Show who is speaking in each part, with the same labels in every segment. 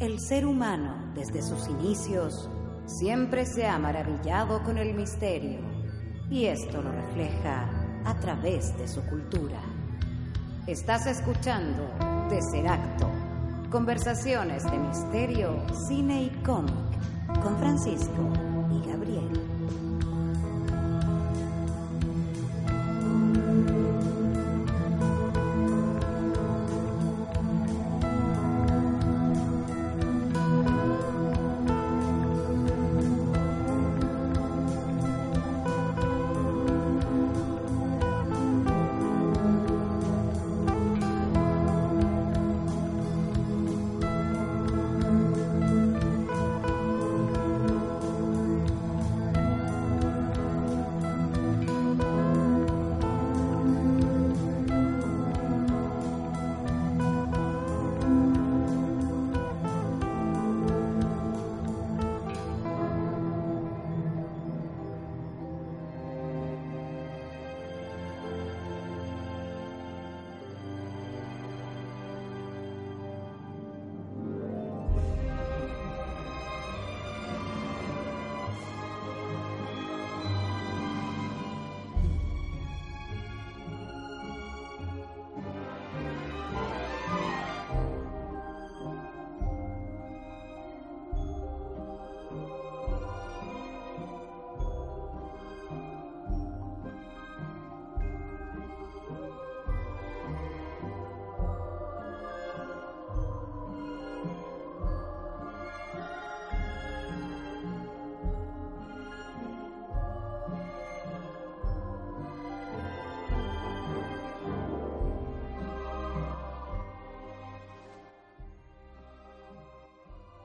Speaker 1: El ser humano, desde sus inicios, siempre se ha maravillado con el misterio, y esto lo refleja a través de su cultura. Estás escuchando Tesseracto, conversaciones de misterio, cine y cómic, con Francisco y Gabriel.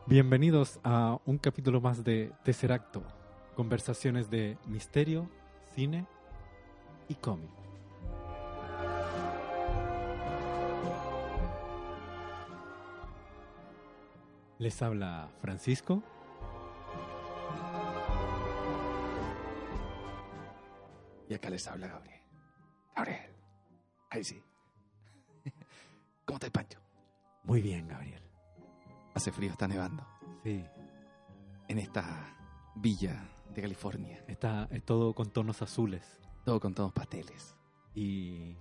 Speaker 2: Bienvenidos a un capítulo más de Tercer Acto, conversaciones de misterio, cine y cómic. Les habla Francisco.
Speaker 3: Y acá les habla Gabriel. Gabriel. Ahí sí. ¿Cómo estás, Pancho?
Speaker 2: Muy bien, Gabriel.
Speaker 3: Hace frío, está nevando.
Speaker 2: Sí,
Speaker 3: En esta villa de California.
Speaker 2: está es todo con tonos azules
Speaker 3: Todo con todos pasteles.
Speaker 2: y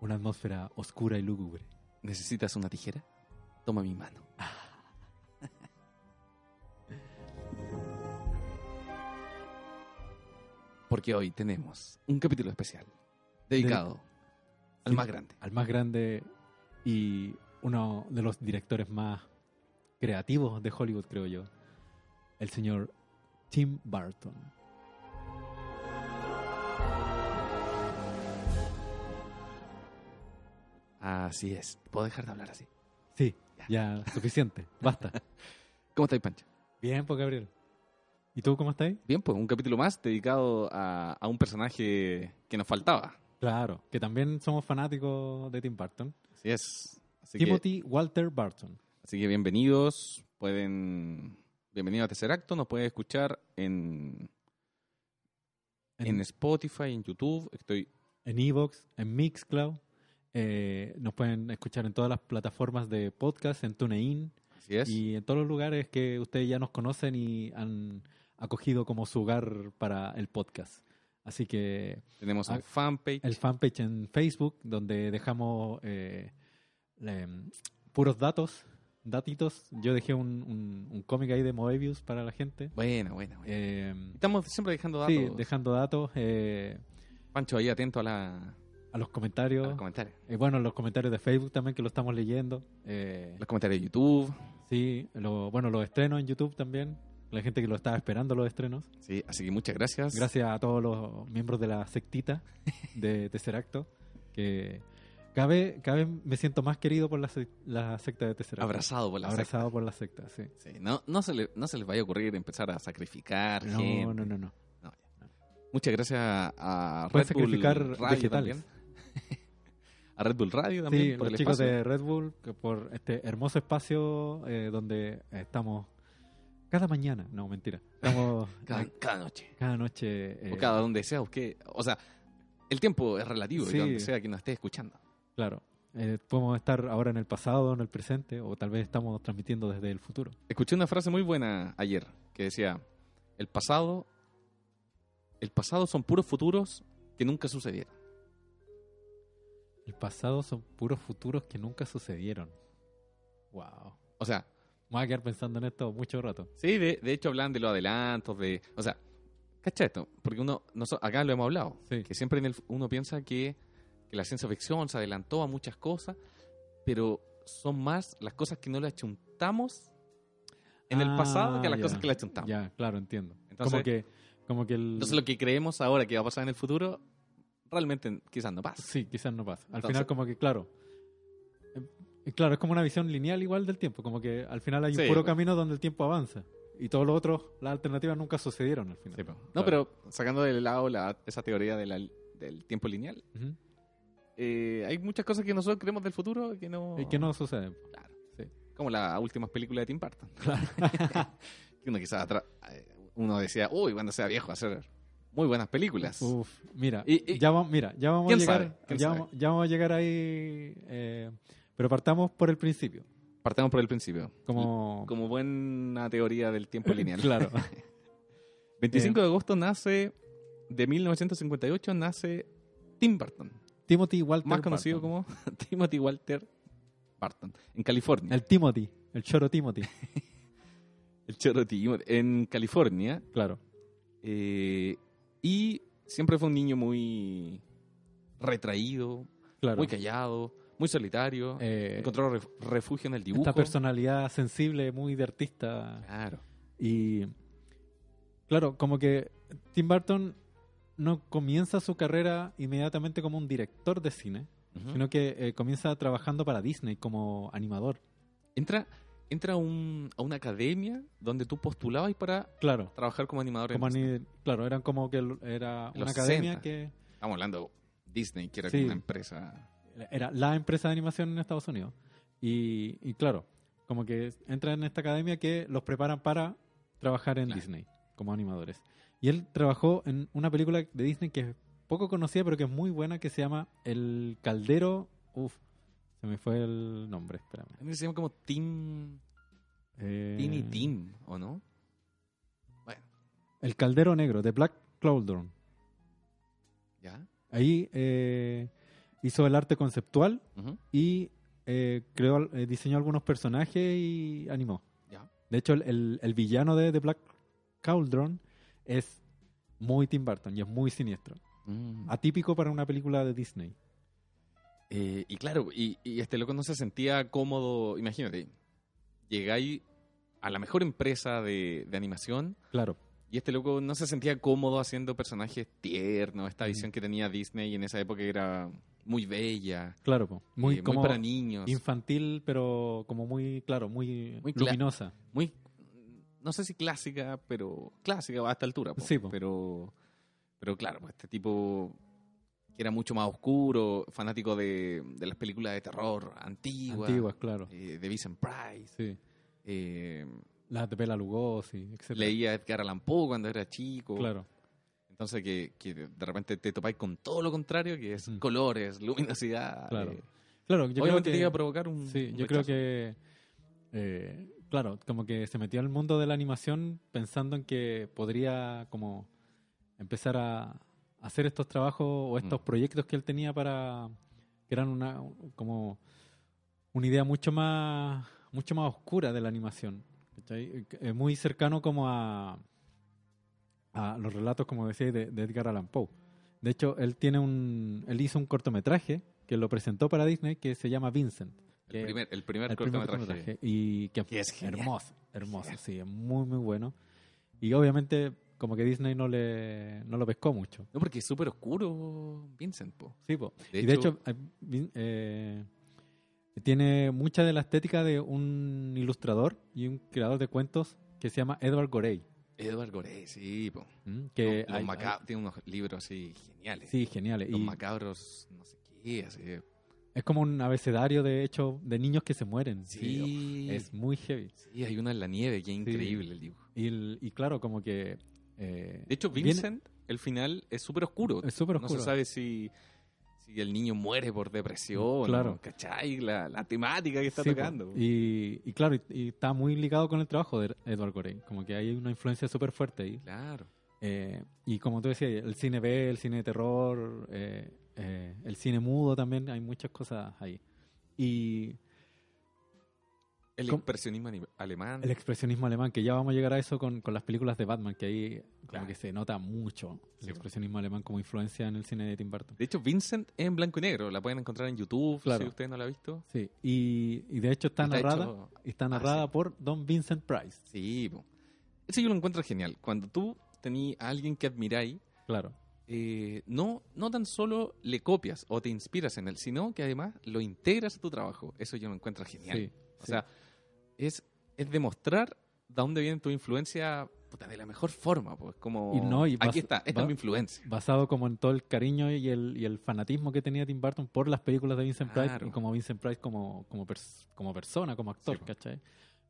Speaker 2: una atmósfera oscura y lúgubre.
Speaker 3: ¿Necesitas una tijera? Toma mi mano. Porque hoy tenemos un capítulo especial dedicado al
Speaker 2: Sí.
Speaker 3: más grande.
Speaker 2: Al más grande y uno de los directores más creativos de Hollywood, creo yo, el señor Tim Burton.
Speaker 3: Así es. ¿Puedo dejar de hablar así?
Speaker 2: Sí, ya suficiente, basta.
Speaker 3: ¿Cómo estáis, Pancho?
Speaker 2: Bien, pues Gabriel. ¿Y tú cómo estás?
Speaker 3: Bien, pues un capítulo más dedicado a, a un personaje que nos faltaba.
Speaker 2: Claro, que también somos fanáticos de Tim Burton.
Speaker 3: Así es. Así que-
Speaker 2: Timothy Walter Burton.
Speaker 3: Así que bienvenidos, pueden bienvenidos a Tercer Acto, nos pueden escuchar en, en,
Speaker 2: En-
Speaker 3: Spotify, en YouTube, estoy
Speaker 2: en Evox, en Mixcloud. Eh, nos pueden escuchar en todas las plataformas de podcast, en TuneIn
Speaker 3: así es.
Speaker 2: y en todos los lugares que ustedes ya nos conocen y han acogido como su hogar para el podcast. Así que
Speaker 3: Tenemos
Speaker 2: ah,
Speaker 3: un fanpage,
Speaker 2: el fanpage en Facebook, donde dejamos eh, le- em, puros datos, datitos. Yo dejé un, un- un cómic ahí de Moebius para la gente.
Speaker 3: buena, buena, buena.
Speaker 2: Eh,
Speaker 3: Estamos siempre dejando datos.
Speaker 2: sí, dejando datos eh,
Speaker 3: Pancho ahí atento a, la,
Speaker 2: a los
Speaker 3: a
Speaker 2: comentarios.
Speaker 3: los comentarios.
Speaker 2: Eh, bueno, los comentarios de Facebook también que lo estamos leyendo. Eh,
Speaker 3: Los comentarios de YouTube,
Speaker 2: sí, lo- bueno, los estrenos en YouTube también. La gente que lo estaba esperando los estrenos.
Speaker 3: sí, así que muchas gracias.
Speaker 2: Gracias a todos los miembros de la sectita de Tercer Acto. Que cada vez, cada vez me siento más querido por la, sec- la secta de Tercer Acto.
Speaker 3: Abrazado por la
Speaker 2: Abrazado por la secta, sí.
Speaker 3: secta. Sí, no, no, se le- no se les vaya a ocurrir empezar a sacrificar gente.
Speaker 2: No, no, no, no.
Speaker 3: Muchas gracias a
Speaker 2: Pueden
Speaker 3: Red Bull
Speaker 2: sacrificar
Speaker 3: Radio
Speaker 2: vegetales.
Speaker 3: también. A Red Bull Radio también.
Speaker 2: Sí,
Speaker 3: por
Speaker 2: los
Speaker 3: el
Speaker 2: chicos
Speaker 3: espacio.
Speaker 2: de Red Bull que por este hermoso espacio eh, donde estamos cada mañana. No, mentira. Estamos
Speaker 3: Cada,
Speaker 2: eh,
Speaker 3: cada noche.
Speaker 2: cada noche.
Speaker 3: o
Speaker 2: eh,
Speaker 3: cada donde sea usted. O sea, el tiempo es relativo, y
Speaker 2: sí.
Speaker 3: donde sea que nos esté escuchando.
Speaker 2: Claro. Eh, podemos estar ahora en el pasado, en el presente, o tal vez estamos transmitiendo desde el futuro.
Speaker 3: Escuché una frase muy buena ayer que decía, el pasado, el pasado son puros futuros que nunca sucedieron.
Speaker 2: El pasado son puros futuros que nunca sucedieron. Wow.
Speaker 3: O sea,
Speaker 2: Me voy a quedar pensando en esto mucho rato.
Speaker 3: sí, de, de hecho hablan de los adelantos, de... O sea, cacha esto, porque uno, noso- acá lo hemos hablado,
Speaker 2: Sí.
Speaker 3: que siempre en el, uno piensa que, que la ciencia ficción se adelantó a muchas cosas, pero son más las cosas que no le achuntamos en el
Speaker 2: Ah,
Speaker 3: pasado que las
Speaker 2: ya.
Speaker 3: cosas que le achuntamos.
Speaker 2: Ya, claro, entiendo.
Speaker 3: Entonces-
Speaker 2: como que, como que el.
Speaker 3: Entonces lo que creemos ahora que va a pasar en el futuro, realmente quizás no pasa.
Speaker 2: Sí, quizás no pasa. Al
Speaker 3: Entonces-
Speaker 2: final, como que, claro. eh, Claro, es como una visión lineal igual del tiempo. Como que al final hay un
Speaker 3: Sí,
Speaker 2: puro
Speaker 3: pues.
Speaker 2: camino donde el tiempo avanza. Y todos los otros, las alternativas nunca sucedieron al final.
Speaker 3: Sí, pues. po. No, pero sacando de lado la- esa teoría de la- del tiempo lineal,
Speaker 2: Ujú.
Speaker 3: eh, hay muchas cosas que nosotros creemos del futuro que no...
Speaker 2: Y que no sucede.
Speaker 3: Como las últimas películas de Tim Burton. que uno quizás atra- eh, uno decía, uy, cuando sea viejo va a hacer muy buenas películas.
Speaker 2: Uf, mira,
Speaker 3: Y- y-
Speaker 2: ya vamos, mira, ya vamos a
Speaker 3: ¿Quién
Speaker 2: llegar,
Speaker 3: sabe? ¿Quién
Speaker 2: ya,
Speaker 3: sabe?
Speaker 2: vamos- ya vamos a llegar ahí, eh, pero partamos por el principio,
Speaker 3: Partamos por el principio.
Speaker 2: como,
Speaker 3: Como buena teoría del tiempo lineal.
Speaker 2: claro,
Speaker 3: 25 de agosto nace, de 1958, nace Tim Burton.
Speaker 2: Timothy Walter,
Speaker 3: más conocido
Speaker 2: Barton.
Speaker 3: como Timothy Walter Barton, en California.
Speaker 2: el Timothy, el choro Timothy,
Speaker 3: El chorro Timothy, en California.
Speaker 2: claro,
Speaker 3: eh, y siempre fue un niño muy retraído,
Speaker 2: claro.
Speaker 3: muy callado, muy solitario.
Speaker 2: Eh,
Speaker 3: encontró ref- refugio en el dibujo.
Speaker 2: esta personalidad sensible, muy de artista,
Speaker 3: Claro.
Speaker 2: Y claro, como que Tim Burton no comienza su carrera inmediatamente como un director de cine,
Speaker 3: Ujú.
Speaker 2: sino que eh, comienza trabajando para Disney como animador.
Speaker 3: Entra, entra a, un- a una academia donde tú postulabas para
Speaker 2: Claro.
Speaker 3: trabajar como animador. en
Speaker 2: Como
Speaker 3: Disney.
Speaker 2: ani- claro, eran como que el- era
Speaker 3: En
Speaker 2: una
Speaker 3: los
Speaker 2: academia
Speaker 3: 60.
Speaker 2: que
Speaker 3: Estamos hablando de Disney, que era
Speaker 2: Sí.
Speaker 3: como una empresa.
Speaker 2: era la empresa de animación en Estados Unidos. Y, y claro, como que entran en esta academia que los preparan para trabajar en
Speaker 3: Claro.
Speaker 2: Disney como animadores. Y él trabajó en una película de Disney que es poco conocida, pero que es muy buena, que se llama El Caldero. Uf, se me fue el nombre, espérame.
Speaker 3: Se llama como Tim.
Speaker 2: Eh,
Speaker 3: Tim y Tim, ¿o no?
Speaker 2: El Caldero Negro, de Black Cauldron.
Speaker 3: ¿Ya?
Speaker 2: Ahí eh, hizo el arte conceptual
Speaker 3: Ujú.
Speaker 2: y eh, creó, al- eh, diseñó algunos personajes y animó.
Speaker 3: ¿Ya?
Speaker 2: De hecho, el, el- el villano de The Black Cauldron es muy Tim Burton y es muy siniestro.
Speaker 3: Mm.
Speaker 2: Atípico para una película de Disney.
Speaker 3: Eh, y claro, y, y este loco no se sentía cómodo. Imagínate, llegáis a la mejor empresa de, de animación
Speaker 2: Claro,
Speaker 3: y este loco no se sentía cómodo haciendo personajes tiernos. Esta
Speaker 2: Mm.
Speaker 3: visión que tenía Disney en esa época era muy bella,
Speaker 2: claro. po. Muy,
Speaker 3: eh,
Speaker 2: como
Speaker 3: para niños,
Speaker 2: infantil, pero como muy, claro, muy,
Speaker 3: Muy cla-
Speaker 2: luminosa.
Speaker 3: muy. No sé si clásica, pero clásica a esta altura. po.
Speaker 2: Sí, po.
Speaker 3: Pero, pero claro, pues, este tipo que era mucho más oscuro, fanático de, de las películas de terror antiguas,
Speaker 2: Antiguas, claro.
Speaker 3: eh, de Vincent Price.
Speaker 2: Sí.
Speaker 3: eh,
Speaker 2: Las de Bela Lugosi, etc.
Speaker 3: leía a Edgar Allan Poe cuando era chico.
Speaker 2: Claro,
Speaker 3: Entonces que, que de repente te topáis con todo lo contrario, que es
Speaker 2: Mm.
Speaker 3: colores, luminosidad.
Speaker 2: Claro.
Speaker 3: eh,
Speaker 2: claro. Yo creo
Speaker 3: obviamente
Speaker 2: que,
Speaker 3: te iba a provocar un...
Speaker 2: sí,
Speaker 3: Mm, un
Speaker 2: yo creo
Speaker 3: rechazo.
Speaker 2: que, eh, claro, como que se metió al mundo de la animación pensando en que podría como empezar a hacer estos trabajos o estos
Speaker 3: Mm.
Speaker 2: proyectos que él tenía para que eran una como una idea mucho más mucho más oscura de la animación ¿cachai? Eh, muy cercano como a a los relatos como decía de, de Edgar Allan Poe de hecho él tiene un él hizo un cortometraje que lo presentó para Disney que se llama Vincent que-
Speaker 3: El primer, el primer
Speaker 2: el primer
Speaker 3: cortometraje.
Speaker 2: cortometraje. Y que
Speaker 3: Que es genial.
Speaker 2: hermoso, hermoso, sí, es muy, muy bueno. Y obviamente, como que Disney no le no lo pescó mucho.
Speaker 3: No, porque es súper oscuro Vincent, po.
Speaker 2: Sí, po.
Speaker 3: De
Speaker 2: y de hecho, eh, vi- eh, tiene mucha de la estética de un ilustrador y un creador de cuentos que se llama Edward Gorey.
Speaker 3: Edward Gorey, sí, po.
Speaker 2: ¿m? Que
Speaker 3: Los
Speaker 2: Eh, hay-
Speaker 3: maca- Tiene unos libros así geniales.
Speaker 2: hay- sí, geniales.
Speaker 3: Los
Speaker 2: Y
Speaker 3: macabros, no sé qué, así.
Speaker 2: es como un abecedario, de hecho, de niños que se mueren. Sí,
Speaker 3: Sí,
Speaker 2: Es muy heavy.
Speaker 3: sí, hay uno en la nieve que es increíble el dibujo.
Speaker 2: Y, el- y claro, como que... eh,
Speaker 3: De hecho,
Speaker 2: viene-
Speaker 3: Vincent, el final es súper oscuro.
Speaker 2: es súper
Speaker 3: No
Speaker 2: oscuro.
Speaker 3: se sabe si, si el niño muere por depresión,
Speaker 2: Claro.
Speaker 3: ¿no? ¿cachai? La, la temática que está
Speaker 2: Sí, po.
Speaker 3: tocando.
Speaker 2: Y, y claro, y, y está muy ligado con el trabajo de Edward Gorey. Como que hay una influencia súper fuerte ahí.
Speaker 3: Claro.
Speaker 2: Eh, y como tú decías, el cine B, el cine de terror, eh, eh, el cine mudo también, hay muchas cosas ahí. Y
Speaker 3: El
Speaker 2: ¿Cómo?
Speaker 3: expresionismo anim- alemán.
Speaker 2: el expresionismo alemán, que ya vamos a llegar a eso con, con las películas de Batman, que ahí como
Speaker 3: Claro.
Speaker 2: que se nota mucho el
Speaker 3: Sí.
Speaker 2: expresionismo alemán como influencia en el cine de Tim Burton.
Speaker 3: De hecho, Vincent es en blanco y negro. La pueden encontrar en YouTube
Speaker 2: Claro.
Speaker 3: si usted no la ha visto.
Speaker 2: Sí, y, y de hecho está
Speaker 3: Está
Speaker 2: narrada,
Speaker 3: hecho- Ah,
Speaker 2: está narrada
Speaker 3: sí.
Speaker 2: por Don Vincent Price.
Speaker 3: Sí, po. Eso yo lo encuentro genial. Cuando tú tenías a alguien que admiráis,
Speaker 2: Claro,
Speaker 3: eh, no, no tan solo le copias o te inspiras en él, sino que además lo integras a tu trabajo. Eso yo lo encuentro genial.
Speaker 2: sí,
Speaker 3: o
Speaker 2: sí.
Speaker 3: sea, es, es demostrar de dónde viene tu influencia puta, de la mejor forma. Pues como,
Speaker 2: Y no, y vas-
Speaker 3: aquí está, esta
Speaker 2: va-
Speaker 3: es mi influencia.
Speaker 2: basado como en todo el cariño y el, y el fanatismo que tenía Tim Burton por las películas de Vincent Price
Speaker 3: Claro.
Speaker 2: y como Vincent Price como, como, pers- como persona, como actor,
Speaker 3: Sí, po.
Speaker 2: ¿cachai?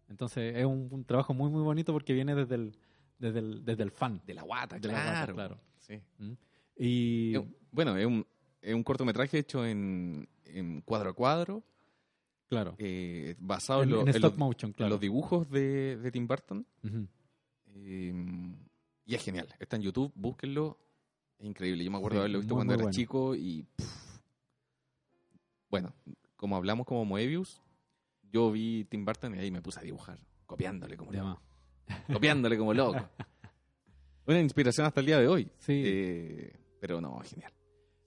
Speaker 2: Entonces es un, un trabajo muy muy bonito porque viene desde el, desde el, desde el fan.
Speaker 3: De la guata,
Speaker 2: De la guata,
Speaker 3: claro.
Speaker 2: claro.
Speaker 3: Sí.
Speaker 2: Y
Speaker 3: Es un- bueno, es un, es un cortometraje hecho en, en cuadro a cuadro,
Speaker 2: claro,
Speaker 3: eh, basado en,
Speaker 2: en,
Speaker 3: lo-
Speaker 2: en
Speaker 3: en los,
Speaker 2: stop motion,
Speaker 3: en
Speaker 2: claro.
Speaker 3: los dibujos de, de Tim Burton.
Speaker 2: Ujú.
Speaker 3: Eh, y es genial. Está en YouTube, búsquenlo. Es increíble. Yo me acuerdo
Speaker 2: Sí,
Speaker 3: haberlo visto
Speaker 2: muy,
Speaker 3: cuando
Speaker 2: muy
Speaker 3: era
Speaker 2: bueno.
Speaker 3: chico y. pff. Bueno, como hablamos como Moebius, yo vi Tim Burton y ahí me puse a dibujar, copiándole como
Speaker 2: De
Speaker 3: loco.
Speaker 2: más.
Speaker 3: Copiándole como loco. Una inspiración hasta el día de hoy.
Speaker 2: Sí.
Speaker 3: Eh, pero no, genial.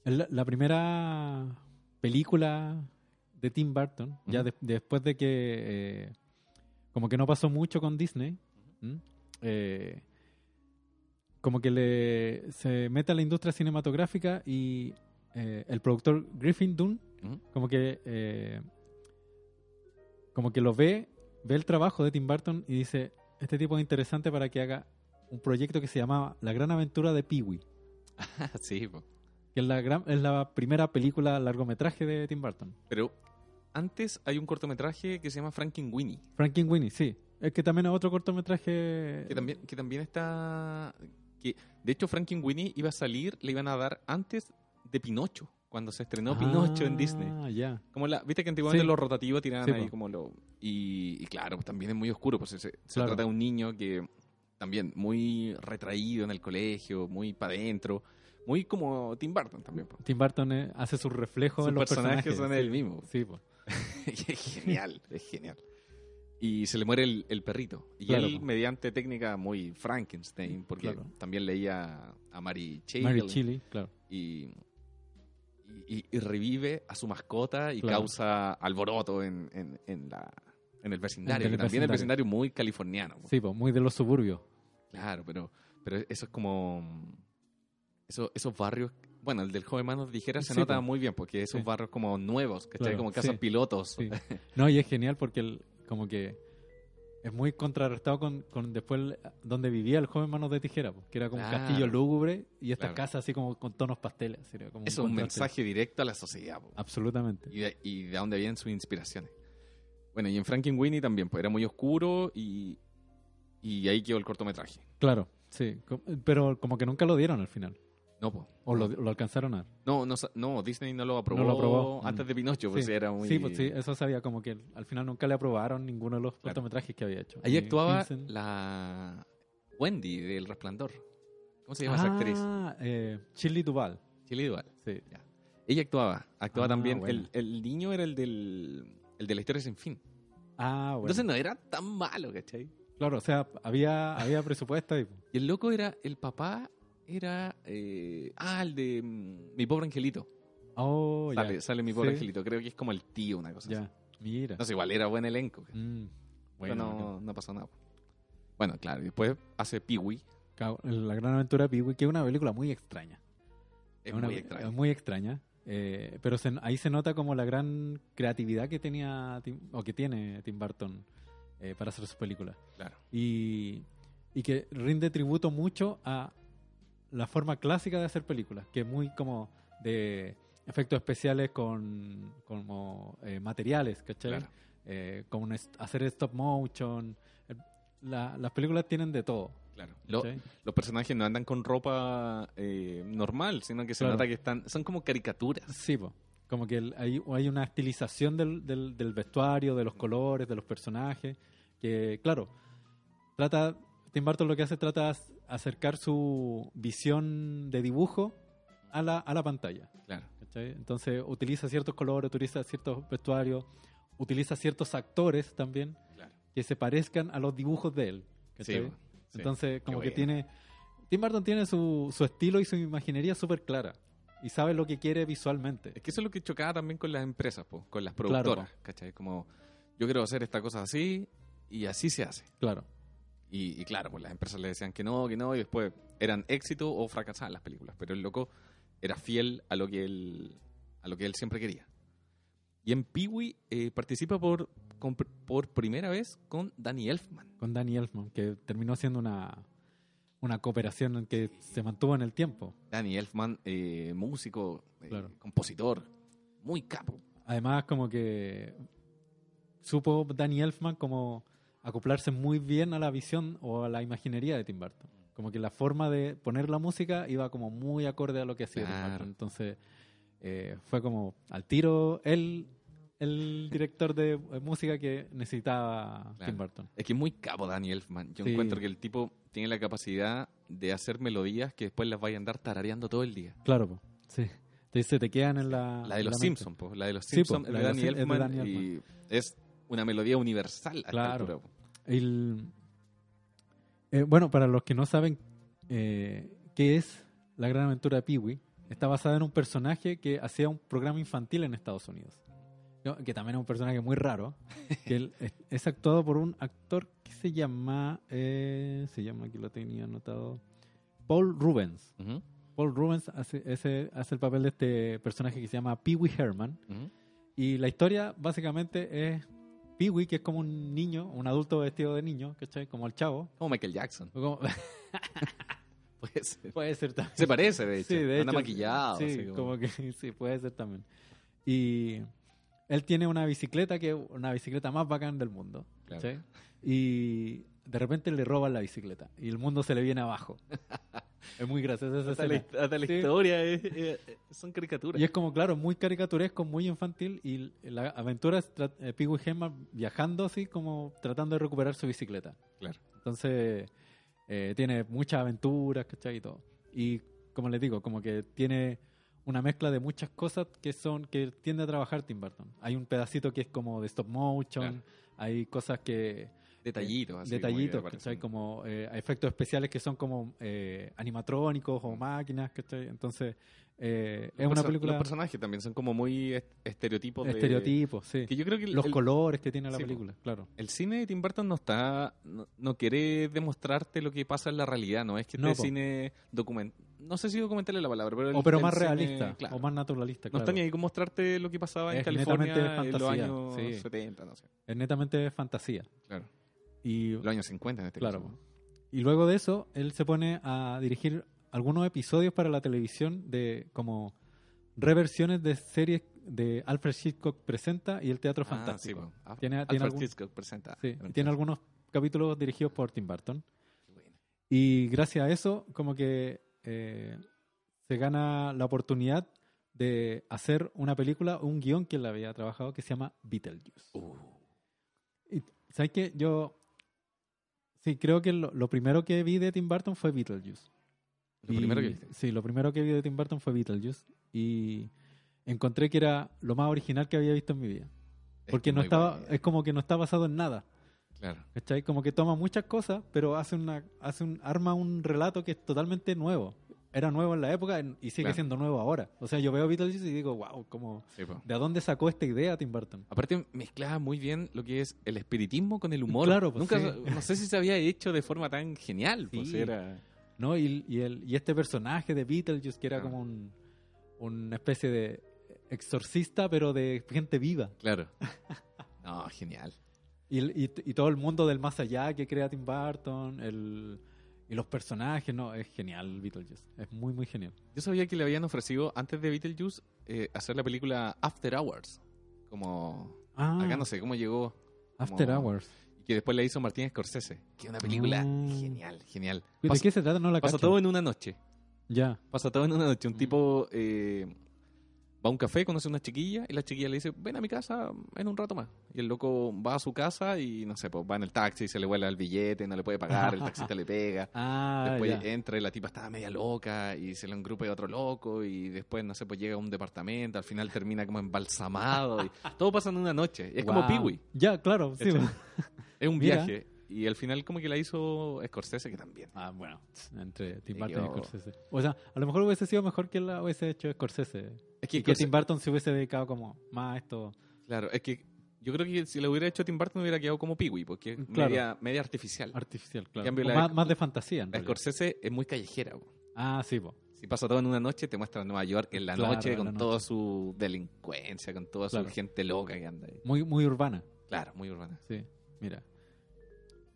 Speaker 2: La, la primera película de Tim Burton, ya
Speaker 3: Ujú.
Speaker 2: de- después de que eh, como que no pasó mucho con Disney, ¿m? Eh, como que le se mete a la industria cinematográfica y eh, el productor Griffin Dunn
Speaker 3: Ujú.
Speaker 2: como que eh, como que lo ve, ve el trabajo de Tim Burton y dice, este tipo es interesante para que haga un proyecto que se llamaba La Gran Aventura de Pee-Wee
Speaker 3: sí, po.
Speaker 2: que es la, gran- es la primera película largometraje de Tim Burton.
Speaker 3: Pero antes hay un cortometraje que se llama Frankenweenie,
Speaker 2: Frankenweenie, sí. Es que también es otro cortometraje.
Speaker 3: que también, que también está. que De hecho, Frankenweenie iba a salir, le iban a dar antes de Pinocho, cuando se estrenó Pinocho en Disney.
Speaker 2: Ah, ya.
Speaker 3: Como la, Viste que antiguamente
Speaker 2: Ah. Sí.
Speaker 3: los rotativos tiraban
Speaker 2: Sí,
Speaker 3: ahí
Speaker 2: po.
Speaker 3: como lo. Y, y claro, pues también es muy oscuro, pues se, se
Speaker 2: Claro.
Speaker 3: trata de un niño que también muy retraído en el colegio, muy para adentro, muy como Tim Burton también. po.
Speaker 2: Tim Burton eh, hace su reflejo
Speaker 3: Sus
Speaker 2: en los personajes.
Speaker 3: personajes son
Speaker 2: sí.
Speaker 3: el mismo.
Speaker 2: Sí, po.
Speaker 3: Y es genial, es genial. Y se le muere el, el perrito. Y
Speaker 2: Claro,
Speaker 3: él,
Speaker 2: po.
Speaker 3: mediante técnica muy Frankenstein, porque
Speaker 2: Claro.
Speaker 3: también leía a Mary Shelley
Speaker 2: Mary Chili, claro.
Speaker 3: Y, y, y revive a su mascota y
Speaker 2: Claro.
Speaker 3: causa alboroto en, en, en la, en el vecindario.
Speaker 2: En el
Speaker 3: que también el
Speaker 2: vecindario.
Speaker 3: vecindario muy californiano. po.
Speaker 2: Sí, po, muy de los suburbios.
Speaker 3: Claro, pero, pero eso es como... mm, Eso, esos barrios... Bueno, el del joven manos de tijera se
Speaker 2: Sí,
Speaker 3: nota
Speaker 2: po.
Speaker 3: muy bien, porque esos
Speaker 2: Sí.
Speaker 3: barrios como nuevos, ¿cachai?
Speaker 2: Claro,
Speaker 3: como casas
Speaker 2: sí.
Speaker 3: pilotos.
Speaker 2: Sí. No, y es genial porque el- como que es muy contrarrestado con, con después el- donde vivía el joven Manos de Tijera, po, que era como un
Speaker 3: Claro.
Speaker 2: castillo lúgubre y esta
Speaker 3: Ah. Claro.
Speaker 2: casa así como con tonos pasteles. así, era como
Speaker 3: Eso es un
Speaker 2: contraste.
Speaker 3: mensaje directo a la sociedad. po.
Speaker 2: Absolutamente.
Speaker 3: Y de, y de dónde vienen sus inspiraciones. Bueno, y en Frankenweenie también, pues era muy oscuro y, y ahí quedó el cortometraje.
Speaker 2: Claro, sí. co- Pero como que nunca lo dieron al final.
Speaker 3: No, po.
Speaker 2: O lo, lo alcanzaron a.
Speaker 3: no, no, sa- no, Disney no lo aprobó,
Speaker 2: No lo aprobó.
Speaker 3: antes
Speaker 2: Mm.
Speaker 3: de Pinocho, pues
Speaker 2: sí.
Speaker 3: era muy...
Speaker 2: Sí, pues sí, eso sabía, como que al final nunca le aprobaron ninguno de los cortometrajes que había hecho.
Speaker 3: Ahí
Speaker 2: Ni
Speaker 3: actuaba
Speaker 2: Vincent.
Speaker 3: la Wendy del Resplandor. ¿Cómo se llama esa actriz?
Speaker 2: Ah, eh, Shirley Duval.
Speaker 3: Chile Duval.
Speaker 2: Sí.
Speaker 3: Ella actuaba, actuaba
Speaker 2: Ah,
Speaker 3: también.
Speaker 2: buena.
Speaker 3: El, el niño era el del... El de la historia sin fin.
Speaker 2: Ah, bueno.
Speaker 3: Entonces no era tan malo, ¿cachai?
Speaker 2: claro, o sea, había, había presupuesto y.
Speaker 3: Y el loco era, el papá era, eh, ah, el de mm, Mi Pobre Angelito.
Speaker 2: Oh, ya.
Speaker 3: sale, sale Mi Pobre
Speaker 2: Sí.
Speaker 3: Angelito, creo que es como el tío, una cosa así.
Speaker 2: Ya. Mira.
Speaker 3: No sé, igual era buen elenco. pero
Speaker 2: Mm, bueno, bacán.
Speaker 3: no, no pasó nada. Bueno, claro, y después hace Peewee.
Speaker 2: Cab- La gran aventura de Pee-Wee, que es una película muy extraña.
Speaker 3: Es
Speaker 2: una-
Speaker 3: muy extraño.
Speaker 2: es muy extraña. eh, pero se- ahí se nota como la gran creatividad que tenía Tim- o que tiene Tim Burton eh, para hacer sus películas.
Speaker 3: Claro.
Speaker 2: Y, y que rinde tributo mucho a la forma clásica de hacer películas, que es muy como de efectos especiales con como eh, materiales, ¿cachai?
Speaker 3: claro.
Speaker 2: eh, con un est- hacer stop motion. El, la- las películas tienen de todo.
Speaker 3: Claro. Lo-
Speaker 2: ¿cachai?
Speaker 3: los personajes no andan con ropa eh, normal, sino que se
Speaker 2: Claro.
Speaker 3: nota que están. Son como caricaturas.
Speaker 2: Sí, po. como que el- hay, hay una estilización del, del- del vestuario, de los colores, de los personajes, que claro, trata, Tim Burton lo que hace trata es acercar su visión de dibujo a la, a la pantalla.
Speaker 3: Claro.
Speaker 2: ¿cachai? Entonces utiliza ciertos colores, utiliza ciertos vestuarios, utiliza ciertos actores también
Speaker 3: claro.
Speaker 2: que se parezcan a los dibujos de él.
Speaker 3: Sí,
Speaker 2: ¿cachai?
Speaker 3: bueno, sí.
Speaker 2: Entonces, como
Speaker 3: bueno.
Speaker 2: que tiene. Tim Burton tiene su, su estilo y su imaginería súper clara. Y sabe lo que quiere visualmente.
Speaker 3: Es que eso es lo que chocaba también con las empresas, po, con las
Speaker 2: Claro, po.
Speaker 3: productoras. ¿Cachai? Como yo quiero hacer esta cosa así y así se hace.
Speaker 2: Claro.
Speaker 3: Y, y claro, pues las empresas le decían que no, que no, y después eran éxito o fracasaban las películas. Pero el loco era fiel a lo que él, a lo que él siempre quería. Y en Peewee eh, participa por, con- por primera vez con Danny Elfman.
Speaker 2: Con Danny Elfman, que terminó siendo una, una cooperación en que se mantuvo en el tiempo.
Speaker 3: Danny Elfman, eh, músico, eh,
Speaker 2: Claro.
Speaker 3: compositor, muy capo.
Speaker 2: Además, como que supo Danny Elfman como acoplarse muy bien a la visión o a la imaginería de Tim Burton. Como que la forma de poner la música iba como muy acorde a lo que hacía Tim
Speaker 3: Claro.
Speaker 2: Burton. Entonces, eh, fue como al tiro el, el director de eh, música que necesitaba
Speaker 3: Claro.
Speaker 2: Tim Burton.
Speaker 3: Es que es muy capo Danny Elfman. Yo
Speaker 2: Sí.
Speaker 3: encuentro que el tipo tiene la capacidad de hacer melodías que después las vaya a andar tarareando todo el día.
Speaker 2: Claro, po. sí. Te dice, te quedan en la.
Speaker 3: La de
Speaker 2: en
Speaker 3: los
Speaker 2: mente.
Speaker 3: Simpsons, po. la de los
Speaker 2: Ah, Sí,
Speaker 3: Simpsons,
Speaker 2: po,
Speaker 3: es
Speaker 2: la
Speaker 3: de
Speaker 2: de los
Speaker 3: Danny
Speaker 2: Sim- es de
Speaker 3: Elfman,
Speaker 2: Danny
Speaker 3: y es una melodía universal. a esta
Speaker 2: Claro.
Speaker 3: altura, po.
Speaker 2: El- eh, bueno, para los que no saben eh, qué es La Gran Aventura de Peewee, está basada en un personaje que hacía un programa infantil en Estados Unidos. ¿no? Que también es un personaje muy raro. Que él es, es actuado por un actor que se llama. eh, se llama, aquí lo tenía anotado. Paul Rubens.
Speaker 3: Ujú,
Speaker 2: Paul Rubens hace, ese- hace el papel de este personaje que se llama Peewee Herman.
Speaker 3: ujú.
Speaker 2: Y la historia básicamente es Peewee, que es como un niño, un adulto vestido de niño, ¿cachai? Como el chavo.
Speaker 3: Como Michael Jackson.
Speaker 2: O como-
Speaker 3: Puede ser.
Speaker 2: puede ser también.
Speaker 3: Se parece, de hecho.
Speaker 2: Sí, de
Speaker 3: Anda
Speaker 2: hecho,
Speaker 3: maquillado.
Speaker 2: Sí,
Speaker 3: así
Speaker 2: como...
Speaker 3: como-
Speaker 2: que sí, puede ser también. Y él tiene una bicicleta que es una bicicleta más bacán del mundo.
Speaker 3: Claro.
Speaker 2: ¿cachai? Y de repente le roban la bicicleta y el mundo se le viene abajo. es muy gracioso esa
Speaker 3: Hasta la,
Speaker 2: escena.
Speaker 3: hasta la
Speaker 2: Sí.
Speaker 3: historia es- es- es- son caricaturas.
Speaker 2: Y es como, claro, muy caricaturesco, muy infantil. Y la aventura es tra- eh, Pee-wee Herman viajando así, como tratando de recuperar su bicicleta.
Speaker 3: Claro.
Speaker 2: Entonces, eh, tiene muchas aventuras, ¿cachai? Y todo. Y como les digo, como que tiene una mezcla de muchas cosas que son que tiende a trabajar Tim Burton. Hay un pedacito que es como de stop motion,
Speaker 3: Claro.
Speaker 2: hay cosas que
Speaker 3: Detallitos. así como que
Speaker 2: detallitos,
Speaker 3: aparecen.
Speaker 2: ¿cachai? Como eh, hay efectos especiales que son como eh, animatrónicos o máquinas, ¿cachai? Entonces, eh, es
Speaker 3: Los
Speaker 2: una
Speaker 3: perso-
Speaker 2: película...
Speaker 3: Los personajes también son como muy est- estereotipos. de-
Speaker 2: Estereotipos, sí.
Speaker 3: Que yo creo que el-
Speaker 2: Los
Speaker 3: el-
Speaker 2: colores que tiene la
Speaker 3: Sí, po.
Speaker 2: película, claro.
Speaker 3: El cine de Tim Burton no está, no, no quiere demostrarte lo que pasa en la realidad, no es que
Speaker 2: No,
Speaker 3: este
Speaker 2: po.
Speaker 3: cine document, no sé si documental es la palabra, pero el-
Speaker 2: O pero
Speaker 3: el
Speaker 2: más
Speaker 3: cine,
Speaker 2: realista,
Speaker 3: claro.
Speaker 2: o más naturalista,
Speaker 3: no
Speaker 2: claro.
Speaker 3: está ni ahí con mostrarte lo que pasaba en
Speaker 2: Es
Speaker 3: California
Speaker 2: netamente
Speaker 3: en los
Speaker 2: fantasía,
Speaker 3: años
Speaker 2: sí.
Speaker 3: 70, no sé.
Speaker 2: Es netamente fantasía.
Speaker 3: Claro.
Speaker 2: Y
Speaker 3: Los años 50 en este
Speaker 2: Claro.
Speaker 3: caso.
Speaker 2: Y luego de eso, él se pone a dirigir algunos episodios para la televisión de como reversiones de series de Alfred Hitchcock presenta y el Teatro
Speaker 3: Ah,
Speaker 2: Fantástico.
Speaker 3: sí, po. Ah,
Speaker 2: Tiene-
Speaker 3: Alfred
Speaker 2: tiene algún-
Speaker 3: Hitchcock presenta.
Speaker 2: Sí,
Speaker 3: Era un
Speaker 2: tiene
Speaker 3: clásico.
Speaker 2: algunos capítulos dirigidos por Tim Burton.
Speaker 3: Qué bueno.
Speaker 2: Y gracias a eso, como que eh, se gana la oportunidad de hacer una película, un guión que él había trabajado que se llama Beetlejuice.
Speaker 3: Oh. Uh,
Speaker 2: Y, ¿Sabes qué? Yo sí creo que lo, lo primero que vi de Tim Burton fue Beetlejuice.
Speaker 3: Lo
Speaker 2: Y-
Speaker 3: primero que viste.
Speaker 2: Sí, lo primero que vi de Tim Burton fue Beetlejuice. Y encontré que era lo más original que había visto en mi vida.
Speaker 3: Es
Speaker 2: Porque
Speaker 3: que
Speaker 2: no
Speaker 3: muy
Speaker 2: estaba,
Speaker 3: bueno.
Speaker 2: es como que no está basado en nada.
Speaker 3: Claro.
Speaker 2: ¿Cachai? Como que toma muchas cosas, pero hace una, hace un, arma un relato que es totalmente nuevo. Era nuevo en la época en- y sigue
Speaker 3: Claro.
Speaker 2: siendo nuevo ahora. O sea, yo veo Beetlejuice y digo, wow, como,
Speaker 3: Sí, po.
Speaker 2: ¿de dónde sacó esta idea Tim Burton?
Speaker 3: Aparte mezclaba muy bien lo que es el espiritismo con el humor.
Speaker 2: Claro, pues,
Speaker 3: Nunca,
Speaker 2: sí.
Speaker 3: no sé si se había hecho de forma tan genial. Pues
Speaker 2: Sí.
Speaker 3: era...
Speaker 2: ¿No? Y, y el, y este personaje de Beetlejuice que era
Speaker 3: Claro.
Speaker 2: como un, una especie de exorcista, pero de gente viva.
Speaker 3: Claro. No, genial.
Speaker 2: Y, y- y todo el mundo del más allá que crea Tim Burton, el, y los personajes, no, es genial Beetlejuice, es muy, muy genial.
Speaker 3: Yo sabía que le habían ofrecido antes de Beetlejuice eh, hacer la película After Hours. Como.
Speaker 2: Ah,
Speaker 3: Acá no sé cómo llegó.
Speaker 2: After
Speaker 3: como-
Speaker 2: Hours.
Speaker 3: Y que después la hizo Martín Scorsese, que es una película
Speaker 2: Mm.
Speaker 3: genial, genial.
Speaker 2: ¿De
Speaker 3: Pasa,
Speaker 2: qué se trata? No la
Speaker 3: pasa
Speaker 2: cacho.
Speaker 3: todo en una noche.
Speaker 2: Ya.
Speaker 3: Pasa todo en una noche. Un
Speaker 2: Mm.
Speaker 3: tipo eh, va a un café, conoce a una chiquilla y la chiquilla le dice, ven a mi casa en un rato más. Y el loco va a su casa y no sé, pues va en el taxi, se le vuela el billete, no le puede pagar, el taxista le pega.
Speaker 2: Ah,
Speaker 3: Después
Speaker 2: ya.
Speaker 3: entra y la tipa estaba media loca y se lo engrupa de otro loco y después, no sé, pues llega a un departamento, al final termina como embalsamado. y todo pasa en una noche. Es como
Speaker 2: Wow.
Speaker 3: Piwi.
Speaker 2: Ya, claro, sí.
Speaker 3: ¿Cachai? Es un
Speaker 2: Mira.
Speaker 3: viaje. Y al final como que la hizo Scorsese, que también.
Speaker 2: Ah, bueno, oh. entre Tim
Speaker 3: Sí,
Speaker 2: Burton y
Speaker 3: yo-
Speaker 2: Scorsese. O sea, a lo mejor hubiese sido mejor que la hubiese hecho Scorsese.
Speaker 3: Es
Speaker 2: Y que Tim Burton se hubiese dedicado como más a esto.
Speaker 3: Claro, es que yo creo que si lo hubiera hecho Tim Burton hubiera quedado como Piwi, porque es
Speaker 2: Claro.
Speaker 3: media, media artificial.
Speaker 2: Artificial, claro.
Speaker 3: cambio,
Speaker 2: O
Speaker 3: la-
Speaker 2: más, más de fantasía, en
Speaker 3: La
Speaker 2: realidad.
Speaker 3: Scorsese es muy callejera. po.
Speaker 2: Ah, sí, po.
Speaker 3: Si pasa todo en una noche, te muestra Nueva York en la
Speaker 2: Claro,
Speaker 3: noche
Speaker 2: en
Speaker 3: con
Speaker 2: la noche.
Speaker 3: toda su delincuencia, con toda
Speaker 2: Claro.
Speaker 3: su gente loca que anda ahí.
Speaker 2: Muy, muy urbana,
Speaker 3: Claro, muy urbana.
Speaker 2: sí. Mira.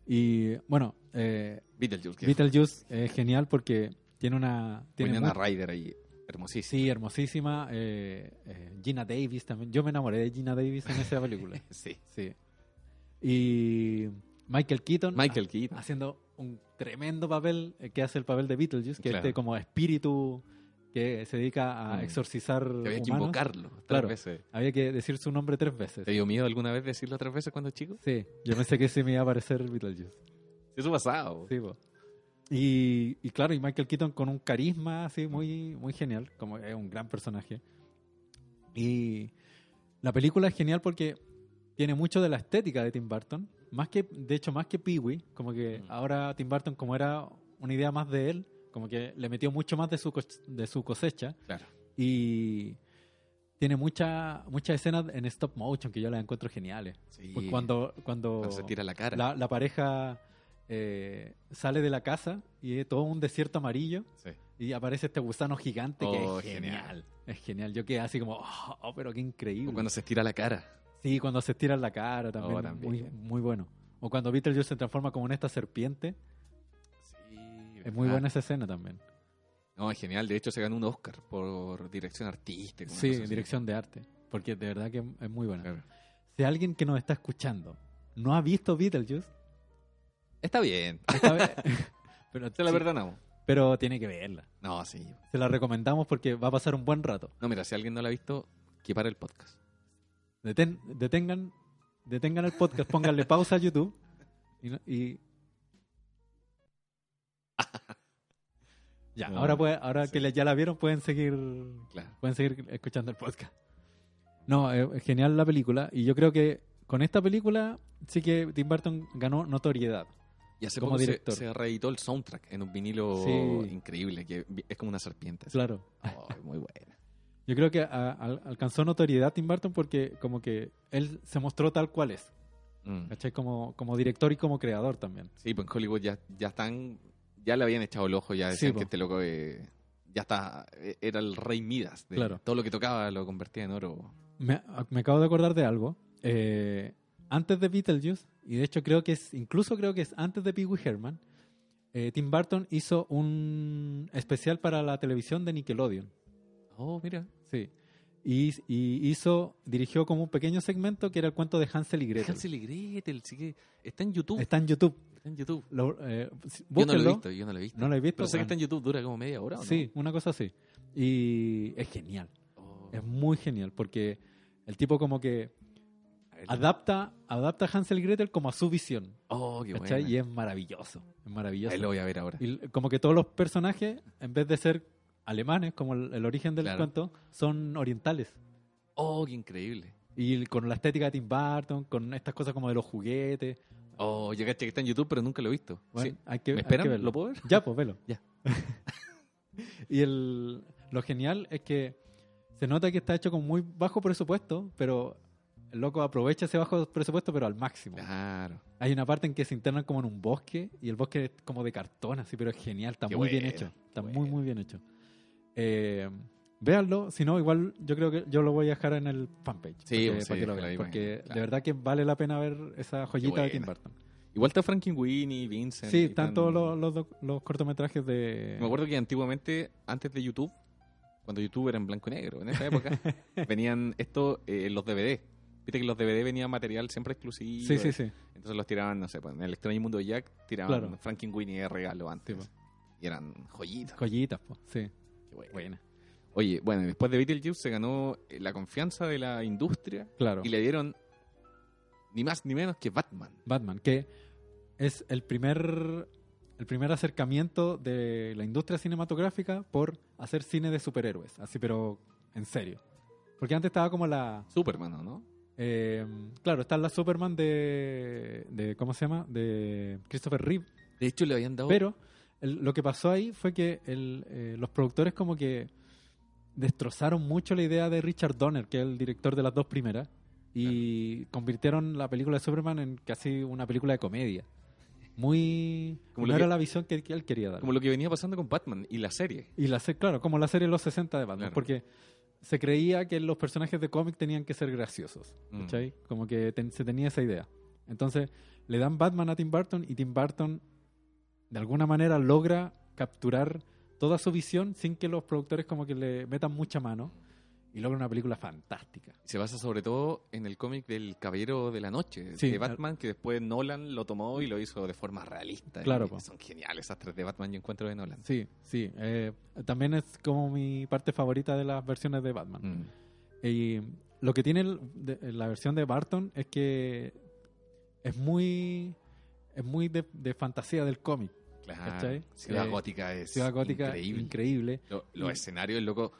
Speaker 2: Y bueno, eh,
Speaker 3: Beetlejuice, que
Speaker 2: Beetlejuice es genial porque tiene una. Tiene
Speaker 3: Winona
Speaker 2: mu-
Speaker 3: Ryder ahí, hermosísima.
Speaker 2: Sí, hermosísima. eh, eh, Gina Davis también. Yo me enamoré de Gina Davis en esa película.
Speaker 3: Sí.
Speaker 2: Sí. Y Michael Keaton.
Speaker 3: Michael Keaton.
Speaker 2: haciendo un tremendo papel eh, que hace el papel de Beetlejuice, que es
Speaker 3: Claro.
Speaker 2: este como espíritu que se dedica a
Speaker 3: Mm.
Speaker 2: exorcizar
Speaker 3: Que había que
Speaker 2: humanos.
Speaker 3: invocarlo tres
Speaker 2: Claro.
Speaker 3: veces.
Speaker 2: Había que decir su nombre tres veces.
Speaker 3: ¿Te dio miedo alguna vez decirlo tres veces cuando chico?
Speaker 2: Sí, yo pensé que sí me iba a aparecer Beetlejuice.
Speaker 3: Eso pasado.
Speaker 2: Sí, po. Y, y claro, y Michael Keaton con un carisma así muy, muy genial, como es un gran personaje. Y la película es genial porque tiene mucho de la estética de Tim Burton, más que, de hecho, más que Pee-Wee, como que
Speaker 3: Mm.
Speaker 2: ahora Tim Burton, como era una idea más de él, como que le metió mucho más de su, cos- de su cosecha
Speaker 3: Claro.
Speaker 2: y tiene mucha- muchas escenas en stop motion que yo las encuentro geniales.
Speaker 3: Sí.
Speaker 2: Pues Cuando, cuando,
Speaker 3: Cuando se tira la cara.
Speaker 2: la, la pareja eh, sale de la casa y es todo un desierto amarillo
Speaker 3: Sí.
Speaker 2: y aparece este gusano gigante
Speaker 3: Oh,
Speaker 2: que es
Speaker 3: genial.
Speaker 2: genial. Es genial. Yo quedé así como, oh, oh, pero qué increíble.
Speaker 3: O cuando se estira la cara.
Speaker 2: Sí, cuando se estiran la cara también.
Speaker 3: Oh, también.
Speaker 2: Muy, muy bueno. O cuando Beetlejuice se transforma como en esta serpiente. Es muy
Speaker 3: buena
Speaker 2: buena esa escena también.
Speaker 3: No, es genial. De hecho, se ganó un Oscar por dirección artística. una
Speaker 2: Sí,
Speaker 3: cosa así.
Speaker 2: dirección de arte. Porque de verdad que es muy buena.
Speaker 3: Claro.
Speaker 2: Si alguien que nos está escuchando no ha visto Beetlejuice,
Speaker 3: Está bien.
Speaker 2: esta vez- pero,
Speaker 3: Se la
Speaker 2: Ah, sí,
Speaker 3: perdonamos.
Speaker 2: pero tiene que verla.
Speaker 3: No, sí.
Speaker 2: Se la recomendamos porque va a pasar un buen rato.
Speaker 3: No, mira, si alguien no la ha visto, que para el podcast.
Speaker 2: Deten- detengan, detengan el podcast, pónganle pausa a YouTube y, no- y- ya.
Speaker 3: No,
Speaker 2: ahora puede- ahora
Speaker 3: Ah. sí.
Speaker 2: que le- ya la vieron pueden seguir
Speaker 3: Claro.
Speaker 2: pueden seguir escuchando el podcast. No, eh, es genial la película y yo creo que con esta película sí que Tim Burton ganó notoriedad.
Speaker 3: Y hace
Speaker 2: Como
Speaker 3: poco se-
Speaker 2: director.
Speaker 3: Se, reeditó el soundtrack en un vinilo
Speaker 2: Sí.
Speaker 3: increíble, que vi- es como una serpiente. así.
Speaker 2: Claro.
Speaker 3: Oh, es muy buena.
Speaker 2: Yo creo que a- al- alcanzó notoriedad Tim Burton porque como que él se mostró tal cual es,
Speaker 3: Mm.
Speaker 2: ¿cachai? Como, como director y como creador también.
Speaker 3: Sí, pues en Hollywood ya, ya están. Ya le habían echado el ojo, ya decían
Speaker 2: Sí, po.
Speaker 3: que este loco eh, ya está. eh, Era el rey Midas. de-
Speaker 2: Claro.
Speaker 3: Todo lo que tocaba lo convertía en oro.
Speaker 2: Me, me acabo de acordar de algo. Eh, antes de Beetlejuice, y de hecho creo que es, incluso creo que es antes de Pee Wee Herman, eh, Tim Burton hizo un especial para la televisión de Nickelodeon.
Speaker 3: Oh, mira.
Speaker 2: Sí. Y, y hizo, dirigió como un pequeño segmento que era el cuento de Hansel y Gretel.
Speaker 3: Hansel y Gretel, sí que está en YouTube.
Speaker 2: Está en YouTube.
Speaker 3: Está en YouTube.
Speaker 2: Lo, eh, si-
Speaker 3: Yo no lo he
Speaker 2: búsquenlo.
Speaker 3: visto, yo no lo he visto.
Speaker 2: ¿No lo he visto?
Speaker 3: Pero sé que
Speaker 2: Bueno,
Speaker 3: está en YouTube, dura como media hora, ¿o ¿no?
Speaker 2: Sí, una cosa así. Y es genial.
Speaker 3: Oh.
Speaker 2: Es muy genial porque el tipo como que
Speaker 3: A ver,
Speaker 2: adapta, adapta a Hansel y Gretel como a su visión.
Speaker 3: Oh, qué
Speaker 2: ¿Cachai?
Speaker 3: buena.
Speaker 2: Y es maravilloso. Es maravilloso.
Speaker 3: Ahí lo voy a ver ahora.
Speaker 2: Y l- como que todos los personajes, en vez de ser alemanes, como el, el origen del
Speaker 3: Claro.
Speaker 2: cuento, son orientales.
Speaker 3: Oh, qué increíble.
Speaker 2: Y l- con la estética de Tim Burton, con estas cosas como de los juguetes.
Speaker 3: Oh, yo caché que está en YouTube, pero nunca lo he visto.
Speaker 2: Bueno,
Speaker 3: Sí.
Speaker 2: hay que,
Speaker 3: ¿Me
Speaker 2: hay
Speaker 3: esperan?
Speaker 2: que verlo.
Speaker 3: ¿Lo puedo ver?
Speaker 2: Ya, pues velo.
Speaker 3: Ya.
Speaker 2: y el, lo genial es que se nota que está hecho con muy bajo presupuesto, pero el loco aprovecha ese bajo presupuesto, pero al máximo.
Speaker 3: Claro.
Speaker 2: Hay una parte en que se internan como en un bosque y el bosque es como de cartón, así, pero es genial, está
Speaker 3: Qué
Speaker 2: muy bien
Speaker 3: bueno,
Speaker 2: hecho. Está
Speaker 3: qué
Speaker 2: muy,
Speaker 3: bueno.
Speaker 2: muy bien hecho. Eh, véanlo, si no, igual yo creo que yo lo voy a dejar en el fanpage.
Speaker 3: Sí,
Speaker 2: para que,
Speaker 3: sí,
Speaker 2: para que lo
Speaker 3: déjala
Speaker 2: vean,
Speaker 3: ahí,
Speaker 2: porque
Speaker 3: bueno, claro.
Speaker 2: de verdad que vale la pena ver esa joyita de Tim
Speaker 3: buena.
Speaker 2: Burton.
Speaker 3: Igual está Frankenweenie, Vincent.
Speaker 2: Sí,
Speaker 3: y
Speaker 2: están todos los, los doc- los cortometrajes de...
Speaker 3: Me acuerdo que antiguamente, antes de YouTube, cuando YouTube era en blanco y negro, en esa época, venían esto, eh, los DVD. Viste que los DVD venían material siempre exclusivo.
Speaker 2: Sí, sí, sí.
Speaker 3: Entonces los tiraban, no sé, pues, en el extraño mundo de Jack tiraban
Speaker 2: Claro.
Speaker 3: Frankenweenie de regalo antes. pues.
Speaker 2: Sí,
Speaker 3: y eran joyitas.
Speaker 2: Collitas, po. Sí.
Speaker 3: Qué buena.
Speaker 2: Buena.
Speaker 3: Oye, bueno, después de Beetlejuice se ganó eh, la confianza de la industria
Speaker 2: Claro.
Speaker 3: y le dieron ni más ni menos que Batman.
Speaker 2: Batman, que es el primer el primer acercamiento de la industria cinematográfica por hacer cine de superhéroes, así pero en serio. Porque antes estaba como la
Speaker 3: Superman, ¿o ¿no?
Speaker 2: eh, claro, está la Superman de, de ¿cómo se llama? de Christopher Reeve,
Speaker 3: De hecho, le habían dado.
Speaker 2: pero el- lo que pasó ahí fue que el, eh, los productores como que destrozaron mucho la idea de Richard Donner, que es el director de las dos primeras, y convirtieron la película de Superman en casi una película de comedia. Muy...
Speaker 3: Como
Speaker 2: no
Speaker 3: lo
Speaker 2: era
Speaker 3: que-
Speaker 2: la visión que, que él quería dar.
Speaker 3: como lo que venía pasando con Batman y la serie.
Speaker 2: Y la se- claro, como la serie de los 60 de Batman,
Speaker 3: Claro.
Speaker 2: porque se creía que los personajes de cómic tenían que ser graciosos,
Speaker 3: Mm.
Speaker 2: ¿cachai? Como que ten- se tenía esa idea. Entonces, le dan Batman a Tim Burton y Tim Burton de alguna manera logra capturar toda su visión sin que los productores como que le metan mucha mano y logra una película fantástica.
Speaker 3: Se basa sobre todo en el cómic del Caballero de la Noche,
Speaker 2: Sí,
Speaker 3: de
Speaker 2: claro.
Speaker 3: Batman, que después Nolan lo tomó y lo hizo de forma realista.
Speaker 2: Claro,
Speaker 3: Y
Speaker 2: po.
Speaker 3: son geniales esas tres de Batman yo encuentro de Nolan.
Speaker 2: Sí, sí. eh, también es como mi parte favorita de las versiones de Batman.
Speaker 3: Mm.
Speaker 2: Y lo que tiene el- de- la versión de Barton es que es muy es muy de, de fantasía del cómic.
Speaker 3: Claro.
Speaker 2: ¿Cachai?
Speaker 3: Ciudad
Speaker 2: Eh,
Speaker 3: Gótica es
Speaker 2: Ciudad gótica increíble.
Speaker 3: increíble. Lo- los
Speaker 2: Y-
Speaker 3: escenarios, el loco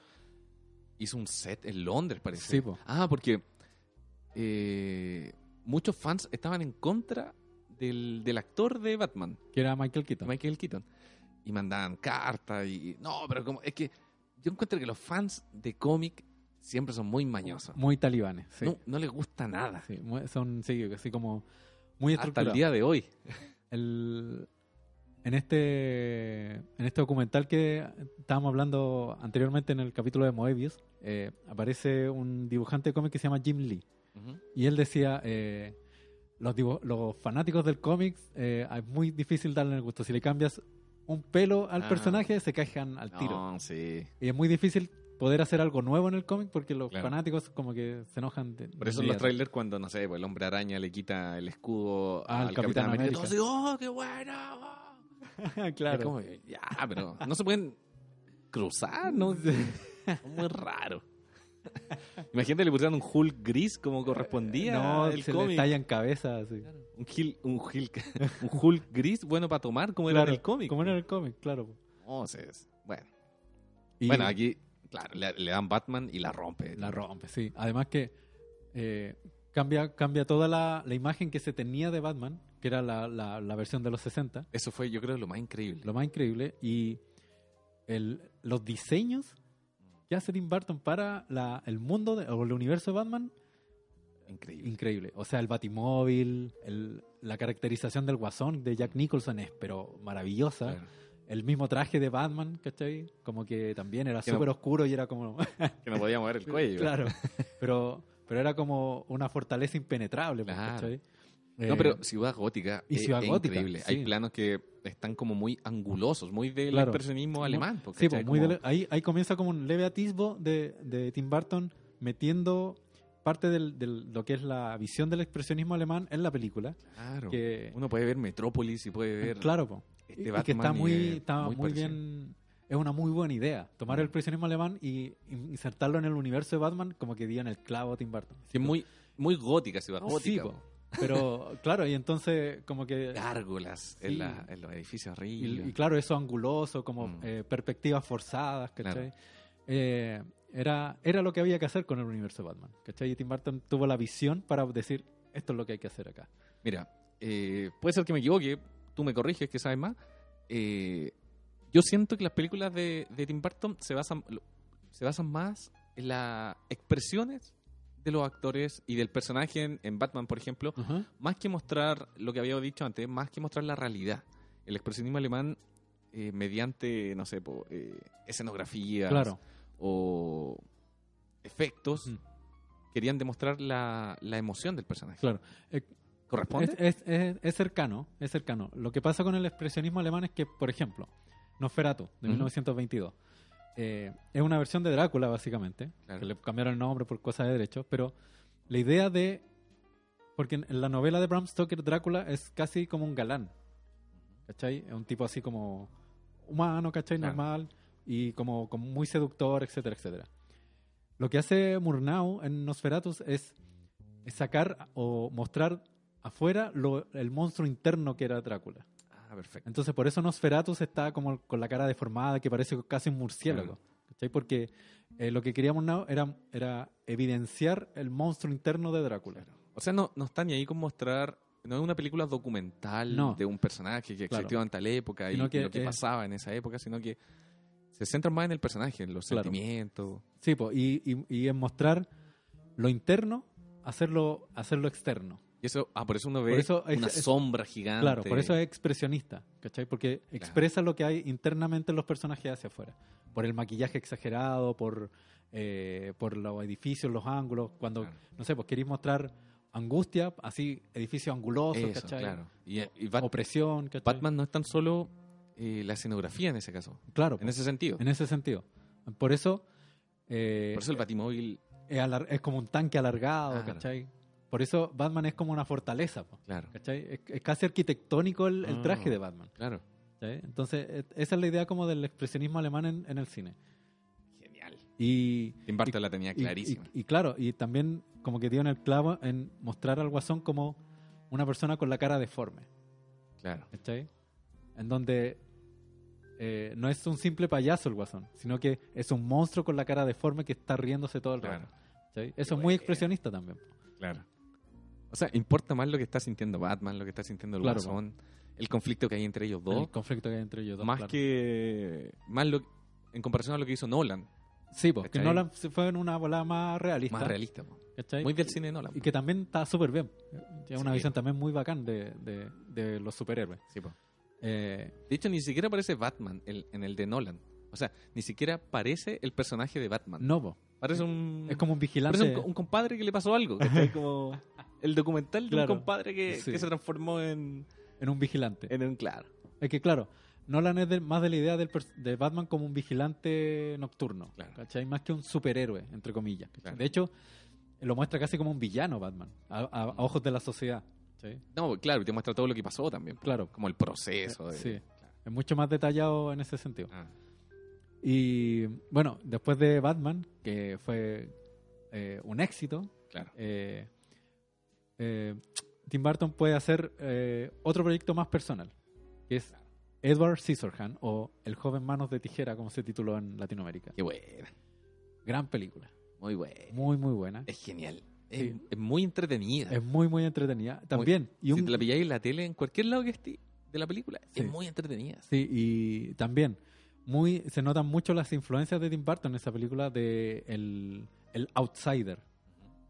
Speaker 3: hizo un set en Londres, parece.
Speaker 2: Sí, po.
Speaker 3: Ah, porque eh, muchos fans estaban en contra del, del actor de Batman.
Speaker 2: Que era Michael Keaton.
Speaker 3: Michael Keaton. Y mandaban cartas y... No, pero como... Es que yo encuentro que los fans de cómic siempre son muy mañosos.
Speaker 2: Muy talibanes. Sí.
Speaker 3: No, no les gusta nada.
Speaker 2: Sí, muy- son sí, así como muy
Speaker 3: Hasta el
Speaker 2: estructurados.
Speaker 3: día de hoy.
Speaker 2: El- en este en este documental que estábamos hablando anteriormente en el capítulo de Moebius, eh, aparece un dibujante de cómic que se llama Jim Lee. Y él decía, eh, los, dibu- los fanáticos del cómic eh, es muy difícil darle el gusto. Si le cambias un pelo al
Speaker 3: Ah.
Speaker 2: personaje, se quejan al tiro.
Speaker 3: No, sí.
Speaker 2: Y es muy difícil poder hacer algo nuevo en el cómic porque los
Speaker 3: Claro.
Speaker 2: fanáticos como que se enojan. de-
Speaker 3: Por eso
Speaker 2: de
Speaker 3: en los
Speaker 2: inmediato.
Speaker 3: trailers cuando, no sé, pues, el hombre araña le quita el escudo
Speaker 2: Ah,
Speaker 3: al,
Speaker 2: el
Speaker 3: Capitán,
Speaker 2: Capitán
Speaker 3: América.
Speaker 2: América.
Speaker 3: Todos así, ¡oh, qué bueno! wow".
Speaker 2: claro.
Speaker 3: Es como, ya, pero no se pueden cruzar, ¿no? Es muy raro. Imagínate, le pusieran un Hulk gris como
Speaker 2: Eh,
Speaker 3: correspondía
Speaker 2: no,
Speaker 3: al
Speaker 2: se le
Speaker 3: cómic.
Speaker 2: tallan cabezas. sí.
Speaker 3: Un, Hulk- un, Hulk, un Hulk gris bueno para tomar, como era
Speaker 2: Claro,
Speaker 3: en el cómic.
Speaker 2: Como era en el cómic, claro.
Speaker 3: No, se- es- bueno.
Speaker 2: Y-
Speaker 3: bueno, aquí, claro, le, le dan Batman y la rompe.
Speaker 2: La rompe, sí. Además que eh, cambia, cambia toda la, la imagen que se tenía de Batman, que era la, la- la versión de los 60,
Speaker 3: Eso fue, yo creo, lo más increíble.
Speaker 2: lo más increíble. Y el- los diseños que hace Tim Burton para la- el mundo de- o el universo de Batman,
Speaker 3: Increíble.
Speaker 2: increíble. O sea, el Batimóvil, el- la caracterización del Guasón de Jack Nicholson es, pero maravillosa.
Speaker 3: Mm. Claro.
Speaker 2: El mismo traje de Batman, ¿cachai? Como que también era
Speaker 3: Que no-
Speaker 2: súper oscuro y era como...
Speaker 3: Que no podía mover el cuello.
Speaker 2: Claro, pero, pero era como una fortaleza impenetrable. pues,
Speaker 3: Claro.
Speaker 2: ¿cachai? Eh,
Speaker 3: No, pero Ciudad Gótica
Speaker 2: y
Speaker 3: es,
Speaker 2: Ciudad
Speaker 3: es
Speaker 2: Gótica,
Speaker 3: increíble.
Speaker 2: sí.
Speaker 3: Hay planos que están como muy angulosos, muy del
Speaker 2: Claro.
Speaker 3: expresionismo alemán. po,
Speaker 2: sí,
Speaker 3: ¿cachai?
Speaker 2: pues, muy
Speaker 3: Como-
Speaker 2: de- ahí, ahí comienza como un leve atisbo de, de Tim Burton metiendo parte de lo que es la visión del expresionismo alemán en la película.
Speaker 3: Claro.
Speaker 2: que, Ah,
Speaker 3: Uno puede ver Metrópolis y puede ver
Speaker 2: claro, po.
Speaker 3: este
Speaker 2: y, y
Speaker 3: Batman
Speaker 2: que está
Speaker 3: y
Speaker 2: muy,
Speaker 3: es
Speaker 2: está muy,
Speaker 3: parecido.
Speaker 2: bien. Es una muy buena idea. Tomar el expresionismo alemán y insertarlo en el universo de Batman, como que dio en el clavo a Tim Burton.
Speaker 3: Sí, es muy, muy gótica Ciudad
Speaker 2: Sí, pues.
Speaker 3: Gótica.
Speaker 2: po.
Speaker 3: po.
Speaker 2: Pero claro, y entonces, como que.
Speaker 3: Gárgolas
Speaker 2: Sí.
Speaker 3: en, la- en los
Speaker 2: Y,
Speaker 3: edificios arriba.
Speaker 2: y claro, eso anguloso, como
Speaker 3: Mm.
Speaker 2: eh, perspectivas forzadas, ¿cachai? Eh, era, era lo que había que hacer con el universo de Batman, ¿cachai? Y Tim Burton tuvo la visión para decir, esto es lo que hay que hacer acá.
Speaker 3: Mira, eh, puede ser que me equivoque, tú me corriges, que sabes más. Eh, yo siento que las películas de, de Tim Burton se basan, lo- se basan más en las expresiones de los actores y del personaje en, en Batman, por ejemplo, más que mostrar lo que había dicho antes, más que mostrar la realidad. El expresionismo alemán, eh, mediante, no sé, po, eh, escenografías
Speaker 2: Claro,
Speaker 3: o efectos,
Speaker 2: Mm.
Speaker 3: querían demostrar la, la emoción del personaje.
Speaker 2: claro. Eh,
Speaker 3: ¿Corresponde?
Speaker 2: Es, es- es- es cercano, es cercano. Lo que pasa con el expresionismo alemán es que, por ejemplo, Nosferatu, de
Speaker 3: Ujú.
Speaker 2: 1922, eh, es una versión de Drácula, básicamente,
Speaker 3: Claro.
Speaker 2: que le cambiaron el nombre por cosas de derechos, pero la idea de. Porque en la novela de Bram Stoker, Drácula es casi como un galán. ¿Cachai? Es un tipo así como humano, ¿cachai?
Speaker 3: Claro.
Speaker 2: Normal. Y como, como muy seductor, etcétera, etcétera. Lo que hace Murnau en Nosferatus es sacar o mostrar afuera lo- el monstruo interno que era Drácula.
Speaker 3: Ah, perfecto.
Speaker 2: Entonces, por eso Nosferatus está como con la cara deformada, que parece casi un murciélago.
Speaker 3: Claro.
Speaker 2: ¿cachai? Porque eh, lo que queríamos now era, era evidenciar el monstruo interno de Drácula.
Speaker 3: Claro. O sea, no, no está ni ahí con mostrar. No es una película documental
Speaker 2: No.
Speaker 3: de un personaje que
Speaker 2: Claro.
Speaker 3: existió ante la época y,
Speaker 2: Sino
Speaker 3: y
Speaker 2: que
Speaker 3: lo que
Speaker 2: es-
Speaker 3: pasaba en esa época, sino que se centra más en el personaje, en los
Speaker 2: Claro.
Speaker 3: sentimientos.
Speaker 2: Sí, po, y, y, y en mostrar lo interno, hacerlo, hacerlo externo.
Speaker 3: Y eso, ah, por eso uno ve
Speaker 2: Por eso es-
Speaker 3: una
Speaker 2: es-
Speaker 3: sombra gigante.
Speaker 2: Claro, por eso es expresionista, ¿cachai? Porque expresa lo que hay internamente en los personajes hacia afuera. Por el maquillaje exagerado, por, eh, por los edificios, los ángulos. Cuando,
Speaker 3: Claro.
Speaker 2: no sé, pues queréis mostrar angustia, así, edificios angulosos,
Speaker 3: Eso,
Speaker 2: ¿cachai?
Speaker 3: claro. Y, y Bat-
Speaker 2: Opresión, ¿cachai?
Speaker 3: Batman no es tan solo eh, la escenografía en ese caso,
Speaker 2: Claro, pues,
Speaker 3: en
Speaker 2: en ese,
Speaker 3: ese sentido.
Speaker 2: sentido. Por eso, eh,
Speaker 3: por eso el Batimóvil,
Speaker 2: es, alar- es como un tanque alargado,
Speaker 3: Claro.
Speaker 2: ¿cachai? Por eso Batman es como una fortaleza, po.
Speaker 3: claro,
Speaker 2: ¿Cachai? Es, es casi arquitectónico el, el
Speaker 3: Ah.
Speaker 2: traje de Batman.
Speaker 3: claro.
Speaker 2: ¿cachai? Entonces, e- esa es la idea como del expresionismo alemán en, en el cine.
Speaker 3: Genial.
Speaker 2: Y,
Speaker 3: Tim Burton la tenía
Speaker 2: y-
Speaker 3: clarísima.
Speaker 2: y- y claro, y también como que dio en el clavo en mostrar al guasón como una persona con la cara deforme,
Speaker 3: claro.
Speaker 2: ¿cachai? En donde eh, no es un simple payaso el guasón, sino que es un monstruo con la cara deforme que está riéndose todo el
Speaker 3: Claro.
Speaker 2: rato. ¿cachai? Eso es muy expresionista también.
Speaker 3: Claro. O sea, importa más lo que está sintiendo Batman, lo que está sintiendo el
Speaker 2: Claro,
Speaker 3: Guasón, el conflicto que hay entre ellos dos,
Speaker 2: El conflicto que hay entre ellos dos.
Speaker 3: más
Speaker 2: claro.
Speaker 3: que más lo en comparación a lo que hizo Nolan,
Speaker 2: Sí, porque
Speaker 3: ¿Cachai?
Speaker 2: Nolan se fue en una volada más realista.
Speaker 3: más realista, po.
Speaker 2: ¿cachai?
Speaker 3: muy del cine de Nolan.
Speaker 2: Y que también está súper bien. Tiene una
Speaker 3: Sí.
Speaker 2: visión también muy bacán de, de- de los superhéroes.
Speaker 3: Sí, po.
Speaker 2: Eh,
Speaker 3: De hecho, ni siquiera aparece Batman el- en el de Nolan. O sea, ni siquiera parece el personaje de Batman.
Speaker 2: no, po.
Speaker 3: Parece un
Speaker 2: es como un vigilante.
Speaker 3: parece un, co- un compadre que le pasó algo, ¿cachai? como el documental de
Speaker 2: Claro.
Speaker 3: un compadre que,
Speaker 2: Sí.
Speaker 3: que se transformó en
Speaker 2: En un vigilante.
Speaker 3: en un claro.
Speaker 2: Es que, claro, Nolan es de- más de la idea del pers- de Batman como un vigilante nocturno.
Speaker 3: Claro.
Speaker 2: ¿cachai? Más que un superhéroe, entre comillas. ¿cachai?
Speaker 3: Claro.
Speaker 2: De hecho, lo muestra casi como un villano Batman, a, a- a ojos de la sociedad. ¿cachai?
Speaker 3: No, claro, y te muestra todo lo que pasó también, po.
Speaker 2: Claro,
Speaker 3: como el proceso de-
Speaker 2: Sí.
Speaker 3: claro.
Speaker 2: es mucho más detallado en ese sentido.
Speaker 3: Ah,
Speaker 2: Y bueno, después de Batman, que fue eh, un éxito,
Speaker 3: claro.
Speaker 2: eh, eh, Tim Burton puede hacer eh, otro proyecto más personal, que es Edward Scissorhand o El joven manos de tijera, como se tituló en Latinoamérica.
Speaker 3: Qué buena.
Speaker 2: Gran película,
Speaker 3: Muy buena.
Speaker 2: muy muy buena.
Speaker 3: Es genial. Es,
Speaker 2: Sí.
Speaker 3: es muy entretenida.
Speaker 2: Es muy muy entretenida. También y
Speaker 3: Si
Speaker 2: un-
Speaker 3: te la pilláis en la tele, en cualquier lado que esté de la película,
Speaker 2: Sí.
Speaker 3: es muy entretenida.
Speaker 2: sí, y también muy se notan mucho las influencias de Tim Burton en esa película de el, el outsider.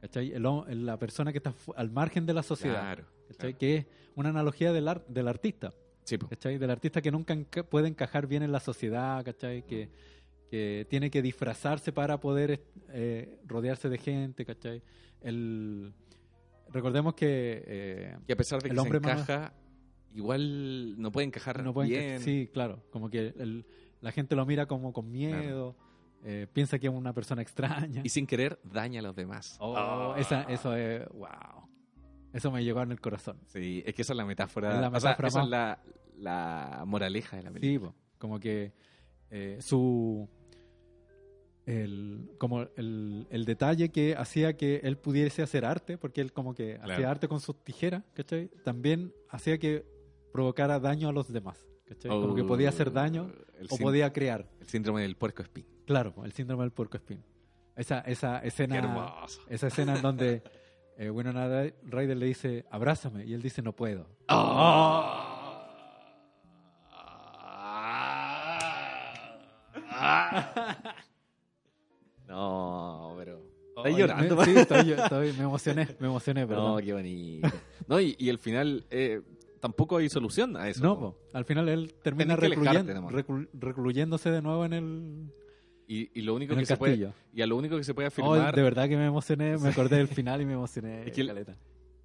Speaker 2: ¿Cachai? El hom- la persona que está fu- al margen de la sociedad.
Speaker 3: Claro.
Speaker 2: ¿cachai?
Speaker 3: claro.
Speaker 2: Que es una analogía del, ar- del artista,
Speaker 3: Sí, po.
Speaker 2: ¿cachai? Del artista que nunca enca- puede encajar bien en la sociedad, ¿cachai? Que, que tiene que disfrazarse para poder eh, rodearse de gente, ¿cachai? El... Recordemos que... eh,
Speaker 3: Y a pesar de
Speaker 2: El
Speaker 3: que se
Speaker 2: hombre más-
Speaker 3: encaja, igual no puede encajar
Speaker 2: no pueden-
Speaker 3: bien.
Speaker 2: Sí, claro. Como que el- la gente lo mira como con miedo, eh, piensa que es una persona extraña.
Speaker 3: Y sin querer, daña a los demás.
Speaker 2: Oh,
Speaker 3: Ah.
Speaker 2: esa- eso es... ¡Wow! Eso me llegó en el corazón.
Speaker 3: Sí, es que esa es la metáfora.
Speaker 2: Es la
Speaker 3: o sea,
Speaker 2: metáfora
Speaker 3: esa
Speaker 2: más-
Speaker 3: es la, la moraleja de la película.
Speaker 2: Sí, po. como que eh, su. El, como el, el detalle que hacía que él pudiese hacer arte, porque él como que hacía
Speaker 3: Claro.
Speaker 2: arte con sus tijeras, ¿cachai? También hacía que provocara daño a los demás, ¿cachai? Como que podía hacer daño
Speaker 3: Oh, El
Speaker 2: o
Speaker 3: sínd-
Speaker 2: podía crear.
Speaker 3: El síndrome del puerco espín.
Speaker 2: Claro, po, el síndrome del puerco espín. Esa, esa
Speaker 3: Qué
Speaker 2: escena
Speaker 3: hermoso.
Speaker 2: esa escena en donde eh, Winona Ry- Ryder le dice, abrázame, y él dice, no puedo.
Speaker 3: No, pero.
Speaker 2: Ay,
Speaker 3: Estás
Speaker 2: me-
Speaker 3: llorando,
Speaker 2: sí, estoy, yo- estoy- me emocioné, me emocioné, Oh, perdón.
Speaker 3: No, qué bonito. No, y, y el final eh, tampoco hay solución a eso.
Speaker 2: No,
Speaker 3: po.
Speaker 2: po. al final él termina
Speaker 3: Tenés que alejarte,
Speaker 2: recluyen-
Speaker 3: nomás.
Speaker 2: reclu- recluyéndose de nuevo en el,
Speaker 3: Y, y lo único
Speaker 2: en
Speaker 3: que
Speaker 2: el
Speaker 3: se puede,
Speaker 2: castillo.
Speaker 3: y a lo único que se puede
Speaker 2: Oh,
Speaker 3: afirmar
Speaker 2: de verdad que me emocioné, me acordé del final y me emocioné.
Speaker 3: Es que el-
Speaker 2: caleta.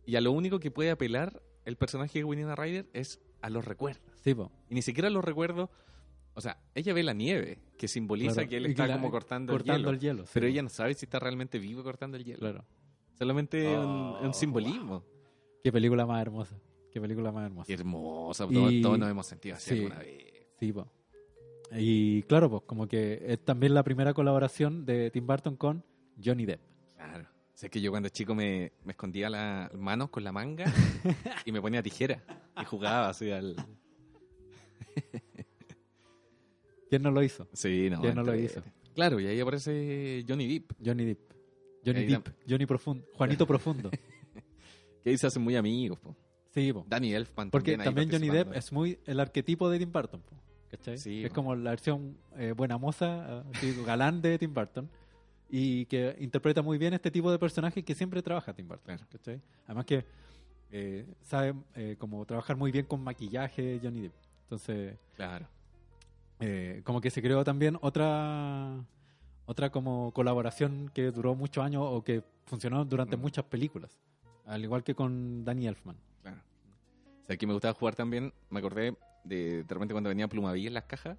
Speaker 3: y a lo único que puede apelar el personaje de Winona Ryder es a los recuerdos.
Speaker 2: Sí, po.
Speaker 3: Y ni siquiera los recuerdos, o sea, ella ve la nieve que simboliza
Speaker 2: Claro.
Speaker 3: que él
Speaker 2: Y que
Speaker 3: está
Speaker 2: la- eh,
Speaker 3: como cortando, el
Speaker 2: cortando
Speaker 3: hielo.
Speaker 2: el hielo. sí,
Speaker 3: Pero
Speaker 2: po.
Speaker 3: ella no sabe si está realmente vivo cortando el hielo.
Speaker 2: Claro.
Speaker 3: Solamente
Speaker 2: Oh,
Speaker 3: un, un simbolismo.
Speaker 2: Qué película más hermosa. Qué película más hermosa.
Speaker 3: Qué hermosa.
Speaker 2: Y-
Speaker 3: Todos, todos nos hemos sentido así
Speaker 2: sí.
Speaker 3: alguna vez.
Speaker 2: Sí, po. Y claro, pues como que es también la primera colaboración de Tim Burton con Johnny Depp.
Speaker 3: Claro. Sé que yo cuando chico me, me escondía las manos con la manga y me ponía tijera. Y jugaba así al.
Speaker 2: ¿Quién no lo hizo?
Speaker 3: Sí, no.
Speaker 2: ¿Quién no lo
Speaker 3: entre-
Speaker 2: hizo?
Speaker 3: Claro, y ahí aparece Johnny Depp,
Speaker 2: Johnny Depp. Johnny
Speaker 3: Ahí la-
Speaker 2: Depp. Johnny Profundo. Juanito Profundo.
Speaker 3: que ahí se hacen muy amigos. po.
Speaker 2: Sí, po.
Speaker 3: Danny Elfman
Speaker 2: Porque
Speaker 3: ahí
Speaker 2: también Johnny Depp
Speaker 3: participando.
Speaker 2: es muy el arquetipo de Tim Burton. po, ¿cachai?
Speaker 3: Sí,
Speaker 2: es
Speaker 3: po.
Speaker 2: como la versión eh, buena moza, así, galán de Tim Burton. Y que interpreta muy bien este tipo de personajes que siempre trabaja Tim Burton.
Speaker 3: Claro.
Speaker 2: ¿cachai? Además que eh, sabe eh, como trabajar muy bien con maquillaje Johnny Depp. Entonces,
Speaker 3: Claro.
Speaker 2: eh, como que se creó también otra otra como colaboración que duró muchos años o que funcionó durante
Speaker 3: Mm.
Speaker 2: muchas películas. Al igual que con Danny Elfman.
Speaker 3: Claro. O sea, que me gustaba jugar también, me acordé de, de repente cuando venía Plumaví en las cajas,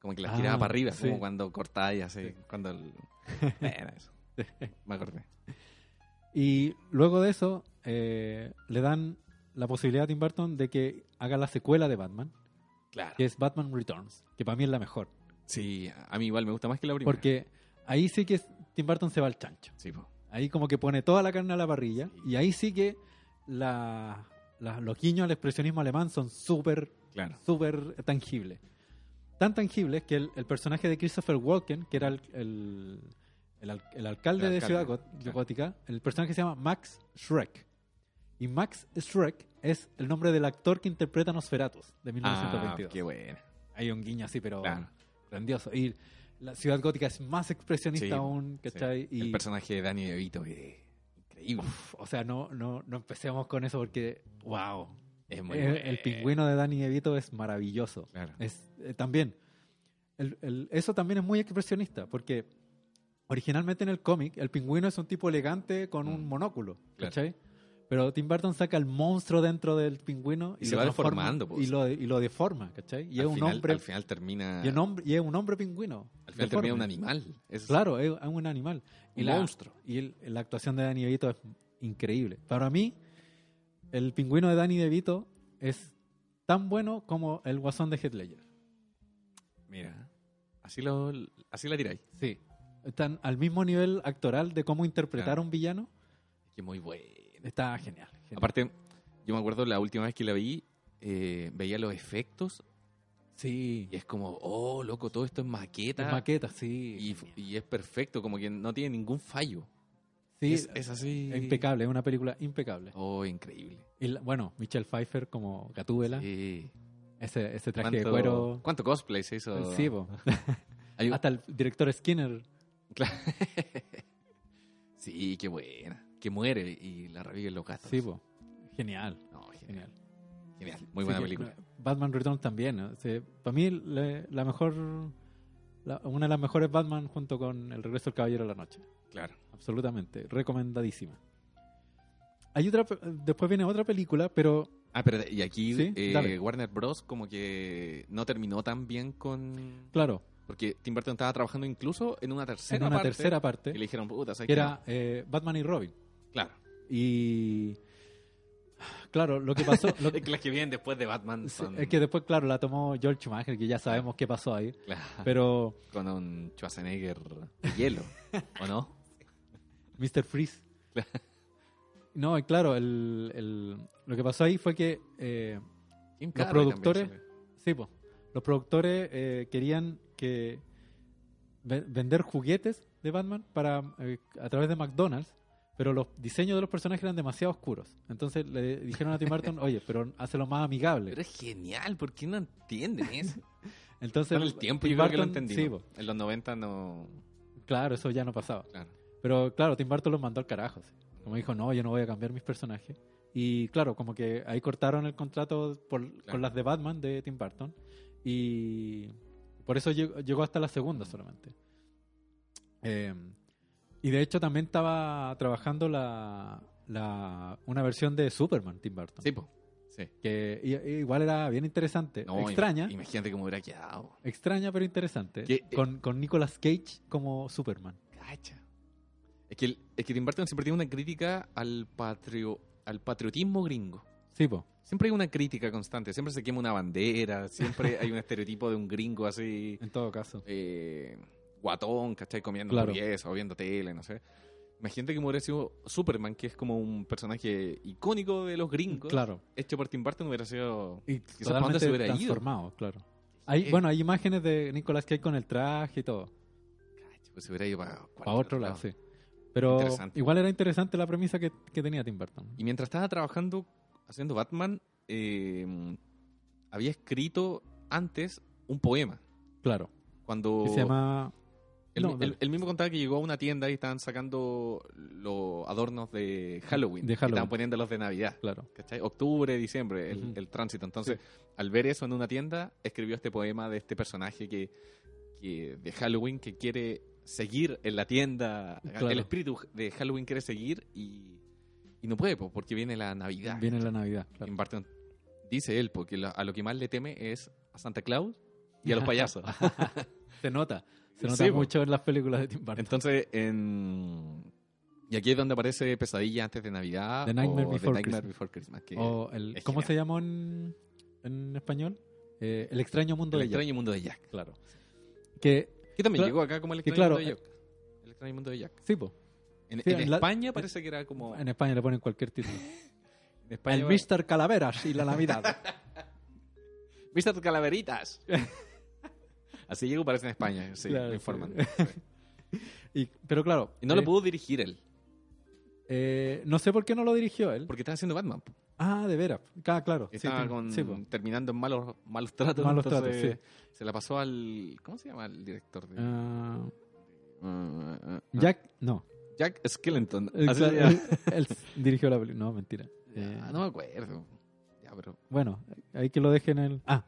Speaker 3: como que las
Speaker 2: Ah,
Speaker 3: tiraba para arriba,
Speaker 2: sí.
Speaker 3: como cuando cortaba y así,
Speaker 2: Sí.
Speaker 3: cuando el- Bueno, eso. Me acordé.
Speaker 2: Y luego de eso, eh, le dan la posibilidad a Tim Burton de que haga la secuela de Batman,
Speaker 3: Claro.
Speaker 2: que es Batman Returns, que para mí es la mejor.
Speaker 3: Sí, a mí igual me gusta más que la primera.
Speaker 2: Porque ahí sí que es- Tim Burton se va al chancho.
Speaker 3: Sí, po.
Speaker 2: Ahí como que pone toda la carne a la parrilla.
Speaker 3: Sí.
Speaker 2: Y ahí sí que la, la- los guiños al expresionismo alemán son súper,
Speaker 3: claro.
Speaker 2: súper tangibles. Tan tangibles que el, el personaje de Christopher Walken, que era el, el, el al- el alcalde
Speaker 3: El
Speaker 2: de
Speaker 3: alcalde,
Speaker 2: Ciudad Gó-
Speaker 3: claro.
Speaker 2: Gótica, el personaje se llama Max Shrek. Y Max Shrek es el nombre del actor que interpreta Nosferatus de
Speaker 3: Ah,
Speaker 2: 1922.
Speaker 3: qué buena.
Speaker 2: Hay un guiño así, pero
Speaker 3: Claro.
Speaker 2: grandioso. Y la Ciudad Gótica es más expresionista
Speaker 3: Sí,
Speaker 2: aún,
Speaker 3: sí.
Speaker 2: ¿cachai? Y
Speaker 3: El personaje de Danny DeVito es increíble.
Speaker 2: o sea, no, no, no empecemos con eso porque, wow. Eh,
Speaker 3: es muy
Speaker 2: El,
Speaker 3: bueno.
Speaker 2: el pingüino de Danny DeVito es maravilloso.
Speaker 3: Claro.
Speaker 2: Es, eh, también. el- el- eso también es muy expresionista porque originalmente en el cómic el pingüino es un tipo elegante con un
Speaker 3: Mm.
Speaker 2: monóculo,
Speaker 3: Claro.
Speaker 2: ¿cachai? Pero Tim Burton saca el monstruo dentro del pingüino
Speaker 3: Y
Speaker 2: lo
Speaker 3: se va
Speaker 2: transforma-
Speaker 3: deformando, pues.
Speaker 2: Y lo, y lo deforma, ¿cachai? Y
Speaker 3: al
Speaker 2: es un
Speaker 3: final,
Speaker 2: hombre.
Speaker 3: Al final termina.
Speaker 2: y, un hombre y es un hombre pingüino.
Speaker 3: al final termina un
Speaker 2: deforme.
Speaker 3: animal. Es-
Speaker 2: Claro, es es un animal. Y
Speaker 3: Un
Speaker 2: la,
Speaker 3: monstruo.
Speaker 2: Y el- la actuación de Danny DeVito es increíble. Para mí, el pingüino de Danny DeVito es tan bueno como el guasón de Heath Ledger.
Speaker 3: Mira. Así, lo, así la tiráis.
Speaker 2: Sí. Están al mismo nivel actoral de cómo interpretar
Speaker 3: Claro.
Speaker 2: a un villano.
Speaker 3: Que muy bueno.
Speaker 2: Está genial. genial.
Speaker 3: Aparte, yo me acuerdo la última vez que la vi, eh, veía los efectos
Speaker 2: sí.
Speaker 3: y es como, oh, loco, todo esto es maqueta.
Speaker 2: Es maqueta, sí.
Speaker 3: y,
Speaker 2: genial.
Speaker 3: y es perfecto, como que no tiene ningún fallo.
Speaker 2: sí,
Speaker 3: es, es así.
Speaker 2: impecable. Es una película impecable.
Speaker 3: Oh, increíble.
Speaker 2: Y la- bueno, Michelle Pfeiffer como Gatúbela.
Speaker 3: Sí.
Speaker 2: Ese, ese traje
Speaker 3: ¿Cuánto,
Speaker 2: de cuero. Eh,
Speaker 3: cuánto cosplay se hizo?
Speaker 2: Sí, po.
Speaker 3: Hay un-
Speaker 2: Hasta el director Skinner
Speaker 3: Claro. sí, qué buena. Que muere y la reviven los gatos.
Speaker 2: Sí, po. Genial,
Speaker 3: No, genial.
Speaker 2: genial.
Speaker 3: Genial. Muy
Speaker 2: Así
Speaker 3: buena
Speaker 2: que,
Speaker 3: película.
Speaker 2: eh, Batman Returns también. para mí, le- la mejor. la- una de las mejores Batman junto con El Regreso del Caballero de la Noche.
Speaker 3: Claro.
Speaker 2: Absolutamente. Recomendadísima. Hay otra. pe- Después viene otra película, pero.
Speaker 3: Ah, pero de- y aquí
Speaker 2: Sí,
Speaker 3: eh,
Speaker 2: dale.
Speaker 3: Warner Bros. como que no terminó tan bien con.
Speaker 2: Claro,
Speaker 3: Porque Tim Burton estaba trabajando incluso en una tercera
Speaker 2: en una
Speaker 3: parte,
Speaker 2: tercera
Speaker 3: Y
Speaker 2: parte.
Speaker 3: le dijeron, puta, ¿sabes
Speaker 2: Que
Speaker 3: qué?
Speaker 2: era eh, Batman y Robin.
Speaker 3: No. Claro.
Speaker 2: Y. Claro, lo que pasó. lo que-
Speaker 3: Es que las que vienen después de Batman
Speaker 2: sí,
Speaker 3: son.
Speaker 2: es que después, claro, la tomó George Schumacher, que ya sabemos qué pasó ahí.
Speaker 3: Claro,
Speaker 2: Pero.
Speaker 3: Con un Schwarzenegger de hielo. ¿O no?
Speaker 2: Mr. Freeze.
Speaker 3: Claro.
Speaker 2: No, y claro, el, el- lo que pasó ahí fue que eh,
Speaker 3: Jim
Speaker 2: Los
Speaker 3: Carrey
Speaker 2: productores-
Speaker 3: también sale.
Speaker 2: sí, po, los productores eh, querían que ve- vender juguetes de Batman para eh, a través de McDonald's, pero los diseños de los personajes eran demasiado oscuros. Entonces le dijeron a Tim Burton, oye, pero hazlo más
Speaker 3: Pero
Speaker 2: amigable.
Speaker 3: es genial, ¿por qué no entienden eso?
Speaker 2: Entonces
Speaker 3: Con el tiempo
Speaker 2: Tim
Speaker 3: yo creo que lo
Speaker 2: Burton-
Speaker 3: entendí.
Speaker 2: sí,
Speaker 3: en los 90 no.
Speaker 2: po, claro, eso ya no pasaba.
Speaker 3: Claro.
Speaker 2: Pero claro, Tim Burton los mandó al carajo. sí. Como dijo, no, yo no voy a cambiar mis personajes. Y claro, como que ahí cortaron el contrato por- con las de Batman de Tim Burton. Y por eso llegó, llegó hasta la segunda solamente. Eh, y de hecho también estaba trabajando la, la- una versión de Superman, Tim Burton.
Speaker 3: Sí, po. Sí.
Speaker 2: Que i- i- igual era bien interesante.
Speaker 3: No, im-
Speaker 2: extraña,
Speaker 3: Imagínate cómo hubiera quedado.
Speaker 2: extraña pero interesante.
Speaker 3: Que- eh,
Speaker 2: Con, con Nicolas Cage como Superman.
Speaker 3: Cacha. Es que, el- es que Tim Burton siempre tiene una crítica al, patrio, al patriotismo gringo.
Speaker 2: Sí, po.
Speaker 3: Siempre hay una crítica constante, siempre se quema una bandera, siempre hay un estereotipo de un gringo así,
Speaker 2: En todo caso.
Speaker 3: eh, guatón, ¿cachai? Comiendo
Speaker 2: Claro.
Speaker 3: hamburguesa o viendo tele, no sé. Imagínate que hubiera sido Superman, que es como un personaje icónico de los gringos,
Speaker 2: Claro.
Speaker 3: hecho por Tim Burton hubiera sido...
Speaker 2: Y
Speaker 3: Quizás para dónde
Speaker 2: totalmente
Speaker 3: se hubiera ido.
Speaker 2: transformado, claro. Hay,
Speaker 3: Eh.
Speaker 2: bueno, hay imágenes de Nicolas Cage con el traje y todo.
Speaker 3: Cacho, pues se hubiera ido para,
Speaker 2: Para otro lado, sí. Pero
Speaker 3: Interesante.
Speaker 2: igual era interesante la premisa que, que tenía Tim Burton.
Speaker 3: Y mientras estaba trabajando haciendo Batman, eh, había escrito antes un poema.
Speaker 2: Claro.
Speaker 3: Cuando
Speaker 2: Que se llama...
Speaker 3: él,
Speaker 2: no,
Speaker 3: él-
Speaker 2: dale.
Speaker 3: él mismo contaba que llegó a una tienda y estaban sacando los adornos de Halloween.
Speaker 2: De
Speaker 3: y
Speaker 2: Halloween.
Speaker 3: estaban poniendo los de Navidad.
Speaker 2: Claro.
Speaker 3: ¿Cachai? Octubre, diciembre, el,
Speaker 2: Ujú.
Speaker 3: el tránsito. Entonces, al ver eso en una tienda, escribió este poema de este personaje que, que de Halloween que quiere seguir en la tienda.
Speaker 2: Claro.
Speaker 3: El espíritu de Halloween quiere seguir y, y no puede, po, porque viene la Navidad.
Speaker 2: Viene la Navidad. claro.
Speaker 3: Tim Burton dice él, porque lo- a lo que más le teme es a Santa Claus y a los payasos.
Speaker 2: Se nota. Se nota
Speaker 3: Sí, po.
Speaker 2: mucho en las películas de Tim Burton.
Speaker 3: Entonces, en... y aquí es donde aparece Pesadilla antes de Navidad
Speaker 2: The Nightmare
Speaker 3: o
Speaker 2: Before
Speaker 3: The Nightmare
Speaker 2: Christmas.
Speaker 3: Before Christmas, que
Speaker 2: O el,
Speaker 3: es
Speaker 2: ¿Cómo
Speaker 3: genial.
Speaker 2: se llamó en, en español? Eh, el extraño mundo
Speaker 3: El
Speaker 2: de Jack.
Speaker 3: extraño mundo de Jack.
Speaker 2: Claro. Que,
Speaker 3: Que también
Speaker 2: Claro.
Speaker 3: llegó acá como el
Speaker 2: Que
Speaker 3: extraño
Speaker 2: claro,
Speaker 3: mundo de Jack. El extraño mundo de Jack.
Speaker 2: sí, po.
Speaker 3: En,
Speaker 2: sí,
Speaker 3: en
Speaker 2: en la-
Speaker 3: España parece que era como...
Speaker 2: En España le ponen cualquier título.
Speaker 3: en
Speaker 2: el
Speaker 3: España
Speaker 2: Mr. Calaveras y la Navidad.
Speaker 3: Viste tus calaveritas. Así llegó parece en España, sí,
Speaker 2: Claro,
Speaker 3: me informan.
Speaker 2: Y- pero claro.
Speaker 3: Y no lo
Speaker 2: eh,
Speaker 3: pudo dirigir él,
Speaker 2: eh, no sé por qué no lo dirigió él.
Speaker 3: porque estaba haciendo Batman. po.
Speaker 2: Ah, de veras. Ah, claro. sí,
Speaker 3: Estaba
Speaker 2: tiene-
Speaker 3: con-
Speaker 2: sí, po.
Speaker 3: terminando en malos, malos tratos.
Speaker 2: Malos
Speaker 3: entonces
Speaker 2: tratos,
Speaker 3: Se la pasó al... ¿Cómo se llama el director? De...
Speaker 2: Ah,
Speaker 3: Mm, eh, eh,
Speaker 2: Jack, no.
Speaker 3: Jack Skellington.
Speaker 2: Eh,
Speaker 3: Así se
Speaker 2: claro,
Speaker 3: llama.
Speaker 2: él, él dirigió la película. No, mentira. Eh,
Speaker 3: Ah, no me acuerdo. Ya, pero...
Speaker 2: Bueno, ahí que lo dejen el. Ah,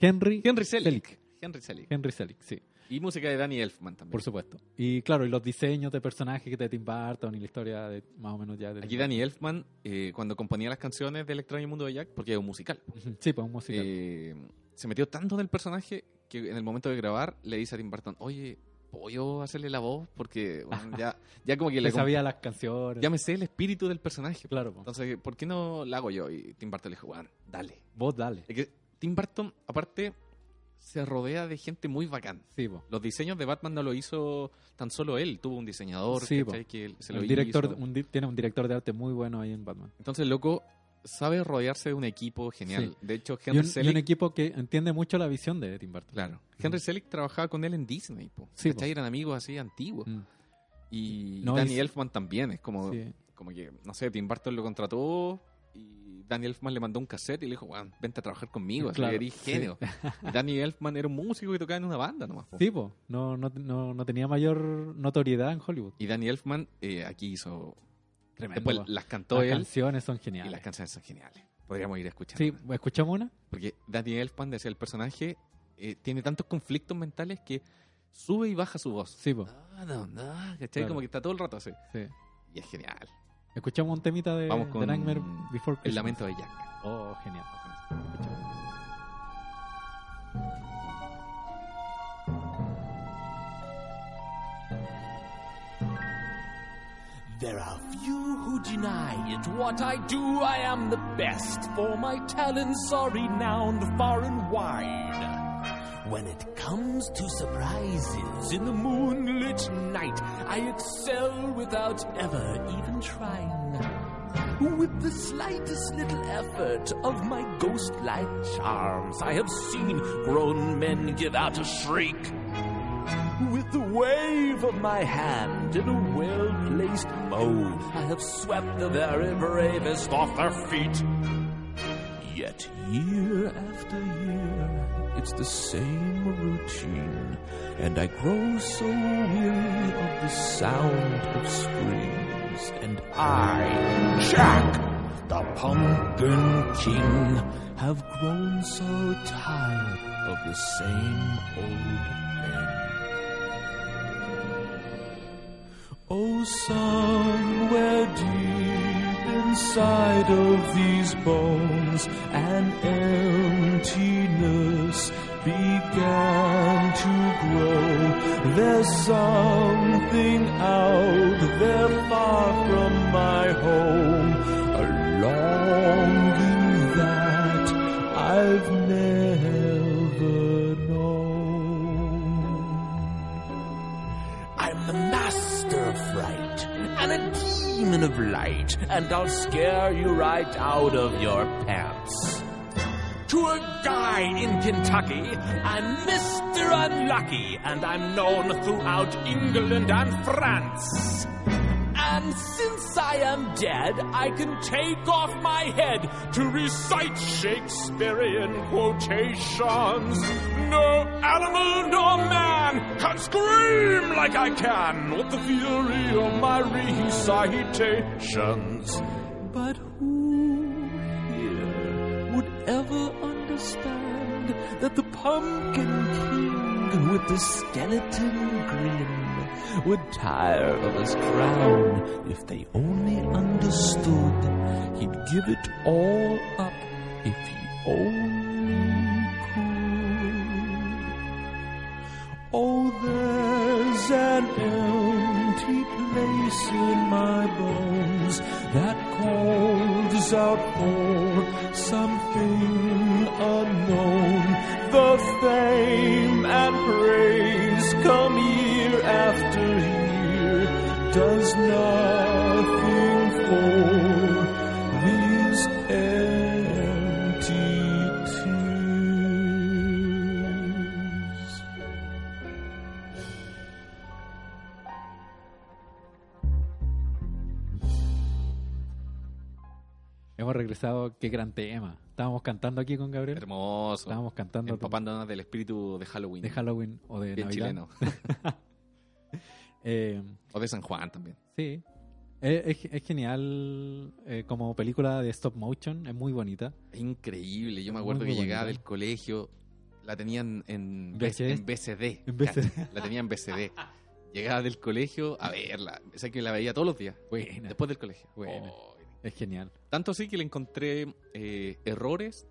Speaker 2: Henry.
Speaker 3: Henry Selick. Henry Selick.
Speaker 2: Henry Selick, sí.
Speaker 3: Y música de Danny Elfman también.
Speaker 2: Por supuesto. Y claro, y los diseños de personajes de Tim Burton y la historia de más o menos ya de
Speaker 3: Aquí
Speaker 2: Tim
Speaker 3: Danny Elfman, eh, cuando componía las canciones de El extraño mundo de Jack, porque es un musical,
Speaker 2: Burton. Sí, pues un musical.
Speaker 3: eh, se metió tanto en el personaje que en el momento de grabar le dice a Tim Burton, oye, ¿puedo yo hacerle la voz? Porque bueno, ya, ya como que
Speaker 2: Le
Speaker 3: le...
Speaker 2: sabía las canciones.
Speaker 3: Ya me sé el espíritu del personaje.
Speaker 2: Claro, pues.
Speaker 3: Entonces, ¿por qué no la hago yo? Y Tim Burton le dijo, bueno, dale.
Speaker 2: Vos dale.
Speaker 3: Es que Tim Burton, aparte, se rodea de gente muy bacán.
Speaker 2: Sí, po.
Speaker 3: Los diseños de Batman no lo hizo tan solo él, tuvo un diseñador
Speaker 2: Sí,
Speaker 3: ¿cachai? que se lo
Speaker 2: El director,
Speaker 3: hizo.
Speaker 2: un di- tiene un director de arte muy bueno ahí en Batman.
Speaker 3: Entonces, loco, sabe rodearse de un equipo genial. De hecho,
Speaker 2: Y
Speaker 3: Henry
Speaker 2: un, y un
Speaker 3: Selick,
Speaker 2: equipo que entiende mucho la visión de Tim Burton.
Speaker 3: claro, Henry Selick trabajaba con él en Disney, po.
Speaker 2: Sí,
Speaker 3: ¿cachai?
Speaker 2: po.
Speaker 3: Eran amigos así antiguos.
Speaker 2: Mm,
Speaker 3: Y
Speaker 2: No,
Speaker 3: Danny
Speaker 2: es-
Speaker 3: Elfman también, es como,
Speaker 2: sí.
Speaker 3: como que, no sé, Tim Burton lo contrató y Danny Elfman le mandó un cassette y le dijo, "Weón, vente a trabajar conmigo, así
Speaker 2: Claro,
Speaker 3: eres
Speaker 2: sí.
Speaker 3: genio. Y Danny Elfman era un músico que tocaba en una banda nomás. po.
Speaker 2: Sí, po. No, no, no, no tenía mayor notoriedad en Hollywood.
Speaker 3: Y Danny Elfman eh, aquí hizo.
Speaker 2: Tremendo,
Speaker 3: Después
Speaker 2: po.
Speaker 3: las cantó
Speaker 2: Las
Speaker 3: él
Speaker 2: canciones son
Speaker 3: y
Speaker 2: geniales.
Speaker 3: las canciones son geniales. Podríamos ir a escuchar.
Speaker 2: Sí, ¿escuchamos una?
Speaker 3: Porque Danny Elfman, decía el personaje, eh, tiene tantos conflictos mentales que sube y baja su voz.
Speaker 2: Sí, po.
Speaker 3: No, no, no. ¿Cachai?
Speaker 2: Claro.
Speaker 3: Como que está todo el rato así.
Speaker 2: Sí.
Speaker 3: Y es genial.
Speaker 2: Escuchamos un temita de,
Speaker 3: Vamos
Speaker 2: de
Speaker 3: con
Speaker 2: Nightmare Before Christmas.
Speaker 3: El lamento de Jack.
Speaker 2: Oh, genial.
Speaker 4: There are few who deny it. What I do, I am the best. For my talents are renowned far and wide. When it comes to surprises in the moonlit night, I excel without ever even trying. With the slightest little effort of my ghost-like charms, I have seen grown men give out a shriek. With the wave of my hand in a well placed bow, I have swept the very bravest off their feet. Yet year after year, it's the same routine, and I grow so weary of the sound of screams. And I, Jack, the Pumpkin King, have grown so tired of the same old thing. Oh, somewhere deep inside of these bones, an emptiness
Speaker 5: began to grow. There's something out there far from my home, a longing that I've never known.
Speaker 4: I'm the master of fright and a demon of light, and I'll scare you right out of your pants. To a guy in Kentucky, I'm Mr. Unlucky, and I'm known throughout England and France. And since I am dead, I can take off my head to recite Shakespearean quotations. No animal nor man can scream like I can with the fury of my recitations. But who here would ever understand that the pumpkin king with the skeleton grin would tire of his crown if they only understood he'd give it all up if he only could. Oh, there's an empty place in my bones that calls out for something unknown. The fame and praise come year after year, does nothing for these empty tears.
Speaker 2: Hemos regresado, qué gran tema. Estábamos cantando aquí con Gabriel.
Speaker 3: Hermoso.
Speaker 2: Estábamos cantando
Speaker 3: Empapándonos del espíritu de Halloween.
Speaker 2: de Halloween o de
Speaker 3: Bien
Speaker 2: Navidad.
Speaker 3: chileno.
Speaker 2: Eh,
Speaker 3: o de San Juan también.
Speaker 2: sí. Eh, Es, es genial eh, como película de stop motion, es muy bonita.
Speaker 3: Es increíble. Yo me acuerdo
Speaker 2: Muy, muy
Speaker 3: que llegaba
Speaker 2: bonito.
Speaker 3: del colegio, la tenían en,
Speaker 2: VHS.
Speaker 3: en BCD.
Speaker 2: En BCD.
Speaker 3: La tenían en BCD. Llegaba del colegio a verla. O sea, que la veía todos los días.
Speaker 2: Buena.
Speaker 3: Después del colegio.
Speaker 2: Buena.
Speaker 3: Oh,
Speaker 2: Es genial.
Speaker 3: tanto así que le encontré eh, errores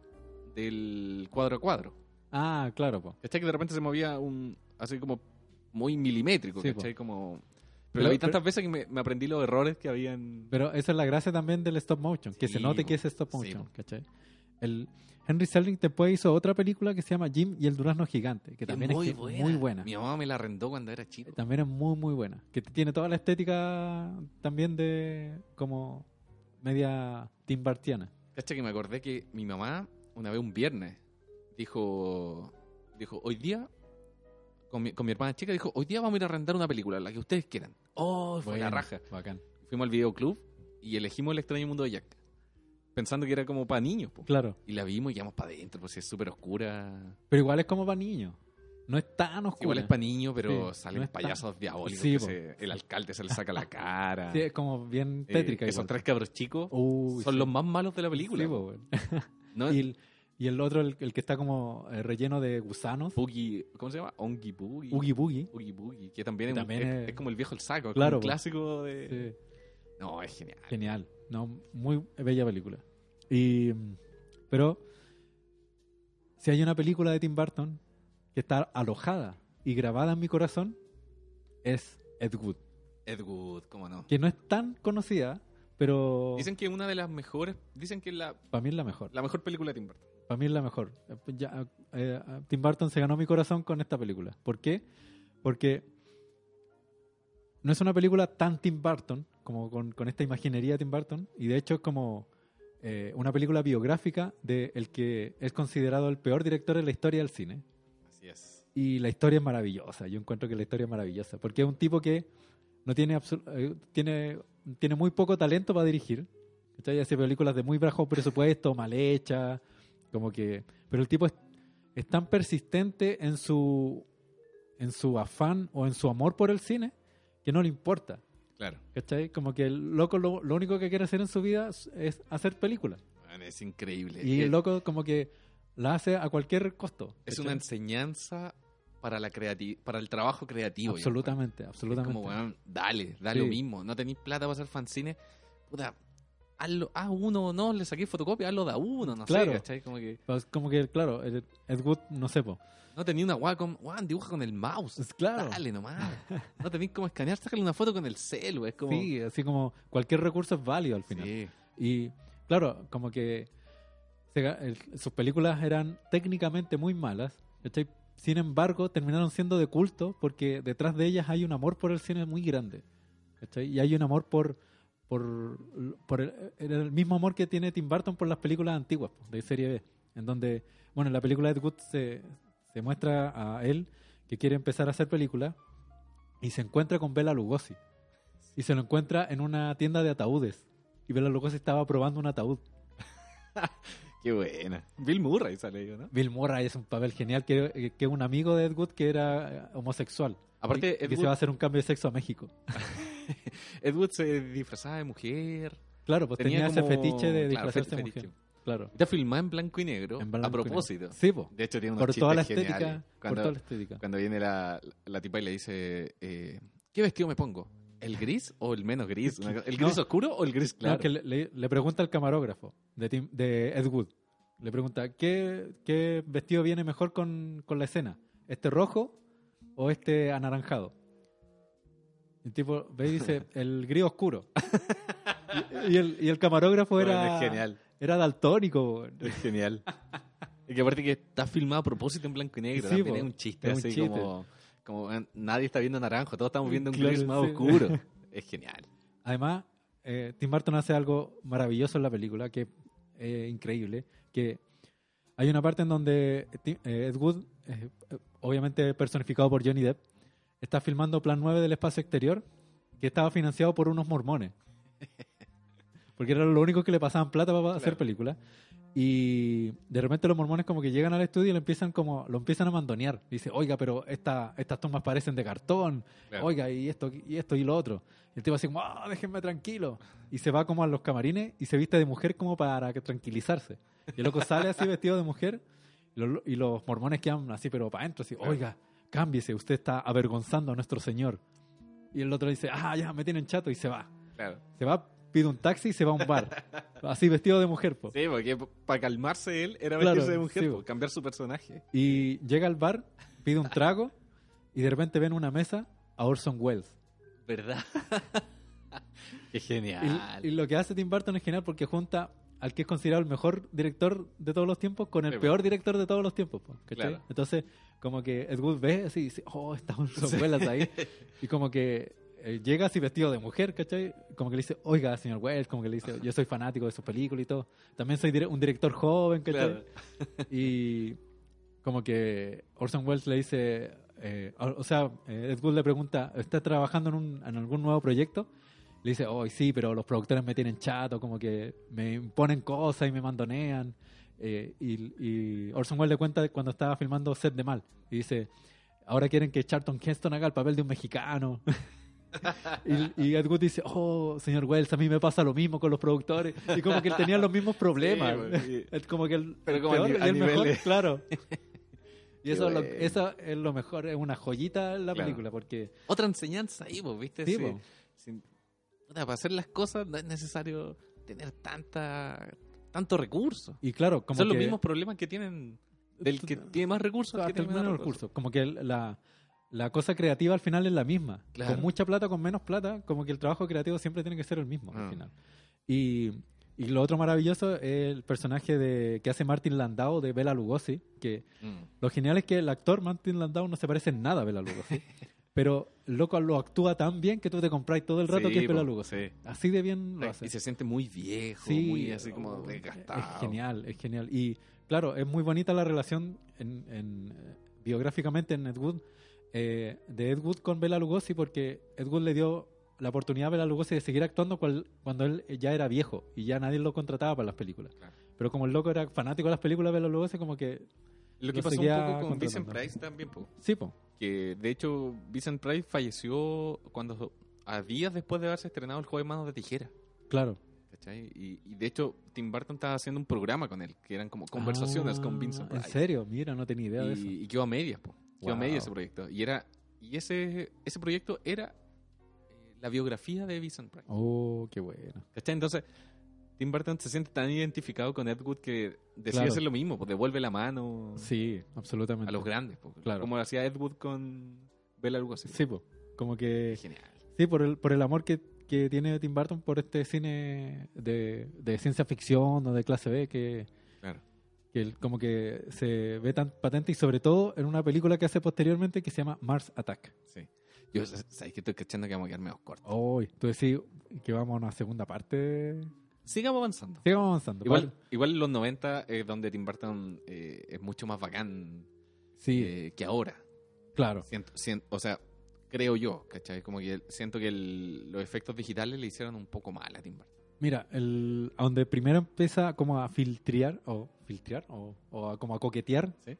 Speaker 3: del cuadro a cuadro.
Speaker 2: Ah, claro, po.
Speaker 3: ¿Cachai? Que de repente se movía un así como muy milimétrico,
Speaker 2: Sí,
Speaker 3: ¿cachai? Como... Pero,
Speaker 2: Pero-
Speaker 3: lo vi tantas veces que me, me aprendí los errores que habían...
Speaker 2: Pero esa es la gracia también del stop motion, que se
Speaker 3: Sí,
Speaker 2: note
Speaker 3: po.
Speaker 2: que es stop
Speaker 3: Sí,
Speaker 2: motion,
Speaker 3: po.
Speaker 2: ¿cachai? El Henry Selling después hizo otra película que se llama Jim y el Durazno Gigante, que
Speaker 3: Y es
Speaker 2: también es que- muy buena. Eh.
Speaker 3: Mi mamá me la arrendó cuando era chico.
Speaker 2: También es muy, muy buena. Que tiene toda la estética también de como media Tim Bartiana.
Speaker 3: Cacha que me acordé que mi mamá, una vez un viernes, dijo, dijo hoy día, con mi, con mi hermana chica, dijo, hoy día vamos a ir a rentar una película, la que ustedes quieran. Oh, fue la raja.
Speaker 2: Bacán.
Speaker 3: Fuimos al videoclub y elegimos El extraño mundo de Jack, pensando que era como para niños. po.
Speaker 2: Claro.
Speaker 3: Y la vimos y íbamos para adentro, pues es súper oscura.
Speaker 2: Pero igual es como para niños. No es tan oscura.
Speaker 3: Igual es para niños, pero
Speaker 2: Sí,
Speaker 3: salen
Speaker 2: no es tan-
Speaker 3: payasos diabólicos.
Speaker 2: Sí,
Speaker 3: que
Speaker 2: po.
Speaker 3: se- el alcalde se le saca la cara.
Speaker 2: Sí, es como bien
Speaker 3: Eh,
Speaker 2: tétrica.
Speaker 3: esos
Speaker 2: igual.
Speaker 3: tres cabros chicos
Speaker 2: Uy,
Speaker 3: son
Speaker 2: sí.
Speaker 3: los más malos de la película.
Speaker 2: Sí,
Speaker 3: po.
Speaker 2: po, weón.
Speaker 3: No,
Speaker 2: y, el, y el otro, el, el que está como eh, relleno de gusanos.
Speaker 3: Boogie- ¿Cómo se llama? Ongi Boogie.
Speaker 2: Oogie Boogie.
Speaker 3: Oogie Boogie, que también, es,
Speaker 2: También
Speaker 3: es-
Speaker 2: es-
Speaker 3: es como el viejo el saco, es
Speaker 2: Claro,
Speaker 3: como un
Speaker 2: po.
Speaker 3: clásico de...
Speaker 2: Sí.
Speaker 3: No, es genial.
Speaker 2: Genial. No, muy bella película. Y, mm, pero si hay una película de Tim Burton que está alojada y grabada en mi corazón, es Ed Wood.
Speaker 3: Ed Wood, cómo no.
Speaker 2: Que no es tan conocida, pero
Speaker 3: Dicen que es una de las mejores, dicen que es la,
Speaker 2: para mí es la mejor.
Speaker 3: la mejor película de Tim Burton.
Speaker 2: Para mí es la mejor. Eh, ya, eh, eh, Tim Burton se ganó mi corazón con esta película. ¿Por qué? Porque no es una película tan Tim Burton, como con, con esta imaginería de Tim Burton, y de hecho es como eh, una película biográfica de el que es considerado el peor director en la historia del cine.
Speaker 3: Así es.
Speaker 2: Y la historia es maravillosa, yo encuentro que la historia es maravillosa, porque es un tipo que no tiene, absol- eh, tiene, tiene muy poco talento para dirigir, ¿cachai? hace películas de muy bajo presupuesto, mal hechas, como que... Pero el tipo es, es tan persistente en su, en su afán o en su amor por el cine que no le importa,
Speaker 3: Claro.
Speaker 2: ¿cachai? Como que el loco lo, lo único que quiere hacer en su vida es- es hacer películas.
Speaker 3: Bueno, es increíble.
Speaker 2: Y
Speaker 3: Eh,
Speaker 2: el loco como que la hace a cualquier costo.
Speaker 3: es
Speaker 2: ¿cachai?
Speaker 3: una enseñanza para la creati para el trabajo creativo. yo
Speaker 2: Absolutamente,
Speaker 3: encuentro. Es
Speaker 2: absolutamente.
Speaker 3: como, weón, dale, dale
Speaker 2: Sí.
Speaker 3: lo mismo. No tenéis plata para hacer fanzines. Puta, hazlo, ah, uno, no, le saqué fotocopia, hazlo da uno, no
Speaker 2: Claro.
Speaker 3: sé, ¿cachai? Como que
Speaker 2: Pues como que, claro, Ed Ed Wood, no sé, po.
Speaker 3: no tenía una guay con, guau, dibuja con el mouse.
Speaker 2: Es Pues, claro.
Speaker 3: Dale nomás. No tenés como escanear, sacarle una foto con el celu, es como...
Speaker 2: Sí, así como cualquier recurso es válido al final.
Speaker 3: Sí.
Speaker 2: Y claro, como que se ga- el- sus películas eran técnicamente muy malas, ¿cachai? Sin embargo, terminaron siendo de culto porque detrás de ellas hay un amor por el cine muy grande. ¿cachai? Y hay un amor por... por, por el, era el mismo amor que tiene Tim Burton por las películas antiguas, po, de serie B. En donde, bueno, en la película de Ed Wood se, se muestra a él que quiere empezar a hacer películas y se encuentra con Bela Lugosi. Y se lo encuentra en una tienda de ataúdes. Y Bela Lugosi estaba probando un ataúd.
Speaker 3: Qué buena. Bill Murray sale ahí, ¿no?
Speaker 2: Bill Murray es un papel genial, que que es un amigo de Ed Wood que era eh, homosexual.
Speaker 3: Aparte,
Speaker 2: y,
Speaker 3: Ed
Speaker 2: que se
Speaker 3: Wood-
Speaker 2: va a hacer un cambio de sexo a México.
Speaker 3: Ed Wood se disfrazaba de mujer.
Speaker 2: Claro, pues tenía,
Speaker 3: como-
Speaker 2: ese fetiche de
Speaker 3: claro,
Speaker 2: disfrazarse de
Speaker 3: fetiche.
Speaker 2: mujer. Claro.
Speaker 3: Está filmada en blanco y negro
Speaker 2: En blanco
Speaker 3: a
Speaker 2: y negro.
Speaker 3: propósito.
Speaker 2: Sí, po.
Speaker 3: De hecho, tiene unos
Speaker 2: Por toda, la
Speaker 3: chistes
Speaker 2: estética,
Speaker 3: geniales.
Speaker 2: por
Speaker 3: Cuando,
Speaker 2: toda la estética.
Speaker 3: cuando viene la, la tipa y le dice, eh, ¿qué vestido me pongo? ¿El gris o el menos gris? Una cosa- ¿El gris
Speaker 2: No.
Speaker 3: oscuro o el gris
Speaker 2: No,
Speaker 3: claro?
Speaker 2: que le, le- le pregunta al camarógrafo de, Tim- de Ed Wood. Le pregunta, ¿qué, qué vestido viene mejor con, con la escena? ¿Este rojo o este anaranjado? El tipo ve y dice, el gris oscuro. Y, y el, y el camarógrafo
Speaker 3: Bueno,
Speaker 2: era,
Speaker 3: es genial.
Speaker 2: era daltónico. weón.
Speaker 3: Es genial. y que aparte que está filmado a propósito en blanco y negro.
Speaker 2: Sí,
Speaker 3: también
Speaker 2: po.
Speaker 3: es un chiste
Speaker 2: Es un
Speaker 3: así
Speaker 2: chiste.
Speaker 3: como, como, eh, nadie está viendo naranjo, todos estamos viendo un
Speaker 2: Claro,
Speaker 3: gris más
Speaker 2: sí.
Speaker 3: oscuro. es genial.
Speaker 2: Además, eh, Tim Burton hace algo maravilloso en la película, que es eh, increíble, que hay una parte en donde Ti- eh, Ed Wood, eh, eh, obviamente personificado por Johnny Depp, está filmando Plan 9 del espacio exterior, que estaba financiado por unos mormones. Porque eran los únicos que le pasaban plata para hacer películas. Y de repente los mormones como que llegan al estudio y le empiezan como, lo empiezan a mandonear. Dice, oiga, pero esta, estas tomas parecen de cartón.
Speaker 3: Claro.
Speaker 2: Oiga, y esto, y esto y lo otro. Y el tipo así como, "Ah, déjenme tranquilo. Y se va como a los camarines y se viste de mujer como para que tranquilizarse. Y el loco sale así vestido de mujer y los, y los mormones quedan así, pero para adentro, así, oiga, cámbiese, usted está avergonzando a nuestro señor. Y el otro dice, ah, ya, me tienen chato y se va.
Speaker 3: Claro.
Speaker 2: Se va, pide un taxi y se va a un bar. así vestido de mujer, po.
Speaker 3: Sí, porque para calmarse él era
Speaker 2: Claro,
Speaker 3: vestirse de mujer,
Speaker 2: sí,
Speaker 3: po,
Speaker 2: po.
Speaker 3: cambiar su personaje.
Speaker 2: Y llega al bar, pide un trago y de repente ven una mesa a Orson Welles.
Speaker 3: ¿Verdad? Qué
Speaker 2: Y-
Speaker 3: genial.
Speaker 2: Y, lo que hace Tim Burton es genial porque junta al que es considerado el mejor director de todos los tiempos con el
Speaker 3: Sí, po.
Speaker 2: peor director de todos los tiempos. po, ¿cachai?
Speaker 3: Claro.
Speaker 2: Entonces, como que Ed Wood ve así y dice, oh, está Orson Welles ahí. Y como que eh, llega así vestido de mujer, ¿cachai? Como que le dice, oiga, señor Welles, como que le dice, yo soy fanático de sus películas y todo. También soy dire- un director joven, ¿cachai?
Speaker 3: Claro.
Speaker 2: Y como que Orson Welles le dice, eh, o, o sea, eh, Ed Wood le pregunta, ¿estás trabajando en, un- en algún nuevo proyecto? Le dice, hoy sí, pero los productores me tienen chato, como que me imponen cosas y me mandonean. Eh, y, y Orson Welles le cuenta de cuando estaba filmando Set de Mal. Y dice, ahora quieren que Charlton Heston haga el papel de un mexicano. y, y Ed Wood dice, oh, señor Welles, a mí me pasa lo mismo con los productores. Y como que él tenía los mismos problemas.
Speaker 3: Sí, pues, sí.
Speaker 2: Es como que el,
Speaker 3: Pero
Speaker 2: el
Speaker 3: como a
Speaker 2: peor
Speaker 3: ni-
Speaker 2: y
Speaker 3: a
Speaker 2: el mejor,
Speaker 3: niveles.
Speaker 2: claro. Y
Speaker 3: Qué
Speaker 2: eso, es lo,
Speaker 3: bueno.
Speaker 2: eso es lo mejor, es una joyita en la
Speaker 3: Claro.
Speaker 2: película, porque
Speaker 3: Otra enseñanza ahí, po, ¿viste?
Speaker 2: Sí, pues.
Speaker 3: Sí.
Speaker 2: po.
Speaker 3: Sin- puta, para hacer las cosas no es necesario tener tanta tanto recurso.
Speaker 2: y claro, como
Speaker 3: Son los
Speaker 2: que-
Speaker 3: mismos problemas que tienen del que tiene más recursos
Speaker 2: hasta
Speaker 3: que
Speaker 2: el
Speaker 3: tiene menos
Speaker 2: menos
Speaker 3: recursos.
Speaker 2: recursos. Como que el- la, la cosa creativa al final es la misma.
Speaker 3: Claro.
Speaker 2: Con mucha plata, con menos plata, como que el trabajo creativo siempre tiene que ser el mismo al
Speaker 3: Ah.
Speaker 2: final. Y, y lo otro maravilloso es el personaje de, que hace Martin Landau de Bela Lugosi, que
Speaker 3: Mm.
Speaker 2: lo genial es que el actor Martin Landau no se parece en nada a Bela Lugosi. Pero el loco lo actúa tan bien que tú te compráis todo el rato
Speaker 3: Sí,
Speaker 2: que es Bela
Speaker 3: po,
Speaker 2: Lugosi.
Speaker 3: sí.
Speaker 2: Así de bien lo hace.
Speaker 3: Y se siente muy viejo,
Speaker 2: Sí,
Speaker 3: muy así como
Speaker 2: oh,
Speaker 3: desgastado.
Speaker 2: Es genial, es genial. Y claro, es muy bonita la relación en, en, eh, biográficamente en Ed Wood, eh, de Ed Wood con Bela Lugosi, porque Ed Wood le dio la oportunidad a Bela Lugosi de seguir actuando cual- cuando él ya era viejo y ya nadie lo contrataba para las películas.
Speaker 3: Claro.
Speaker 2: Pero como el loco era fanático de las películas de Bela Lugosi, como que
Speaker 3: Lo que
Speaker 2: Lo
Speaker 3: pasó un
Speaker 2: seguía
Speaker 3: poco con
Speaker 2: contratando.
Speaker 3: Vincent Price también, po.
Speaker 2: sí, po,
Speaker 3: que de hecho Vincent Price falleció cuando a días después de haberse estrenado el juego de manos de tijera.
Speaker 2: claro.
Speaker 3: ¿cachai? Y, y de hecho Tim Burton estaba haciendo un programa con él, que eran como conversaciones
Speaker 2: Ah,
Speaker 3: con Vincent
Speaker 2: ¿En
Speaker 3: Price.
Speaker 2: serio? Mira, no tenía idea de eso.
Speaker 3: y, y quedó a medias, po. Quedó a
Speaker 2: Wow.
Speaker 3: medias ese proyecto. Y era y ese ese proyecto era eh, la biografía de Vincent Price.
Speaker 2: Oh, qué bueno.
Speaker 3: ¿Cachai? Entonces, Tim Burton se siente tan identificado con Ed Wood que decide
Speaker 2: Claro.
Speaker 3: hacer lo mismo, pues devuelve la mano
Speaker 2: Sí, absolutamente.
Speaker 3: a los grandes, pues,
Speaker 2: Claro.
Speaker 3: como lo hacía Ed Wood con Bela Lugosi.
Speaker 2: Sí, pues. Como que.
Speaker 3: Genial.
Speaker 2: Sí, por el, por el amor que, que tiene Tim Burton por este cine de, de ciencia ficción o de clase B que,
Speaker 3: Claro.
Speaker 2: que él como que se ve tan patente y sobre todo en una película que hace posteriormente que se llama Mars Attack.
Speaker 3: Sí. Yo, ¿sabes que estoy cachando que vamos a quedar medio cortos?
Speaker 2: Hoy, tú decís que vamos a una segunda parte.
Speaker 3: Sigamos avanzando.
Speaker 2: Sigamos avanzando.
Speaker 3: Igual,
Speaker 2: Pablo.
Speaker 3: igual en los 90 es donde Tim Burton eh, es mucho más bacán
Speaker 2: Sí,
Speaker 3: eh, que ahora.
Speaker 2: claro.
Speaker 3: Siento- sien- o sea, creo yo, ¿cachai? Como que el- siento que el- los efectos digitales le hicieron un poco mal a Tim Burton.
Speaker 2: Mira, el, a donde primero empieza como a filtrear o filtrar o, o a como a coquetear
Speaker 3: Sí.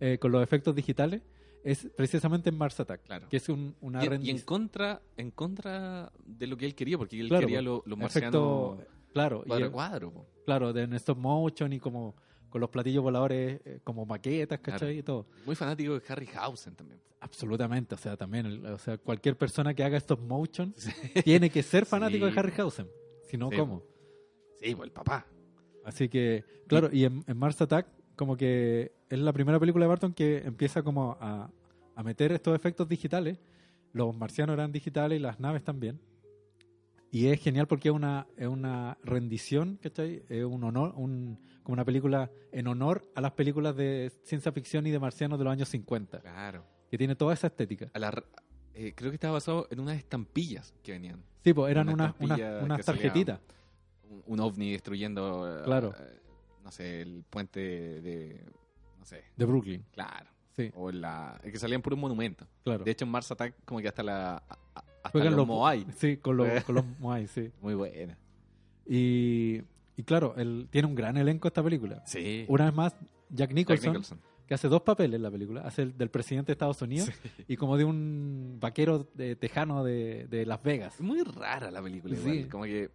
Speaker 2: eh, con los efectos digitales es precisamente en Mars Attack,
Speaker 3: Claro.
Speaker 2: que es un, una
Speaker 3: Y, y en
Speaker 2: rendición-
Speaker 3: contra en contra de lo que él quería, porque él
Speaker 2: Claro,
Speaker 3: quería
Speaker 2: po.
Speaker 3: lo- los
Speaker 2: efecto
Speaker 3: marcianos
Speaker 2: claro y
Speaker 3: cuadro a
Speaker 2: el-
Speaker 3: cuadro. po.
Speaker 2: claro de en stop motion y como con los platillos voladores eh, como maquetas
Speaker 3: Claro.
Speaker 2: ¿cachai? y todo
Speaker 3: Muy fanático de Harryhausen también. po.
Speaker 2: absolutamente o sea también el- o sea cualquier persona que haga stop motion tiene que ser fanático
Speaker 3: Sí.
Speaker 2: de Harryhausen si no
Speaker 3: Sí,
Speaker 2: cómo
Speaker 3: Sí, po, el papá.
Speaker 2: así que claro y en, en Mars Attack como que es la primera película de Barton que empieza como a, a meter estos efectos digitales los marcianos eran digitales y las naves también Y es genial porque es una, es una rendición, ¿cachai? Es un honor, un, como una película en honor a las películas de ciencia ficción y de marcianos de los años 50,
Speaker 3: Claro.
Speaker 2: que tiene toda esa estética.
Speaker 3: A la ra- eh, creo que estaba basado en unas estampillas que venían.
Speaker 2: Sí, pues eran
Speaker 3: Una
Speaker 2: unas, unas,
Speaker 3: estampilla
Speaker 2: unas
Speaker 3: que salía.
Speaker 2: tarjetitas.
Speaker 3: Un, un ovni destruyendo. eh,
Speaker 2: Claro.
Speaker 3: eh, no sé, el puente de. No sé,
Speaker 2: De Brooklyn.
Speaker 3: claro.
Speaker 2: Sí,
Speaker 3: O la. El que salían por un monumento.
Speaker 2: claro.
Speaker 3: De hecho, en Mars Attack, como que hasta la. a- a- Hasta
Speaker 2: Juegan
Speaker 3: los, Moai.
Speaker 2: Sí, con los, con los Moai, sí.
Speaker 3: Muy buena.
Speaker 2: Y, y claro, él, tiene un gran elenco esta película.
Speaker 3: Sí.
Speaker 2: Una vez más, Jack
Speaker 3: Jack
Speaker 2: Nicholson,
Speaker 3: Nicholson.
Speaker 2: que hace dos papeles en la película. Hace el del presidente de Estados Unidos y como de un vaquero de- tejano de, de Las Vegas.
Speaker 3: Es muy rara la película,
Speaker 2: Sí.
Speaker 3: igual. Como que.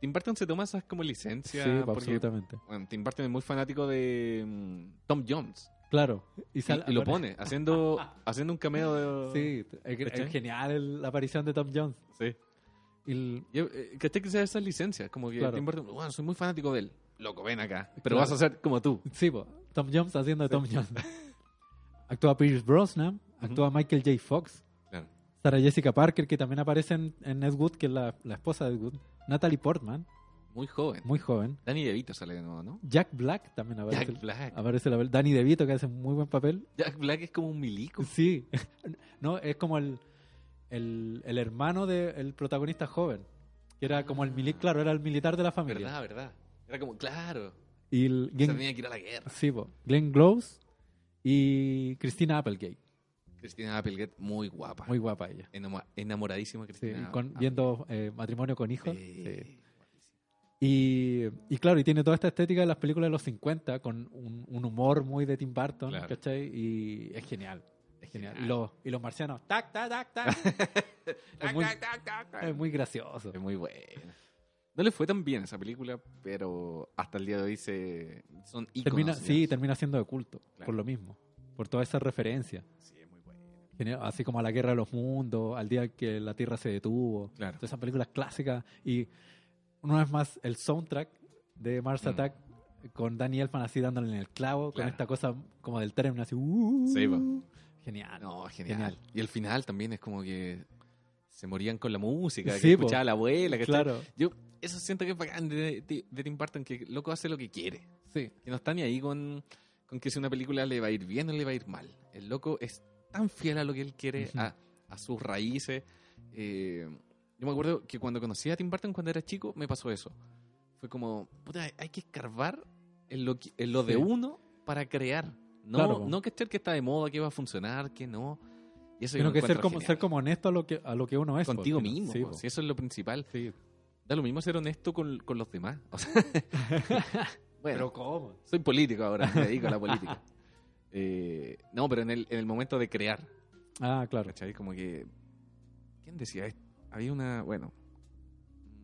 Speaker 3: Tim Burton se toma esas como licencias.
Speaker 2: Sí,
Speaker 3: porque,
Speaker 2: absolutamente.
Speaker 3: bueno, Tim Burton es muy fanático de mm, Tom Jones.
Speaker 2: Claro.
Speaker 3: Y,
Speaker 2: sal-
Speaker 3: y lo pone, haciendo, haciendo un cameo de.
Speaker 2: Sí, es, es
Speaker 3: ¿Cachai?
Speaker 2: genial el- la aparición de Tom Jones.
Speaker 3: Sí.
Speaker 2: Y el-
Speaker 3: Yo, eh, ¿Cachai que sea esas licencias? Como que
Speaker 2: Claro.
Speaker 3: Tim Burton, bueno, soy muy fanático de él. Loco, ven acá. Pero
Speaker 2: Claro.
Speaker 3: vas a ser como tú.
Speaker 2: sí, po, Tom Jones haciendo de Tom Jones. Actúa Pierce Brosnan, actúa Michael J. Fox,
Speaker 3: Claro.
Speaker 2: Sarah Jessica Parker, que también aparece en, en Ed Wood, que es la, la esposa de Ed Wood, Natalie Portman,
Speaker 3: Muy joven.
Speaker 2: muy joven,
Speaker 3: Danny DeVito sale de nuevo, ¿no?
Speaker 2: Jack Black también aparece.
Speaker 3: Jack Black.
Speaker 2: Aparece la, Danny DeVito, que hace un muy buen papel.
Speaker 3: Jack Black es como un milico.
Speaker 2: Sí, no, es como el, el, el hermano del protagonista joven, que era como el militar, claro, era el militar de la familia.
Speaker 3: Ah. Verdad, verdad. Era como, claro.
Speaker 2: Y el
Speaker 3: Se
Speaker 2: Glenn,
Speaker 3: tenía que ir a la guerra.
Speaker 2: sí, po, Glenn Close y Christina Applegate,
Speaker 3: Cristina Applegate, muy guapa.
Speaker 2: muy guapa ella.
Speaker 3: Enamo- enamoradísima
Speaker 2: Sí, y
Speaker 3: Cristina.
Speaker 2: con- viendo eh, matrimonio con hijos.
Speaker 3: Sí.
Speaker 2: sí. Y, y claro, y tiene toda esta estética de las películas de los 50 con un, un humor muy de Tim Burton,
Speaker 3: Claro.
Speaker 2: ¿cachai? Y es genial. Es genial.
Speaker 3: genial.
Speaker 2: Y, los, y los marcianos, tac, tac, tac, tac. es, muy, es muy gracioso.
Speaker 3: Es muy buena. No le fue tan bien esa película, pero hasta el día de hoy se son
Speaker 2: Termina,
Speaker 3: íconos.
Speaker 2: sí,
Speaker 3: digamos.
Speaker 2: termina siendo de culto,
Speaker 3: Claro.
Speaker 2: por lo mismo. Por toda esa referencia.
Speaker 3: Sí, es muy buena.
Speaker 2: Genial, Así como a la guerra de los mundos, al día que la Tierra se detuvo.
Speaker 3: Claro.
Speaker 2: Todas esas películas clásicas. Y una vez más, el soundtrack de Mars
Speaker 3: Mm.
Speaker 2: Attack con Danny Elfman así dándole en el clavo,
Speaker 3: Claro.
Speaker 2: con esta cosa como del término así. uh,
Speaker 3: Sí, po.
Speaker 2: Genial.
Speaker 3: No, genial.
Speaker 2: Genial.
Speaker 3: Y el final también es como que se morían con la música, que
Speaker 2: Sí, po.
Speaker 3: escuchaba a la abuela, que
Speaker 2: claro,
Speaker 3: Yo eso siento que es bacán de, de- de Tim Burton, que loco hace lo que quiere.
Speaker 2: sí.
Speaker 3: Que no está ni ahí con, con que si una película le va a ir bien o le va a ir mal. El loco es tan fiel a lo que él quiere,
Speaker 2: Ujú.
Speaker 3: a, a sus raíces. Eh, yo me acuerdo que cuando conocí a Tim Burton cuando era chico, me pasó eso. Fue como, puta, hay que escarbar en lo, que- en lo de
Speaker 2: Sí.
Speaker 3: uno para crear. No,
Speaker 2: Claro, po.
Speaker 3: no que esté el que está de moda, que va a funcionar, que no. Y eso yo
Speaker 2: Sino
Speaker 3: lo
Speaker 2: que ser
Speaker 3: encuentro
Speaker 2: como, ser
Speaker 3: genial.
Speaker 2: como honesto a lo que, a lo que uno es. po,
Speaker 3: contigo
Speaker 2: al final.
Speaker 3: mismo.
Speaker 2: Sí,
Speaker 3: po.
Speaker 2: po.
Speaker 3: Si eso es lo principal.
Speaker 2: Sí.
Speaker 3: Da lo mismo ser honesto con, con los demás. O sea, bueno,
Speaker 2: Pero ¿cómo?
Speaker 3: soy político ahora, me dedico a la política. Eh, no, pero en el, en el momento de crear,
Speaker 2: Ah, claro.
Speaker 3: ¿cachai? Como que. ¿Quién decía esto? Había una. Bueno.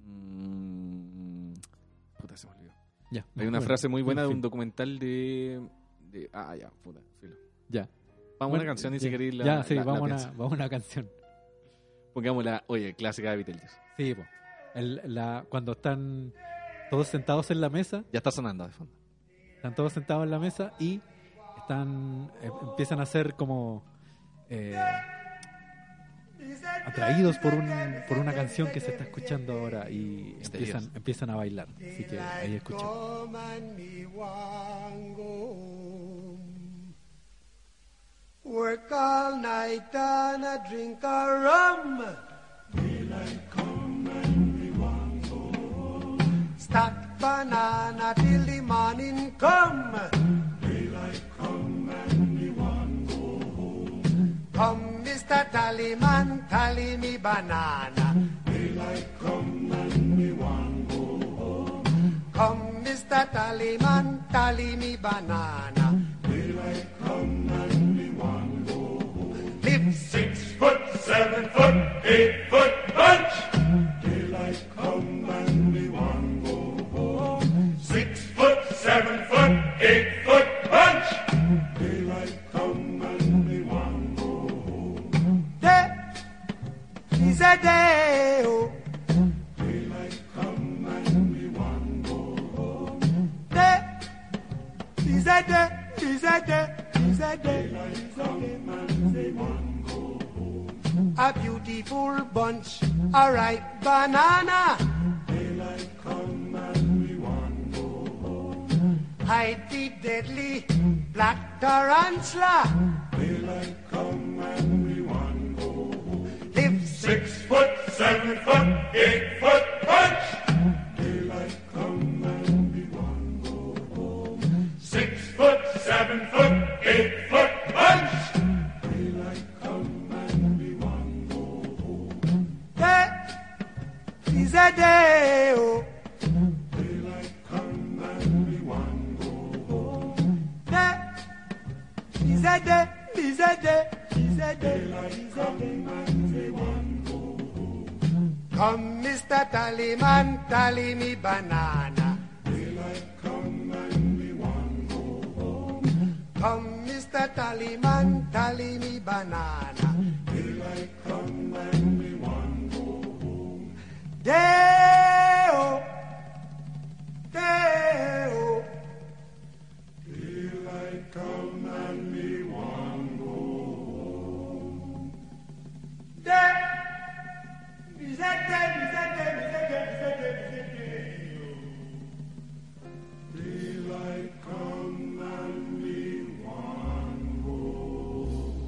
Speaker 3: mm, puta, se me olvidó.
Speaker 2: Ya.
Speaker 3: Hay una frase muy buena
Speaker 2: en
Speaker 3: de un
Speaker 2: fin.
Speaker 3: documental de. de- ah, ya, puta, filo.
Speaker 2: Ya. Bueno,
Speaker 3: Vamos a Ah, una canción y
Speaker 2: ya.
Speaker 3: si queréis la.
Speaker 2: Ya, sí,
Speaker 3: la- la
Speaker 2: vamos, a una,
Speaker 3: pienso.
Speaker 2: vamos a una canción.
Speaker 3: Pongámosla, oye, clásica de Beatles.
Speaker 2: Sí, po. El- la, cuando están todos sentados en la mesa,
Speaker 3: Ya está sonando de fondo.
Speaker 2: están todos sentados en la mesa y están eh, empiezan a ser como eh, atraídos por, un, por una canción que se está escuchando ahora y
Speaker 3: Misterios.
Speaker 2: empiezan, empiezan a bailar. Así que ahí escuchan.
Speaker 6: Come and me one go home. Work all night and a drink a rum. Daylight come and me one go home. Stack banana till the morning come. Daylight come and me one go home. Come, Mr. Tallyman, tally me banana. Come, Mr. Tallyman, tally me banana. Daylight come and we want go home. Live
Speaker 7: Six foot, seven foot, eight foot punch. Daylight come and we want go home. Six foot, seven foot, eight foot punch. Daylight come and we want go home.
Speaker 6: day is a day. Oh.
Speaker 7: Daylight come and we want go home.
Speaker 6: Day is a day. Is a day. Is a day. Is a day. A beautiful bunch, a ripe banana.
Speaker 7: Daylight come and we want go home.
Speaker 6: Hide the deadly black tarantula.
Speaker 7: Daylight come and we want go home.
Speaker 6: Live
Speaker 7: Six foot, seven foot, eight foot punch. Daylight come and we want go home. Six foot, seven foot, eight foot punch. Daylight come and we want go home.
Speaker 6: day is Eh, a day. Oh.
Speaker 7: Daylight come and we want go home.
Speaker 6: Day is Eh, a day. Is a day. Is a day.
Speaker 7: Daylight come and we want go home.
Speaker 6: Come, Mr. Tallyman, tally me banana.
Speaker 7: Daylight come and we want go home.
Speaker 6: Come, Mr. Tallyman, tally me banana.
Speaker 7: Daylight come and we want go home.
Speaker 6: Day. Oh. Day. Oh.
Speaker 7: Daylight come and we want go
Speaker 6: Day is a day. Is a day. Is a day. Is a day. Is a day.
Speaker 7: Daylight come and we want go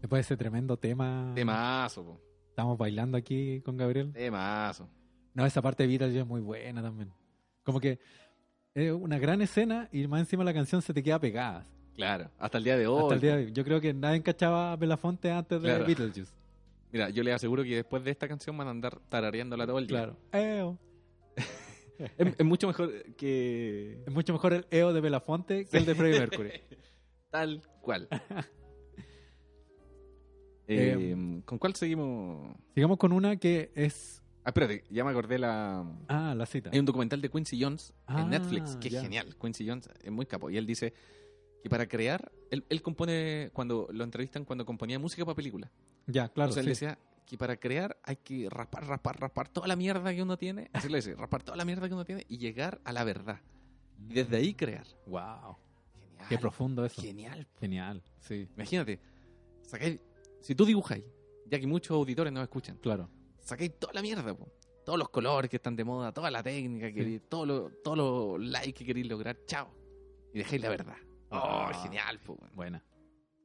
Speaker 2: Después de ese tremendo tema,
Speaker 3: Temazo, po.
Speaker 2: estamos bailando aquí con Gabriel.
Speaker 3: Temazo.
Speaker 2: No, esa parte de Beatles es muy buena también. Como que es una gran escena y más encima la canción se te queda pegada.
Speaker 3: Claro. Hasta el día de hoy.
Speaker 2: Hasta el día de hoy. Yo creo que nadie cachaba a Belafonte antes de
Speaker 3: Claro.
Speaker 2: Beetlejuice.
Speaker 3: Mira, yo les aseguro que después de esta canción van a andar tarareándola todo el día.
Speaker 2: Claro. Eo.
Speaker 3: Es, es mucho mejor que.
Speaker 2: Es mucho mejor el EO de Belafonte que el de Freddie Mercury.
Speaker 3: Tal cual.
Speaker 2: Eh,
Speaker 3: Eh, ¿Con cuál seguimos?
Speaker 2: Sigamos con una que es.
Speaker 3: Ah, espérate, ya me acordé la.
Speaker 2: Ah, la cita.
Speaker 3: Hay un documental de Quincy Jones
Speaker 2: Ah,
Speaker 3: en Netflix, que
Speaker 2: ya.
Speaker 3: es genial. Quincy Jones es muy capo. Y él dice que para crear, él, él compone, cuando lo entrevistan, cuando componía música para películas.
Speaker 2: Ya, claro.
Speaker 3: Entonces
Speaker 2: sí.
Speaker 3: él decía que para crear hay que raspar, raspar, raspar toda la mierda que uno tiene. Así lo dice, raspar toda la mierda que uno tiene y llegar a la verdad. Y desde ahí crear.
Speaker 2: Wow.
Speaker 3: Genial.
Speaker 2: Qué profundo eso.
Speaker 3: Genial.
Speaker 2: Genial. Sí,
Speaker 3: Imagínate, sacáis, si tú dibujáis, ya que muchos auditores nos escuchan,
Speaker 2: claro.
Speaker 3: sacáis toda la mierda, po. todos los colores que están de moda, toda la técnica, que queréis, todo lo- todos los likes que queréis lograr, chao. Y dejáis la verdad. Oh,
Speaker 2: Ah.
Speaker 3: genial, po, weón.
Speaker 2: Buena.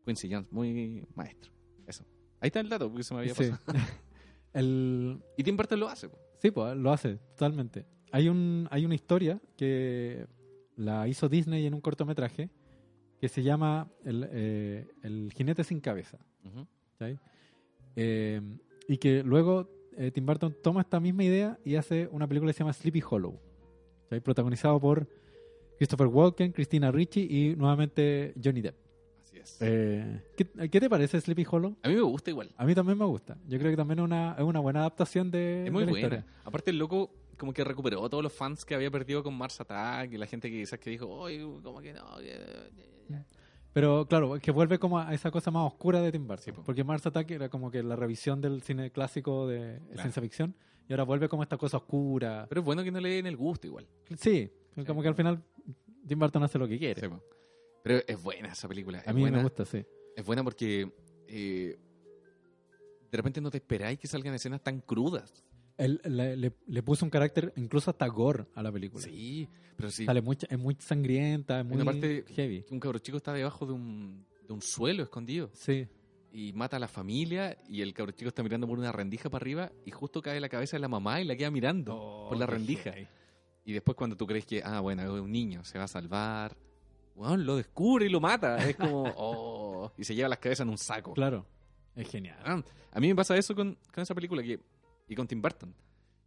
Speaker 3: Quincy Jones, muy maestro. Eso. Ahí está el dato, porque se me había
Speaker 2: Sí.
Speaker 3: pasado.
Speaker 2: El,
Speaker 3: Y Tim Burton lo hace, po.
Speaker 2: Sí, pues lo hace, totalmente. Hay, un, hay una historia que la hizo Disney en un cortometraje que se llama El, eh, El jinete sin cabeza.
Speaker 3: Ujú.
Speaker 2: ¿cachai? Eh, y que luego eh, Tim Burton toma esta misma idea y hace una película que se llama Sleepy Hollow, ¿cachai? protagonizado por Christopher Walken, Christina Ricci y nuevamente Johnny Depp.
Speaker 3: Así es.
Speaker 2: Eh, ¿qué, qué te parece Sleepy Hollow?
Speaker 3: A mí me gusta igual.
Speaker 2: A mí también me gusta. Yo creo que también es una, es una buena adaptación de,
Speaker 3: Es muy
Speaker 2: de la
Speaker 3: buena.
Speaker 2: historia.
Speaker 3: Aparte, el loco como que recuperó a todos los fans que había perdido con Mars Attack y la gente que quizás que dijo, oye, como que no. que-
Speaker 2: Pero claro, que vuelve como a esa cosa más oscura de Tim Burton.
Speaker 3: po.
Speaker 2: porque Mars Attack era como que la revisión del cine clásico de ciencia ficción. Y ahora vuelve como esta cosa oscura.
Speaker 3: Pero es bueno que no le den el gusto igual.
Speaker 2: Sí, como que al final Tim Burton hace lo que quiere.
Speaker 3: Sí, po. Pero es buena esa película. Es
Speaker 2: a mí
Speaker 3: buena,
Speaker 2: me gusta, sí.
Speaker 3: Es buena porque eh, de repente no te esperáis que salgan escenas tan crudas.
Speaker 2: Él le, le- le puso un carácter incluso hasta gore a la película.
Speaker 3: Sí, pero sí.
Speaker 2: Sale mucha- es muy sangrienta, es muy
Speaker 3: Una parte-
Speaker 2: heavy.
Speaker 3: Un cabro chico está debajo de un, de un suelo escondido
Speaker 2: Sí.
Speaker 3: y mata a la familia y el cabro chico está mirando por una rendija para arriba y justo cae la cabeza de la mamá y la queda mirando
Speaker 2: Oh,
Speaker 3: por la rendija. Y después cuando tú crees que, ah, bueno, es un niño, se va a salvar, bueno, lo descubre y lo mata. Es como, oh, y se lleva las cabezas en un saco.
Speaker 2: Claro. Es genial.
Speaker 3: Ah, A mí me pasa eso con, con esa película que, y con Tim Burton.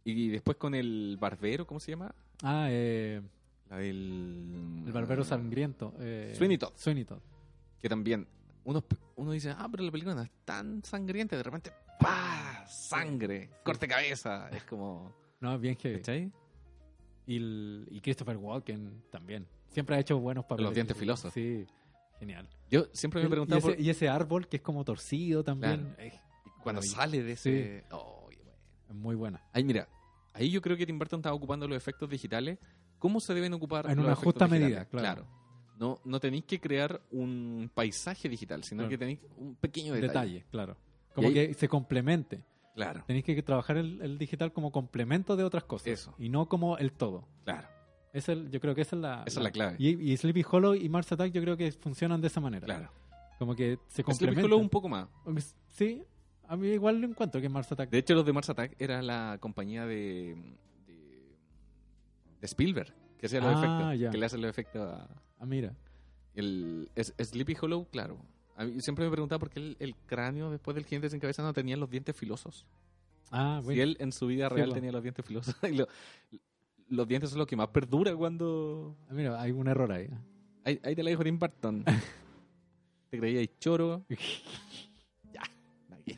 Speaker 3: Y después con el barbero, ¿cómo se llama?
Speaker 2: Ah, eh,
Speaker 3: La del...
Speaker 2: el barbero sangriento. Eh,
Speaker 3: Sweeney Todd.
Speaker 2: Sweeney Todd.
Speaker 3: Que también, uno, uno dice, ah, pero la película no es tan sangrienta. De repente, pa Sangre, corte cabeza. Es como...
Speaker 2: No, es bien heavy.
Speaker 3: ¿Cachai?
Speaker 2: Y, el- y Christopher Walken también. Siempre ha hecho buenos papeles.
Speaker 3: Los dientes filosos.
Speaker 2: Sí, genial.
Speaker 3: Yo siempre me he
Speaker 2: y,
Speaker 3: preguntado
Speaker 2: ese,
Speaker 3: por-
Speaker 2: y ese árbol que es como torcido también. Es
Speaker 3: cuando
Speaker 2: maravilla.
Speaker 3: sale de ese... Oh, y bueno.
Speaker 2: es muy buena.
Speaker 3: Ahí mira, ahí yo creo que Tim Burton estaba ocupando los efectos digitales. ¿Cómo se deben ocupar?
Speaker 2: En
Speaker 3: los
Speaker 2: una
Speaker 3: efectos
Speaker 2: justa
Speaker 3: digitales?
Speaker 2: medida, claro.
Speaker 3: No, no tenéis que crear un paisaje digital, sino
Speaker 2: Claro.
Speaker 3: que tenéis un pequeño
Speaker 2: Detalle,
Speaker 3: detalle.
Speaker 2: claro. Como
Speaker 3: ahí-
Speaker 2: que se complemente.
Speaker 3: Claro,
Speaker 2: Tenéis que trabajar el, el digital como complemento de otras cosas.
Speaker 3: Eso.
Speaker 2: Y no como el todo.
Speaker 3: claro.
Speaker 2: Es el, yo creo que esa es la,
Speaker 3: Esa es la clave.
Speaker 2: Y, y Sleepy Hollow y Mars Attack yo creo que funcionan de esa manera.
Speaker 3: Claro.
Speaker 2: Como que se
Speaker 3: Sleepy
Speaker 2: complementan.
Speaker 3: Hollow un poco más.
Speaker 2: Aunque s- Sí, a mí igual lo encuentro que Mars Attack.
Speaker 3: De hecho, los de Mars Attack era la compañía de, de, de Spielberg, que hacía los
Speaker 2: Ah,
Speaker 3: efectos.
Speaker 2: ya.
Speaker 3: Que le hacen los efectos a...
Speaker 2: Ah, mira.
Speaker 3: El, es- Sleepy Hollow, claro. A mí siempre me preguntaba por qué el, el cráneo después del cliente sin cabeza no tenía los dientes filosos.
Speaker 2: Ah,
Speaker 3: Si
Speaker 2: bueno.
Speaker 3: él en su vida real
Speaker 2: po.
Speaker 3: tenía los dientes filosos. y lo- los dientes son lo que más perdura cuando.
Speaker 2: Ah, Mira, hay un error ahí.
Speaker 3: Ahí, ahí te la dijo Tim Burton. te creíais choro. ya. nadie.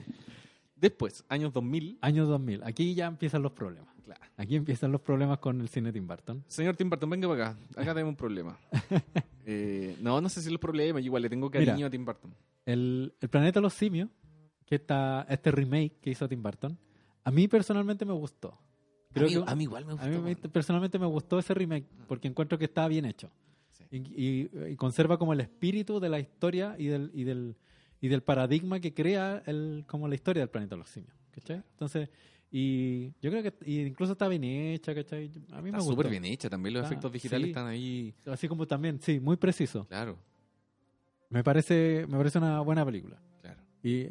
Speaker 3: Después, años 2000.
Speaker 2: Año 2000. Aquí ya empiezan los problemas.
Speaker 3: Claro.
Speaker 2: Aquí empiezan los problemas con el cine Tim Burton.
Speaker 3: Señor Tim Burton, venga para acá. Acá tenemos un problema. Eh, no, no sé si es el problema. yo Igual le tengo cariño
Speaker 2: Mira.
Speaker 3: a Tim Burton.
Speaker 2: El, el Planeta de los Simios, que está este remake que hizo Tim Burton, a mí personalmente me gustó. Creo que-
Speaker 3: igual me Mm.
Speaker 2: A mí me- personalmente me gustó ese remake porque encuentro que está bien hecho.
Speaker 3: Sí.
Speaker 2: Y, y- y conserva como el espíritu de la historia y del, y del, y del paradigma que crea el, como la historia del planeta de los simios. ¿cachai? Entonces, y yo creo que y incluso está bien hecha, ¿cachai? A mí me
Speaker 3: Está
Speaker 2: gustó.
Speaker 3: súper bien hecha. También los
Speaker 2: Está-
Speaker 3: efectos digitales
Speaker 2: sí.
Speaker 3: están ahí.
Speaker 2: Así como también, sí, muy preciso.
Speaker 3: Claro,
Speaker 2: Me parece, me parece una buena película.
Speaker 3: claro.
Speaker 2: Y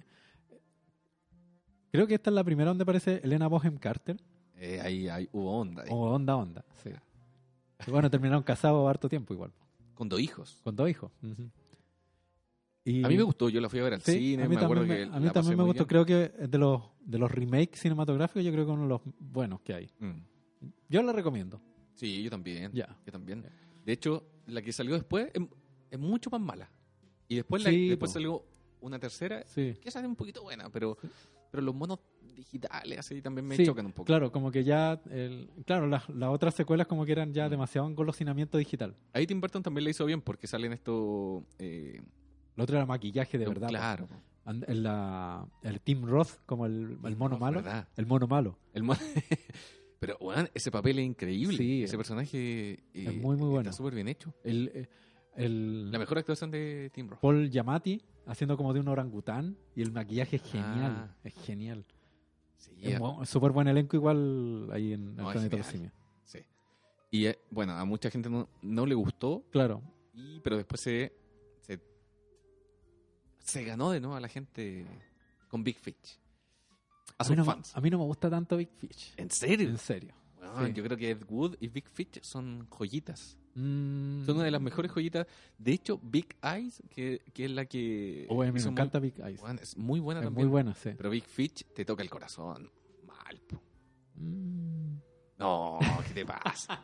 Speaker 2: creo que esta es la primera donde aparece Elena Bohem Carter.
Speaker 3: Eh, ahí, ahí hubo onda. ahí.
Speaker 2: O onda, onda. Sí. Y bueno, terminaron casados harto tiempo igual.
Speaker 3: Con dos hijos.
Speaker 2: Con dos hijos. y
Speaker 3: A mí me gustó, yo la fui a ver al
Speaker 2: sí,
Speaker 3: cine,
Speaker 2: a mí
Speaker 3: me acuerdo
Speaker 2: también
Speaker 3: que
Speaker 2: me, a mí
Speaker 3: la pasé
Speaker 2: también me
Speaker 3: muy
Speaker 2: gustó.
Speaker 3: bien.
Speaker 2: Creo que de los, de los remakes cinematográficos, yo creo que uno de los buenos que hay.
Speaker 3: Mm.
Speaker 2: Yo la recomiendo.
Speaker 3: Sí, yo también.
Speaker 2: Ya.
Speaker 3: Yo también. De hecho, la que salió después es, es mucho más mala. Y después, la-
Speaker 2: Sí,
Speaker 3: después
Speaker 2: po.
Speaker 3: salió una tercera,
Speaker 2: Sí.
Speaker 3: que esa es un poquito buena, pero, pero los monos digitales así también me
Speaker 2: Sí,
Speaker 3: chocan un poco.
Speaker 2: Claro, como que ya. el- claro, las las otras secuelas como que eran ya
Speaker 3: Mm.
Speaker 2: demasiado engolosinamiento digital.
Speaker 3: Ahí Tim Burton también la hizo bien porque salen estos... Eh,
Speaker 2: Lo otro era maquillaje de
Speaker 3: los-
Speaker 2: verdad.
Speaker 3: Claro.
Speaker 2: And- el, la- el Tim Roth como el, el mono
Speaker 3: Roth,
Speaker 2: malo.
Speaker 3: ¿verdad?
Speaker 2: El mono malo.
Speaker 3: El mo- pero, bueno, ese papel es increíble.
Speaker 2: Sí,
Speaker 3: ese
Speaker 2: eh.
Speaker 3: personaje eh,
Speaker 2: Es muy, muy bueno.
Speaker 3: está súper bien hecho.
Speaker 2: El, eh, el
Speaker 3: La mejor actuación de Tim Roth.
Speaker 2: Paul Yamati haciendo como de un orangután y el maquillaje es genial.
Speaker 3: Ah.
Speaker 2: Es genial.
Speaker 3: Sí,
Speaker 2: Es bu- súper buen elenco igual ahí en
Speaker 3: No,
Speaker 2: el
Speaker 3: es
Speaker 2: planeta de los
Speaker 3: genial.
Speaker 2: simios.
Speaker 3: Sí. Y eh, bueno, a mucha gente no, no le gustó,
Speaker 2: Claro,
Speaker 3: y, pero después se, se, se ganó de nuevo a la gente con Big Fish.
Speaker 2: a
Speaker 3: A
Speaker 2: mí,
Speaker 3: sus
Speaker 2: no, me-
Speaker 3: fans.
Speaker 2: a mí no me gusta tanto Big Fish.
Speaker 3: ¿En serio?
Speaker 2: En serio.
Speaker 3: Weón,
Speaker 2: sí.
Speaker 3: Yo creo que Ed Wood y Big Fish son joyitas.
Speaker 2: Mm.
Speaker 3: Son una de las mejores joyitas. De hecho, Big Eyes, que, que es la que.
Speaker 2: Oh, a mí me
Speaker 3: hizo muy-
Speaker 2: encanta Big Eyes.
Speaker 3: Weón, es muy buena
Speaker 2: Es
Speaker 3: también.
Speaker 2: muy buena, sí.
Speaker 3: Pero Big Fish te toca el corazón. Mal, po.
Speaker 2: Mm.
Speaker 3: No, ¿qué te pasa?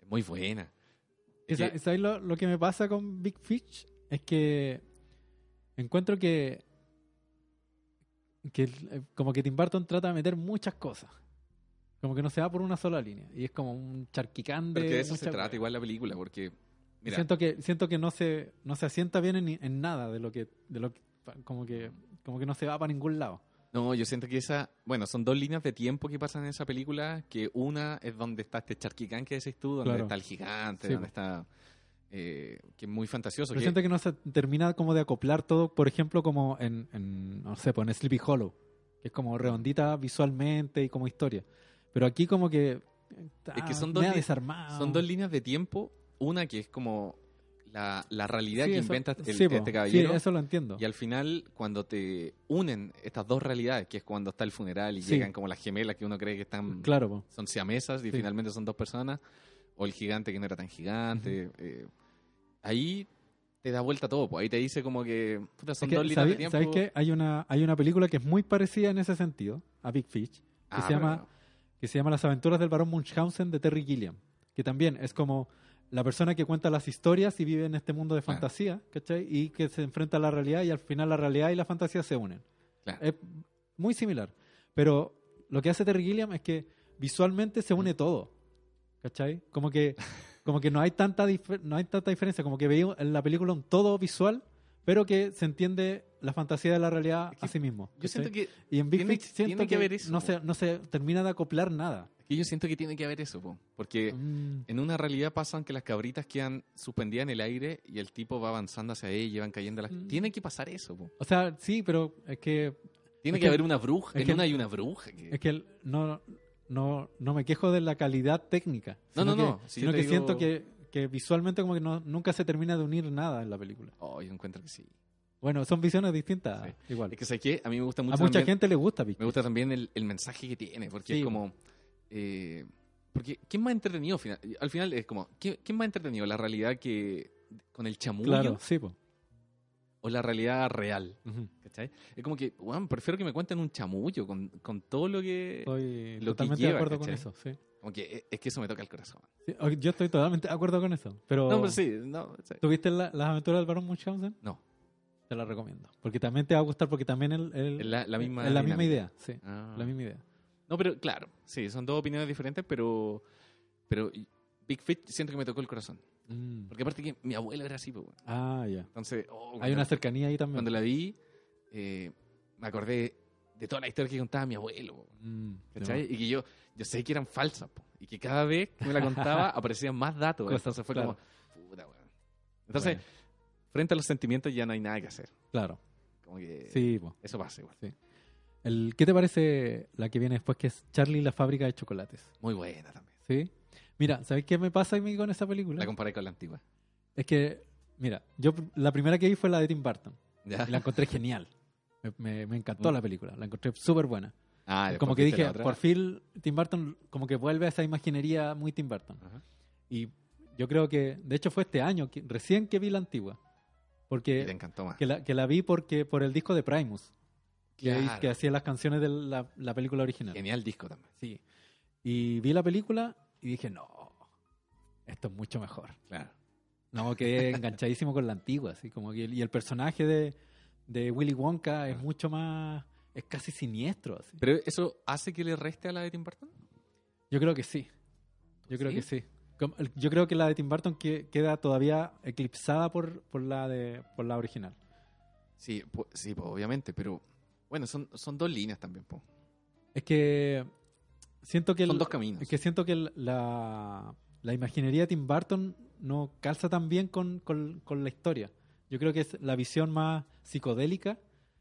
Speaker 3: es muy buena.
Speaker 2: Que sa-
Speaker 3: Que-
Speaker 2: ¿Sabes lo, lo que me pasa con Big Fish? Es que encuentro que, que el- eh, como que Tim Burton trata de meter muchas cosas. Como que no se va por una sola línea. Y es como un charquicán de
Speaker 3: Pero que de eso se
Speaker 2: muchas
Speaker 3: trata
Speaker 2: weas.
Speaker 3: igual la película, porque Mira.
Speaker 2: Siento que siento que no se no se asienta bien en, en nada de lo que de lo que- como que como que no se va para ningún lado.
Speaker 3: No, yo siento que esa. Bueno, son dos líneas de tiempo que pasan en esa película. Que una es donde está este charquicán que decís tú, donde
Speaker 2: Claro.
Speaker 3: está el gigante,
Speaker 2: Sí,
Speaker 3: donde
Speaker 2: po.
Speaker 3: está. eh, que es muy fantasioso.
Speaker 2: Pero
Speaker 3: que-
Speaker 2: siento que no se termina como de acoplar todo, por ejemplo, como en, en, no sé, pues en Sleepy Hollow, que es como redondita visualmente y como historia. Pero aquí como que está
Speaker 3: Es que son dos
Speaker 2: media
Speaker 3: li-
Speaker 2: desarmado.
Speaker 3: Son dos líneas de tiempo. Una que es como la, la realidad
Speaker 2: Sí,
Speaker 3: que
Speaker 2: eso-
Speaker 3: inventa el-
Speaker 2: sí, po.
Speaker 3: este caballero.
Speaker 2: Sí, eso lo entiendo.
Speaker 3: Y al final, cuando te unen estas dos realidades, que es cuando está el funeral y
Speaker 2: Sí.
Speaker 3: llegan como las gemelas que uno cree que están
Speaker 2: Claro, po.
Speaker 3: son siamesas y
Speaker 2: Sí.
Speaker 3: finalmente son dos personas, o el gigante que no era tan gigante, eh, ahí te da vuelta todo, pues ahí te dice como que puta, son
Speaker 2: Es que,
Speaker 3: dos líneas de
Speaker 2: ¿sabí-
Speaker 3: tiempo.
Speaker 2: ¿Sabes qué? Hay una, hay una película que es muy parecida en ese sentido a Big Fish, que,
Speaker 3: Ah,
Speaker 2: se,
Speaker 3: pero
Speaker 2: llama, que se llama Las aventuras del barón Munchausen de Terry Gilliam, que también es como la persona que cuenta las historias y vive en este mundo de
Speaker 3: Claro.
Speaker 2: fantasía, ¿cachai? Y que se enfrenta a la realidad y al final la realidad y la fantasía se unen.
Speaker 3: Claro.
Speaker 2: Es muy similar, pero lo que hace Terry Gilliam es que visualmente se
Speaker 3: Mm.
Speaker 2: une todo, ¿cachai? Como que, como que no, hay tanta difer- no hay tanta diferencia, como que veía en la película un todo visual pero que se entiende la fantasía de la realidad
Speaker 3: Es que
Speaker 2: a sí mismo.
Speaker 3: Yo siento
Speaker 2: ¿cachai?
Speaker 3: que,
Speaker 2: y en Big
Speaker 3: tiene-
Speaker 2: Fish siento
Speaker 3: tiene que
Speaker 2: que,
Speaker 3: haber eso,
Speaker 2: no,
Speaker 3: po.
Speaker 2: se, no se termina de acoplar nada.
Speaker 3: que yo siento que tiene que haber eso, po, porque
Speaker 2: Mm,
Speaker 3: en una realidad pasan que las cabritas quedan suspendidas en el aire y el tipo va avanzando hacia ella y van cayendo las.
Speaker 2: Mm.
Speaker 3: Tiene que pasar eso, po.
Speaker 2: O sea, sí, pero es que,
Speaker 3: Tiene
Speaker 2: Es
Speaker 3: que,
Speaker 2: que-
Speaker 3: haber una bruja.
Speaker 2: es
Speaker 3: En
Speaker 2: que-
Speaker 3: una hay una bruja. que-
Speaker 2: es que el- no, no, no me quejo de la calidad técnica.
Speaker 3: No,
Speaker 2: sino
Speaker 3: no, no,
Speaker 2: que-
Speaker 3: si yo
Speaker 2: sino
Speaker 3: te
Speaker 2: que
Speaker 3: digo-
Speaker 2: siento que, que visualmente como que no- nunca se termina de unir nada en la película.
Speaker 3: Oh, yo encuentro que sí.
Speaker 2: Bueno, son visiones distintas
Speaker 3: Sí.
Speaker 2: igual.
Speaker 3: Es que, ¿sabes qué? A mí me gusta
Speaker 2: a
Speaker 3: mucho.
Speaker 2: mucha
Speaker 3: también-
Speaker 2: gente le gusta Big
Speaker 3: Me
Speaker 2: Fish.
Speaker 3: gusta también el, el mensaje que tiene, porque
Speaker 2: Sí,
Speaker 3: es como. eh, porque, ¿quién más entretenido? fina- Al final es como, ¿quién, quién más entretenido? ¿La realidad que con el chamullo
Speaker 2: Claro, sí, po.
Speaker 3: o la realidad real?
Speaker 2: Ujú.
Speaker 3: ¿Cachai? Es como que, weón, prefiero que me cuenten un chamullo con, con todo lo que.
Speaker 2: Estoy
Speaker 3: lo que
Speaker 2: totalmente
Speaker 3: lleva,
Speaker 2: de acuerdo con
Speaker 3: ¿cachai?
Speaker 2: eso, sí.
Speaker 3: Como que eh, es que eso me toca el corazón.
Speaker 2: Sí, o- Yo estoy totalmente de acuerdo con eso. Pero,
Speaker 3: No, pero sí, no. sí.
Speaker 2: ¿Tuviste la- las aventuras del Barón Munchausen?
Speaker 3: No.
Speaker 2: Te la recomiendo. Porque también te va a gustar, porque también el, el-
Speaker 3: Es la- la misma
Speaker 2: Eh, es la misma idea.
Speaker 3: dinámica.
Speaker 2: Sí,
Speaker 3: Ah.
Speaker 2: la misma idea.
Speaker 3: No, pero claro, sí, son dos opiniones diferentes, pero. Pero Big Fit siento que me tocó el corazón.
Speaker 2: Mm.
Speaker 3: Porque aparte que mi abuela era así, pues, weón.
Speaker 2: Ah, ya.
Speaker 3: Entonces, oh,
Speaker 2: Hay
Speaker 3: cuando-
Speaker 2: una cercanía ahí también.
Speaker 3: cuando la vi, eh, me acordé de toda la historia que contaba mi abuelo, po,
Speaker 2: Mm,
Speaker 3: ¿cachai? Y que yo, yo sé que eran falsas, po, y que cada vez que me la contaba aparecían más datos. ¿eh?
Speaker 2: Cosas,
Speaker 3: entonces fue
Speaker 2: claro.
Speaker 3: como, puta, weón. Entonces,
Speaker 2: Bueno.
Speaker 3: frente a los sentimientos ya no hay nada que hacer.
Speaker 2: Claro.
Speaker 3: Como que
Speaker 2: Sí, po.
Speaker 3: eso pasa igual.
Speaker 2: El, ¿Qué te parece la que viene después, que es Charlie y la fábrica de chocolates?
Speaker 3: Muy buena también.
Speaker 2: ¿Sí? Mira, ¿sabes qué me pasa a mí con esa película?
Speaker 3: La comparé con la antigua.
Speaker 2: Es que, mira, yo pr- la primera que vi fue la de Tim Burton.
Speaker 3: ¿Ya?
Speaker 2: Y la encontré genial. Me, me- me encantó la película. La encontré súper buena.
Speaker 3: Ah, después
Speaker 2: como que
Speaker 3: viste
Speaker 2: dije,
Speaker 3: la otra.
Speaker 2: por fin Tim Burton como que vuelve a esa imaginería muy Tim Burton.
Speaker 3: Ajá.
Speaker 2: Y yo creo que, de hecho fue este año, que, recién que vi la antigua.
Speaker 3: Y te
Speaker 2: Porque
Speaker 3: encantó más.
Speaker 2: que la, que la vi porque por el disco de Primus, que,
Speaker 3: Claro.
Speaker 2: que hacía las canciones de la, la película original.
Speaker 3: Genial disco también.
Speaker 2: Sí. Y vi la película y dije, no, esto es mucho mejor.
Speaker 3: Claro.
Speaker 2: No, quedé enganchadísimo con la antigua, así como que y el personaje de, de Willy Wonka es mucho más, es casi siniestro, así.
Speaker 3: Pero eso hace que le reste a la de Tim Burton.
Speaker 2: Yo creo que sí. Yo creo
Speaker 3: ¿Sí?
Speaker 2: que sí. Com- el- Yo creo que la de Tim Burton que- queda todavía eclipsada por, por la de por la original.
Speaker 3: Sí, po- sí, po, obviamente, pero bueno, son, son dos líneas también, po.
Speaker 2: Es que siento que el-
Speaker 3: son dos caminos.
Speaker 2: es que siento que el- la, la imaginería de Tim Burton no calza tan bien con, con- con la historia. Yo creo que es la visión más psicodélica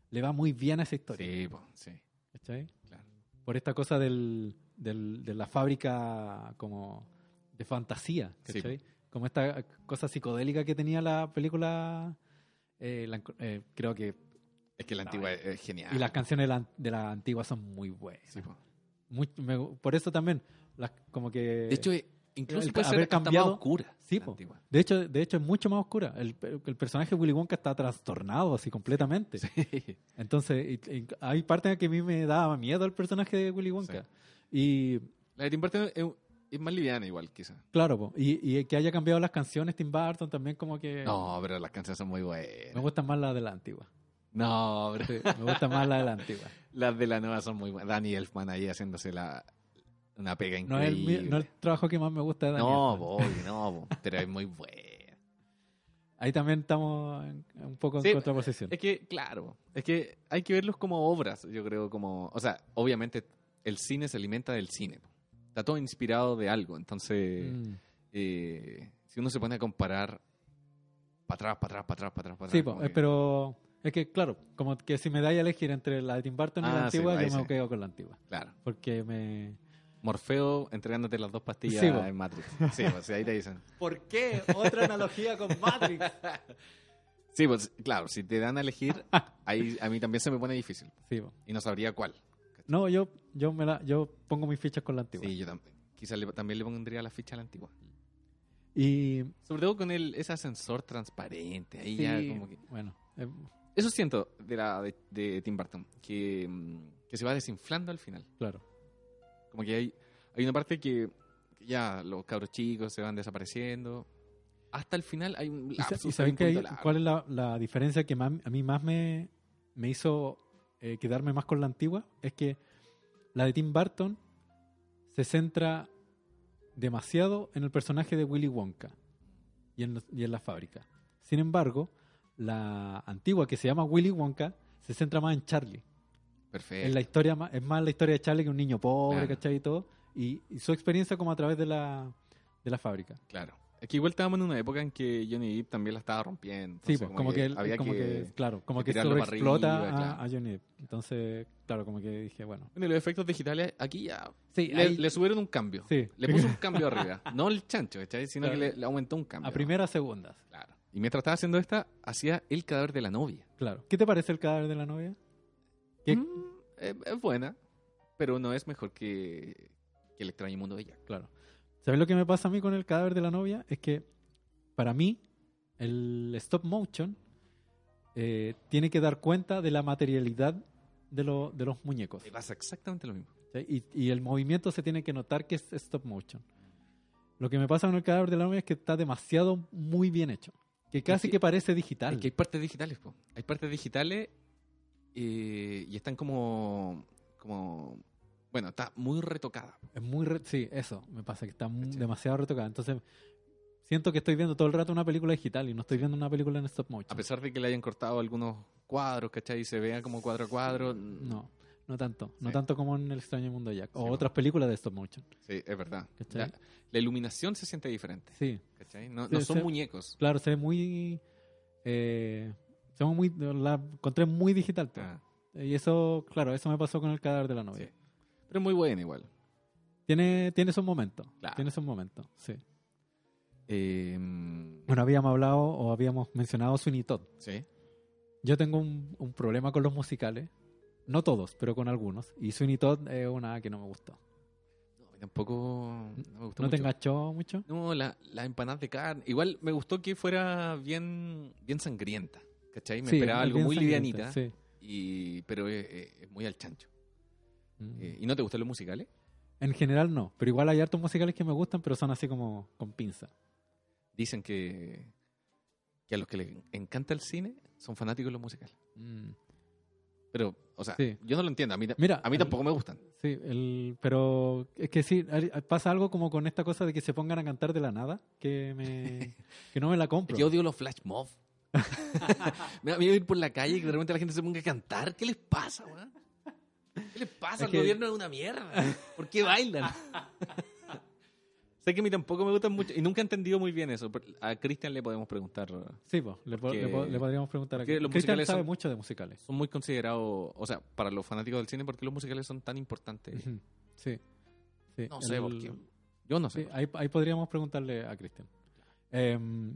Speaker 2: le va muy bien a esa historia.
Speaker 3: Sí, po, sí.
Speaker 2: ¿cachai?
Speaker 3: Claro.
Speaker 2: Por esta cosa del, del- de la fábrica como de fantasía,
Speaker 3: Sí.
Speaker 2: ¿cachai? Como esta cosa psicodélica que tenía la película, eh, la enco- eh, creo que...
Speaker 3: Es que la antigua es, es genial.
Speaker 2: Y las canciones de la, eh, de la antigua son muy buenas.
Speaker 3: Ah. Sí, po.
Speaker 2: Muy- me- por eso también, las, como que...
Speaker 3: De hecho, eh, incluso
Speaker 2: el
Speaker 3: puede ser
Speaker 2: haber
Speaker 3: hasta más
Speaker 2: cambiado-
Speaker 3: oscura.
Speaker 2: Sí,
Speaker 3: la
Speaker 2: po.
Speaker 3: antigua.
Speaker 2: de hecho, de hecho es mucho más oscura. El, el personaje de Willy Wonka está trastornado así completamente.
Speaker 3: Sí.
Speaker 2: Entonces, y- y hay partes en que a mí me daba miedo el personaje de Willy Wonka. Y
Speaker 3: La de Tim Burton es, es más liviana igual, quizás.
Speaker 2: Claro, po. Y, y que haya cambiado las canciones Tim Burton también como que...
Speaker 3: No, pero las canciones son muy
Speaker 2: Me
Speaker 3: buenas.
Speaker 2: gustan más las de la antigua.
Speaker 3: No, pero
Speaker 2: Sí, me gustan más las de la antigua.
Speaker 3: las de la nueva son muy buenas. Danny Elfman ahí haciéndose la, una pega
Speaker 2: No es, el, mi-
Speaker 3: increíble.
Speaker 2: no es el trabajo que más me gusta de Daniel.
Speaker 3: No, po, obvio, no, po, pero es muy buena.
Speaker 2: Ahí también estamos en- un poco en
Speaker 3: Sí,
Speaker 2: contraposición.
Speaker 3: Es que, claro, es que hay que verlos como obras, yo creo, como... O sea, obviamente el cine se alimenta del cine. po. Está todo inspirado de algo. Entonces,
Speaker 2: Mm.
Speaker 3: eh, si uno se pone a comparar para atrás, para atrás, para atrás, para atrás, para
Speaker 2: Sí,
Speaker 3: atrás,
Speaker 2: po,
Speaker 3: como
Speaker 2: eh,
Speaker 3: que-
Speaker 2: pero es que, claro, como que si me dais a elegir entre la de Tim Burton y la
Speaker 3: Ah, sí,
Speaker 2: antigua,
Speaker 3: ahí
Speaker 2: yo me
Speaker 3: sí.
Speaker 2: quedo con la antigua.
Speaker 3: Claro.
Speaker 2: Porque me...
Speaker 3: Morfeo entregándote las dos pastillas
Speaker 2: Sí, po.
Speaker 3: en Matrix. Sí, pues ahí te dicen.
Speaker 2: ¿Por qué? Otra analogía con Matrix.
Speaker 3: Sí, pues claro, si te dan a elegir, ahí a mí también se me pone difícil.
Speaker 2: Sí, po.
Speaker 3: Y no sabría cuál.
Speaker 2: No, yo, yo, me la, yo pongo mis fichas con la antigua.
Speaker 3: Sí, yo también. Quizás le- también le pondría la ficha a la antigua.
Speaker 2: Y...
Speaker 3: Sobre todo con el, ese ascensor transparente. Ahí
Speaker 2: sí,
Speaker 3: ya como que...
Speaker 2: Bueno, eh,
Speaker 3: Eso siento de la de, de Tim Burton, que, mm, que se va desinflando al final.
Speaker 2: claro.
Speaker 3: Como que hay, hay una parte que, que ya los cabros chicos se van desapareciendo. Hasta el final hay un
Speaker 2: ¿Y, sa-
Speaker 3: lapsus,
Speaker 2: y
Speaker 3: hay
Speaker 2: saben
Speaker 3: pues, un
Speaker 2: que hay-
Speaker 3: poquito de lapsus.
Speaker 2: cuál es la, la diferencia que más- a mí más me, me hizo eh, quedarme más con la antigua? Es que la de Tim Burton se centra demasiado en el personaje de Willy Wonka y en, los- y en la fábrica. Sin embargo, la antigua que se llama Willy Wonka se centra más en Charlie.
Speaker 3: Perfecto.
Speaker 2: Es la historia más, es más la historia de Charlie que un niño pobre,
Speaker 3: Eh. Claro.
Speaker 2: ¿cachai? Y todo. Y, y su experiencia como a través de la, de la fábrica.
Speaker 3: Claro. Es que igual estábamos en una época en que Johnny Depp también la estaba rompiendo.
Speaker 2: Sí,
Speaker 3: entonces
Speaker 2: pues, como, que, él-
Speaker 3: había
Speaker 2: como
Speaker 3: que...
Speaker 2: que, claro, como
Speaker 3: que
Speaker 2: que,
Speaker 3: tirarlo para
Speaker 2: sobreexplota
Speaker 3: arriba,
Speaker 2: a-
Speaker 3: claro.
Speaker 2: a, Johnny Depp. Entonces, claro, como que dije, bueno.
Speaker 3: Bueno, y los efectos digitales aquí ya...
Speaker 2: Sí,
Speaker 3: Le, le subieron un cambio.
Speaker 2: Sí.
Speaker 3: Le puso un cambio arriba. No el chancho, ¿cachai? Sino
Speaker 2: Claro.
Speaker 3: que le, le aumentó un cambio.
Speaker 2: a primeras segundas,
Speaker 3: Claro. Y mientras estaba haciendo esta, hacía El cadáver de la novia.
Speaker 2: claro. ¿Qué te parece el cadáver de la novia? ¿Qué-
Speaker 3: Mm, es, es buena, pero no es mejor que, que El extraño mundo de Jack.
Speaker 2: Claro. ¿Sabes lo que me pasa a mí con el cadáver de la novia? Es que para mí el stop motion eh, tiene que dar cuenta de la materialidad de, lo- de los muñecos.
Speaker 3: Le pasa exactamente lo mismo.
Speaker 2: ¿sí? Y, y el movimiento se tiene que notar que es stop motion. Lo que me pasa con el cadáver de la novia es que está demasiado muy bien hecho. Que casi
Speaker 3: que-
Speaker 2: que, parece digital.
Speaker 3: Es que hay partes digitales, po. Hay partes digitales eh, y están como... como bueno, está muy retocada.
Speaker 2: Es muy. re- sí, eso. Me pasa que está mu-
Speaker 3: ¿Cachai?
Speaker 2: demasiado retocada. Entonces, siento que estoy viendo todo el rato una película digital y no estoy viendo una película en stop motion.
Speaker 3: A pesar de que le hayan cortado algunos cuadros, ¿cachai? Y se vea como cuadro a cuadro.
Speaker 2: No, no tanto. No
Speaker 3: Sí.
Speaker 2: tanto como en El extraño mundo de Jack. O
Speaker 3: Sí, po.
Speaker 2: otras películas de stop motion.
Speaker 3: Sí, es verdad.
Speaker 2: ¿Cachai?
Speaker 3: La, la iluminación se siente diferente.
Speaker 2: Sí,
Speaker 3: ¿Cachai? No,
Speaker 2: Sí,
Speaker 3: no son
Speaker 2: sí.
Speaker 3: muñecos.
Speaker 2: claro, se ve muy. Eh, se ve muy. La encontré muy digital. po.
Speaker 3: Ah,
Speaker 2: Y eso, claro, eso me pasó con El cadáver de la novia.
Speaker 3: sí. Pero es muy buena igual.
Speaker 2: Tiene, tiene esos momentos.
Speaker 3: Claro.
Speaker 2: Tiene esos momentos, sí.
Speaker 3: Eh,
Speaker 2: Bueno, habíamos hablado o habíamos mencionado Sweeney Todd.
Speaker 3: sí.
Speaker 2: Yo tengo un, un problema con los musicales. No todos, pero con algunos. Y Sweeney Todd es una que no me gustó.
Speaker 3: No, a mí tampoco no me gustó
Speaker 2: ¿No te
Speaker 3: mucho.
Speaker 2: enganchó mucho?
Speaker 3: No, la- las empanadas de carne. Igual me gustó que fuera bien, bien sangrienta. ¿Cachai? Me
Speaker 2: Sí,
Speaker 3: esperaba
Speaker 2: es
Speaker 3: algo
Speaker 2: bien
Speaker 3: muy
Speaker 2: sangrienta,
Speaker 3: livianita.
Speaker 2: sí.
Speaker 3: Y, pero es, es- es muy al chancho.
Speaker 2: Mm.
Speaker 3: Eh, ¿Y no te gustan los musicales?
Speaker 2: En general no. Pero igual hay hartos musicales que me gustan, pero son así como con pinza.
Speaker 3: Dicen que, que a los que les encanta el cine son fanáticos de los musicales.
Speaker 2: Mm.
Speaker 3: Pero, o sea,
Speaker 2: Sí.
Speaker 3: yo no lo entiendo. A mí, ta-
Speaker 2: Mira,
Speaker 3: a mí
Speaker 2: el-
Speaker 3: tampoco me gustan.
Speaker 2: Sí, el, pero es que sí, hay- pasa algo como con esta cosa de que se pongan a cantar de la nada, que, me, que no me la compro.
Speaker 3: Es que odio los flash mob. me da miedo ir por la calle y que de repente la gente se ponga a cantar. ¿Qué les pasa, weón? ¿Qué les pasa?
Speaker 2: Es
Speaker 3: El
Speaker 2: que-
Speaker 3: gobierno es una mierda. ¿Por qué bailan? sé que a mí tampoco me gustan mucho. Y nunca he entendido muy bien eso. pero A Cristian le podemos preguntar.
Speaker 2: Sí, po, le, po-
Speaker 3: Porque-
Speaker 2: le po- le podríamos preguntar a
Speaker 3: porque los
Speaker 2: Cristian
Speaker 3: musicales
Speaker 2: sabe
Speaker 3: son-
Speaker 2: mucho de musicales.
Speaker 3: Son muy considerados, o sea, para los fanáticos del cine, ¿por qué los musicales son tan importantes?
Speaker 2: Ujú, Sí. sí,
Speaker 3: No sé,
Speaker 2: el-
Speaker 3: por qué. Yo no sé.
Speaker 2: Sí, ahí, ahí podríamos preguntarle a Cristian. Em,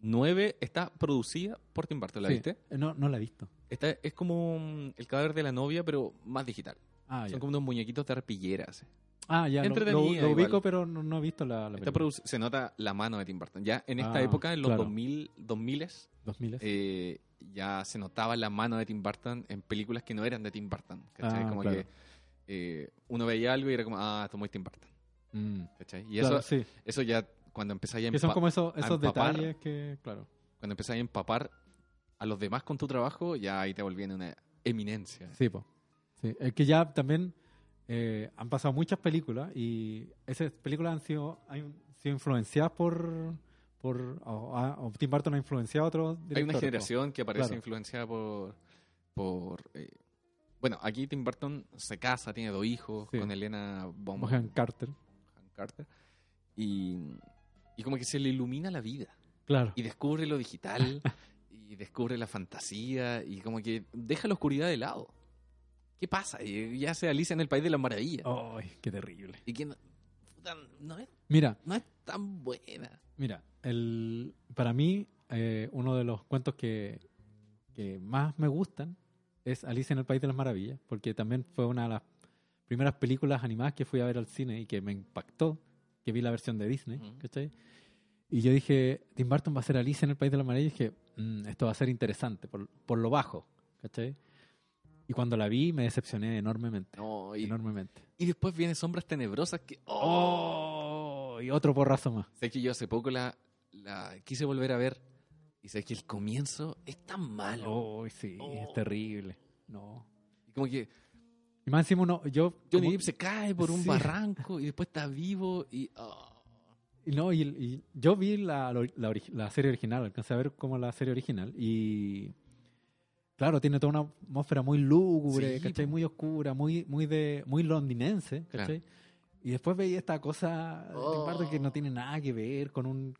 Speaker 3: 9 está producida por Tim Burton, ¿la
Speaker 2: sí.
Speaker 3: viste?
Speaker 2: Eh, No, no la he visto.
Speaker 3: Esta es como mm, el cadáver de la novia, pero más digital.
Speaker 2: Ah, ya.
Speaker 3: Son como unos muñequitos de arpilleras.
Speaker 2: Ah, ya, lo,
Speaker 3: entretenida
Speaker 2: lo- lo
Speaker 3: igual.
Speaker 2: ubico, pero no, no he visto la, la
Speaker 3: Esta
Speaker 2: película.
Speaker 3: produ- se nota la mano de Tim Burton. Ya en esta
Speaker 2: Ah,
Speaker 3: época, en los
Speaker 2: claro.
Speaker 3: 2000, 2000
Speaker 2: 2000 es.
Speaker 3: eh, ya se notaba la mano de Tim Burton en películas que no eran de Tim Burton. ¿cachai?
Speaker 2: Ah,
Speaker 3: como
Speaker 2: claro.
Speaker 3: que eh, uno veía algo y era como, ah, esto es muy Tim Burton.
Speaker 2: Mm.
Speaker 3: ¿cachai? Y
Speaker 2: Claro,
Speaker 3: eso,
Speaker 2: sí.
Speaker 3: eso ya, cuando empezáis a,
Speaker 2: Que son
Speaker 3: empa-
Speaker 2: como esos, esos
Speaker 3: empapar.
Speaker 2: detalles que, claro.
Speaker 3: cuando empezáis a empapar a los demás con tu trabajo, ya ahí te volvían una eminencia.
Speaker 2: Sí, po. Sí, Es que ya también eh, han pasado muchas películas y esas películas han sido, han sido influenciadas por, por o- a- o Tim Burton ha influenciado a otros
Speaker 3: Hay una
Speaker 2: directores, po.
Speaker 3: generación que aparece
Speaker 2: Claro.
Speaker 3: influenciada por. por eh, bueno, aquí Tim Burton se casa, tiene dos hijos
Speaker 2: Sí.
Speaker 3: con Elena Bonham
Speaker 2: como Hank Carter.
Speaker 3: Carter. Y, y como que se le ilumina la vida.
Speaker 2: Claro.
Speaker 3: Y descubre lo digital, y descubre la fantasía, y como que deja la oscuridad de lado. ¿Qué pasa? Y ya se Alicia en el País de las Maravillas.
Speaker 2: Ay, qué terrible.
Speaker 3: Y que no, puta, no es,
Speaker 2: Mira,
Speaker 3: no es tan buena.
Speaker 2: Mira, el, para mí, eh, uno de los cuentos que, que más me gustan es Alicia en el País de las Maravillas, porque también fue una de las primeras películas animadas que fui a ver al cine y que me impactó, que vi la versión de Disney,
Speaker 3: Ujú.
Speaker 2: ¿cachai? Y yo dije, Tim Burton va a ser Alicia en el País de las Maravillas, y dije, "Mm, esto va a ser interesante, por, por lo bajo, ¿cachai? Y cuando la vi me decepcioné enormemente,
Speaker 3: No, y,
Speaker 2: enormemente.
Speaker 3: y después vienen sombras tenebrosas que.
Speaker 2: ¡Oh! Y otro porrazo más.
Speaker 3: Sé que yo hace poco la, la quise volver a ver y sé que el comienzo es tan malo.
Speaker 2: Oh, sí, es terrible. No.
Speaker 3: Y Como que
Speaker 2: Y más encima uno, yo...
Speaker 3: Johnny
Speaker 2: como-
Speaker 3: Depp se cae por un
Speaker 2: Sí.
Speaker 3: barranco y después está vivo y. oh.
Speaker 2: No, y, y yo vi la, la, ori- la serie original, alcancé a ver como la serie original y... Claro, tiene toda una atmósfera muy lúgubre,
Speaker 3: Sí,
Speaker 2: ¿cachai?
Speaker 3: po.
Speaker 2: Muy oscura, muy, muy, de, muy londinense, ¿cachai? Y después veía esta cosa de
Speaker 3: Oh.
Speaker 2: Tim Burton que no tiene nada que ver con un,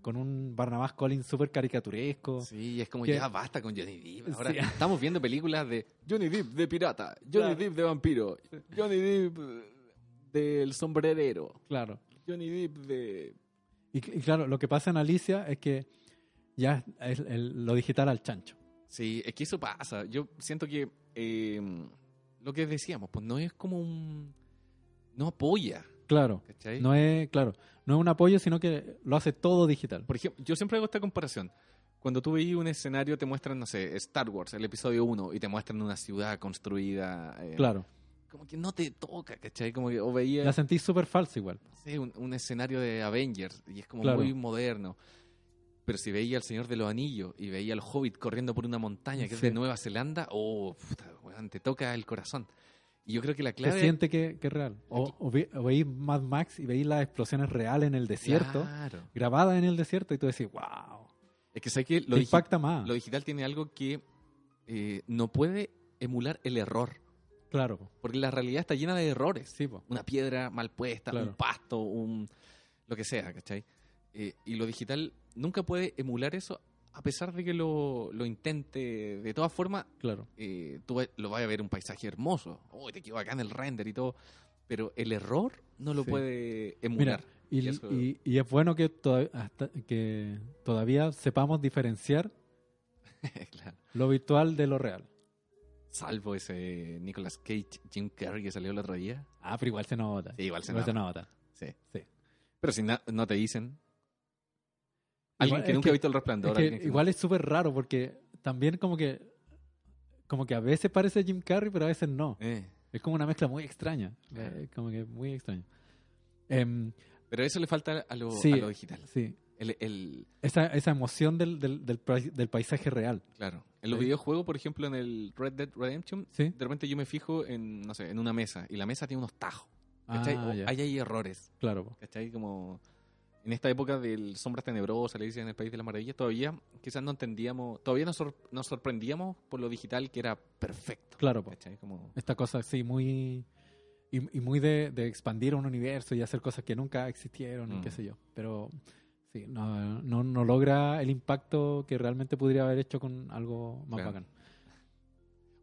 Speaker 2: con un Barnabas Collins súper caricaturesco.
Speaker 3: Sí, es como
Speaker 2: Que-
Speaker 3: ya basta con Johnny Depp. Ahora
Speaker 2: Sí.
Speaker 3: estamos viendo películas de Johnny Depp de pirata, Johnny
Speaker 2: Claro.
Speaker 3: Depp de vampiro, Johnny Depp eh, del sombrerero,
Speaker 2: Claro.
Speaker 3: Johnny Depp de.
Speaker 2: Y, y claro, lo que pasa en Alicia es que ya es el- lo digital al chancho.
Speaker 3: Sí, es que eso pasa. Yo siento que eh, lo que decíamos, pues no es como un. No apoya,
Speaker 2: Claro.
Speaker 3: ¿cachai?
Speaker 2: No es, claro, no es un apoyo, sino que lo hace todo digital.
Speaker 3: Por ejemplo, yo siempre hago esta comparación. Cuando tú veis un escenario, te muestran, no sé, Star Wars, el episodio 1, y te muestran una ciudad construida. eh,
Speaker 2: Claro.
Speaker 3: Como que no te toca, ¿cachai? Como que, o
Speaker 2: La
Speaker 3: veía
Speaker 2: sentís súper falsa igual.
Speaker 3: no sé, un, un escenario de Avengers, y es como
Speaker 2: Claro.
Speaker 3: muy moderno. Pero si veía al Señor de los Anillos y veía al Hobbit corriendo por una montaña que es
Speaker 2: Sí.
Speaker 3: de Nueva Zelanda, oh, puta, weón, te toca el corazón. Y yo creo que la
Speaker 2: Se
Speaker 3: clave.
Speaker 2: siente que, que es real. O,
Speaker 3: Aquí-
Speaker 2: o ve- o veís Mad Max y veís las explosiones reales en el desierto,
Speaker 3: Claro.
Speaker 2: grabadas en el desierto, y tú decís, wow.
Speaker 3: Es que sé que lo,
Speaker 2: Te
Speaker 3: digi-
Speaker 2: impacta más.
Speaker 3: lo digital tiene algo que eh, no puede emular el error.
Speaker 2: Claro, po.
Speaker 3: Porque la realidad está llena de errores.
Speaker 2: sí, po.
Speaker 3: Una piedra mal puesta,
Speaker 2: Claro.
Speaker 3: un pasto, un lo que sea, ¿cachai? Eh, y lo digital nunca puede emular eso a pesar de que lo, lo intente. De todas formas,
Speaker 2: claro.
Speaker 3: eh, tú ve- lo vas a ver un paisaje hermoso. Oh, te quedó acá en el render y todo. Pero el error no lo
Speaker 2: Sí.
Speaker 3: puede
Speaker 2: Mira,
Speaker 3: emular.
Speaker 2: y,
Speaker 3: Y eso-
Speaker 2: y- y es bueno que, toda- hasta- que todavía sepamos diferenciar
Speaker 3: Claro.
Speaker 2: lo virtual de lo real.
Speaker 3: Salvo ese Nicolas Cage, Jim Carrey que salió el otro día.
Speaker 2: Ah, pero igual se nota.
Speaker 3: Sí, igual se
Speaker 2: Igual se
Speaker 3: nota.
Speaker 2: nota.
Speaker 3: Sí.
Speaker 2: Sí.
Speaker 3: Pero si na- no te dicen. Alguien
Speaker 2: Igual-
Speaker 3: que
Speaker 2: es
Speaker 3: nunca
Speaker 2: que-
Speaker 3: ha visto el resplandor.
Speaker 2: Es que
Speaker 3: alguien que
Speaker 2: igual es súper raro porque también como que como que a veces parece Jim Carrey pero a veces no.
Speaker 3: no- Eh,
Speaker 2: Es como una mezcla muy extraña.
Speaker 3: Claro.
Speaker 2: Eh, Como que muy extraña. Em,
Speaker 3: Pero eso le falta a lo,
Speaker 2: sí,
Speaker 3: a lo digital.
Speaker 2: sí.
Speaker 3: El, el-
Speaker 2: Esa, esa emoción del, del, del pais- del paisaje real.
Speaker 3: claro. En los
Speaker 2: Sí.
Speaker 3: videojuegos, por ejemplo, en el Red Dead Redemption,
Speaker 2: ¿Sí?
Speaker 3: de repente yo me fijo en, no sé, en una mesa y la mesa tiene unos tajos. ¿Cachai?
Speaker 2: Ah,
Speaker 3: O
Speaker 2: ya.
Speaker 3: ahí hay errores.
Speaker 2: Claro. po.
Speaker 3: ¿Cachai? Como en esta época del Sombras Tenebrosas, le dicen en el País de las Maravillas, todavía quizás no entendíamos, todavía nos, sor- nos sorprendíamos por lo digital que era perfecto.
Speaker 2: Claro. po.
Speaker 3: ¿Cachai? Como,
Speaker 2: Esta cosa así muy... Y, y muy de, de expandir un universo y hacer cosas que nunca existieron y
Speaker 3: Mm.
Speaker 2: qué sé yo. Pero sí, no, no, no logra el impacto que realmente podría haber hecho con algo más
Speaker 3: Claro.
Speaker 2: bacán.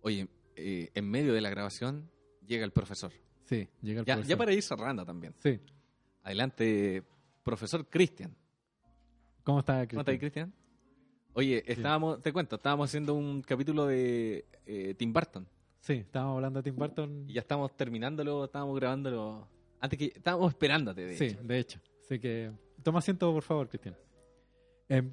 Speaker 3: Oye, eh, en medio de la grabación llega el profesor.
Speaker 2: Sí, llega el
Speaker 3: Ya,
Speaker 2: profesor.
Speaker 3: ya para ir cerrando también.
Speaker 2: Sí.
Speaker 3: Adelante, profesor Cristian.
Speaker 2: ¿Cómo está,
Speaker 3: ¿Cómo estás,
Speaker 2: Cristian?
Speaker 3: Cristian? Oye, estábamos, te cuento, estábamos haciendo un capítulo de eh, Tim Burton.
Speaker 2: Sí, estábamos hablando de Tim Burton.
Speaker 3: Y ya estamos terminándolo, estábamos grabándolo. Antes que estábamos esperándote, de
Speaker 2: sí,
Speaker 3: hecho.
Speaker 2: de hecho. Así que toma asiento, por favor, Cristian. Em,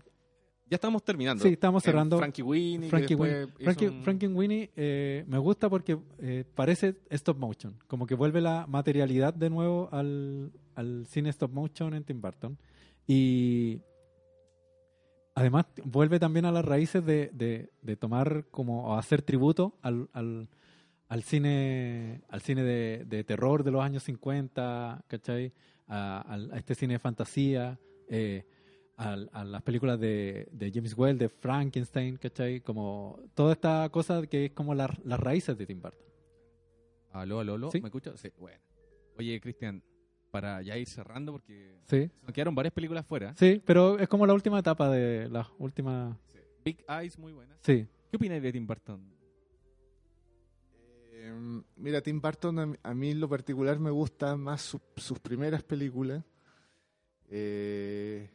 Speaker 3: Ya estamos terminando.
Speaker 2: Sí, estamos
Speaker 3: En
Speaker 2: cerrando.
Speaker 3: Frankie Winnie. que
Speaker 2: Frankie
Speaker 3: después
Speaker 2: Win-
Speaker 3: hizo
Speaker 2: Frankie-
Speaker 3: un-
Speaker 2: Frankie Winnie eh, me gusta porque eh, parece stop motion. Como que vuelve la materialidad de nuevo al, al cine stop motion en Tim Burton. Y además t- vuelve también a las raíces de, de- de tomar como o hacer tributo al, al- al cine al cine de, de terror de los años 50, ¿cachai? A, al- a este cine de fantasía. eh, al- a las películas de, de James Well, de Frankenstein, ¿cachai? Como toda esta cosa que es como las- las raíces de Tim Burton.
Speaker 3: Aló, aló, aló.
Speaker 2: Sí.
Speaker 3: ¿Me escuchas? Sí, bueno. Oye, Cristian, para ya ir cerrando, porque
Speaker 2: Sí,
Speaker 3: nos quedaron varias películas fuera.
Speaker 2: sí, pero es como la última etapa de las últimas...
Speaker 3: Big Eyes, muy buenas.
Speaker 2: Sí,
Speaker 3: ¿Qué opináis de Tim Burton?
Speaker 8: Eh, mira, Tim Burton a, mí- a mí en lo particular me gusta más su- sus primeras películas. Eh,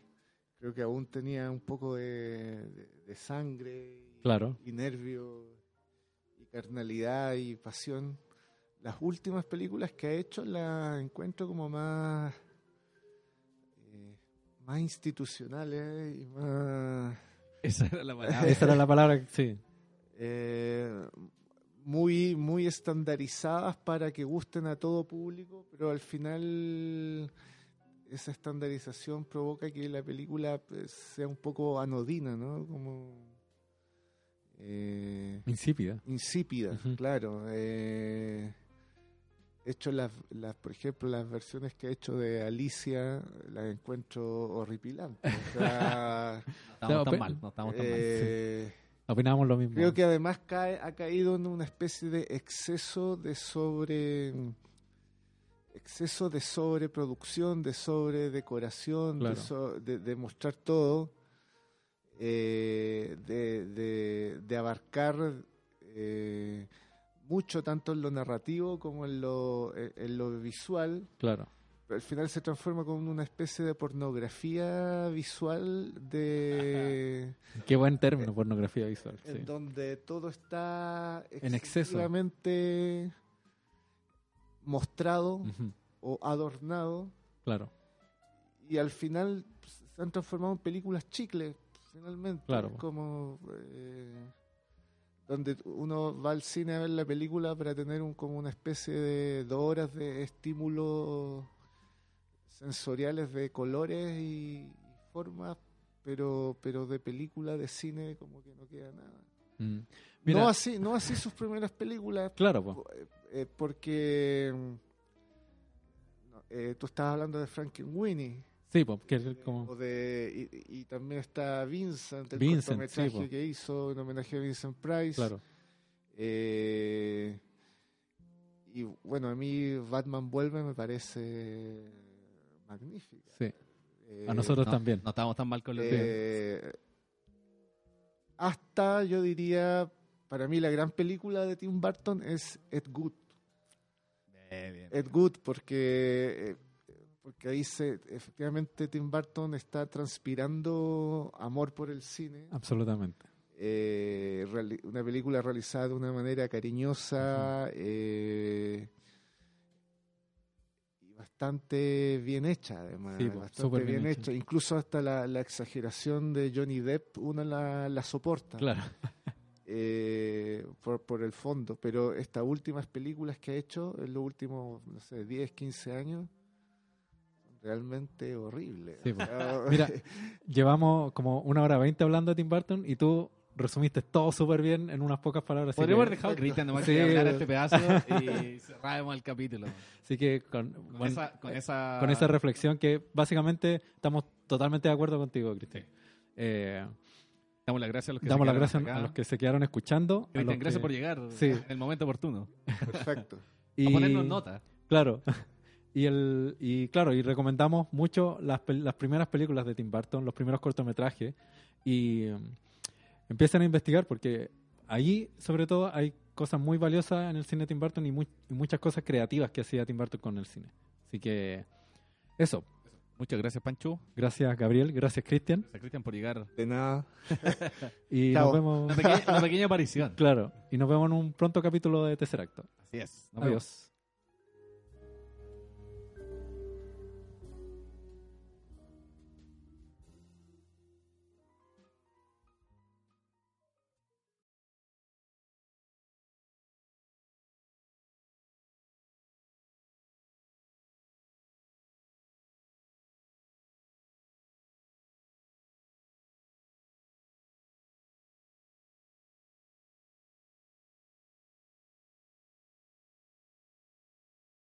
Speaker 8: creo que aún tenía un poco de, de- de sangre y,
Speaker 2: Claro.
Speaker 8: y nervio y carnalidad y pasión. Las últimas películas que ha hecho las encuentro como más, eh, más institucionales y más
Speaker 3: Esa era la palabra.
Speaker 2: esa era la palabra, que- sí.
Speaker 8: eh, muy, muy estandarizadas para que gusten a todo público, pero al final esa estandarización provoca que la película pues, sea un poco anodina, ¿no? Como eh,
Speaker 2: Insípida.
Speaker 8: insípida,
Speaker 2: Ujú.
Speaker 8: claro. eh, he hecho las, las, por ejemplo, las versiones que he hecho de Alicia las encuentro horripilantes. o sea,
Speaker 3: estamos
Speaker 2: pe-
Speaker 3: tan mal, no estamos tan mal.
Speaker 8: eh,
Speaker 2: Opinábamos lo mismo.
Speaker 8: Creo que además cae, ha caído en una especie de exceso de sobre exceso de sobreproducción, de sobredecoración,
Speaker 2: Claro.
Speaker 8: de, so- de- de mostrar todo, eh, de, de- de abarcar eh, mucho tanto en lo narrativo como en lo, en- en lo visual,
Speaker 2: Claro.
Speaker 8: pero al final se transforma como una especie de pornografía visual de
Speaker 2: Qué buen término, pornografía visual. sí.
Speaker 8: en donde todo está
Speaker 2: En exceso.
Speaker 8: excesivamente mostrado
Speaker 2: Ujú,
Speaker 8: o adornado
Speaker 2: Claro,
Speaker 8: y al final pues, se han transformado en películas chicles finalmente
Speaker 2: Claro,
Speaker 8: Es
Speaker 2: po.
Speaker 8: como eh, donde uno va al cine a ver la película para tener un, como una especie de dos horas de estímulos sensoriales de colores y formas pero pero de película de cine como que no queda nada
Speaker 2: Mm. Mira,
Speaker 8: no así, no así sus primeras películas,
Speaker 2: claro, po.
Speaker 8: eh, porque mm, no, eh, tú estabas hablando de Frankenweenie
Speaker 2: Sí, po, que es como...
Speaker 8: o de y, y también está Vincent, el
Speaker 2: Vincent,
Speaker 8: cortometraje
Speaker 2: sí, po.
Speaker 8: que hizo en homenaje a Vincent Price.
Speaker 2: Claro.
Speaker 8: Eh, y bueno, a mí Batman vuelve me parece magnífica.
Speaker 2: Sí.
Speaker 8: Eh,
Speaker 2: A nosotros
Speaker 3: No,
Speaker 2: también.
Speaker 3: No estamos tan mal con los
Speaker 8: eh, hasta yo diría, para mí la gran película de Tim Burton es Ed Good.
Speaker 3: Bien, bien.
Speaker 8: Ed Good porque, eh, porque ahí se, efectivamente Tim Burton está transpirando amor por el cine.
Speaker 2: Absolutamente.
Speaker 8: Eh, reali- una película realizada de una manera cariñosa eh, y bastante bien hecha además
Speaker 2: Sí, po,
Speaker 8: bastante
Speaker 2: súper
Speaker 8: bien,
Speaker 2: bien
Speaker 8: hecha.
Speaker 2: hecha.
Speaker 8: incluso hasta la, la exageración de Johnny Depp uno la, la soporta
Speaker 2: Claro.
Speaker 8: eh, por, por el fondo pero estas últimas películas que ha hecho en los últimos no sé 10, 15 años son realmente horribles
Speaker 2: Sí,
Speaker 8: O
Speaker 2: po.
Speaker 8: sea,
Speaker 2: Mira, llevamos como una hora veinte hablando de Tim Burton y tú resumiste todo súper bien en unas pocas palabras. Así
Speaker 3: Podríamos
Speaker 2: que,
Speaker 3: haber dejado a Cristian nomás
Speaker 2: Sí.
Speaker 3: que hablar este pedazo y cerramos el capítulo.
Speaker 2: así que con,
Speaker 3: Con,
Speaker 2: bueno,
Speaker 3: esa, con, esa,
Speaker 2: con esa reflexión que básicamente estamos totalmente de acuerdo contigo, Cristian. Eh,
Speaker 3: damos las gracias a los que
Speaker 2: damos
Speaker 3: se
Speaker 2: las gracias
Speaker 3: quedaron
Speaker 2: a los
Speaker 3: acá.
Speaker 2: que se quedaron escuchando. a los
Speaker 3: Cristian, gracias
Speaker 2: que-
Speaker 3: por llegar
Speaker 2: Sí.
Speaker 3: en el momento oportuno.
Speaker 8: perfecto
Speaker 2: y-
Speaker 3: A ponernos nota.
Speaker 2: Claro. Y, el, y claro, y recomendamos mucho las, pel- las primeras películas de Tim Burton, los primeros cortometrajes, y mm, empiecen a investigar porque ahí, sobre todo, hay cosas muy valiosas en el cine de Tim Burton y, mu- y muchas cosas creativas que hacía Tim Burton con el cine. Así que eso.
Speaker 3: Muchas gracias, Pancho.
Speaker 2: Gracias, Gabriel. Gracias, Cristian.
Speaker 3: Gracias, Cristian, por llegar.
Speaker 8: de nada
Speaker 2: Y
Speaker 8: Chao.
Speaker 2: nos vemos.
Speaker 3: Una pequeña, una pequeña aparición.
Speaker 2: Claro. Y nos vemos en un pronto capítulo de Tercer Acto.
Speaker 3: Así es. Nos vemos.
Speaker 2: Adiós.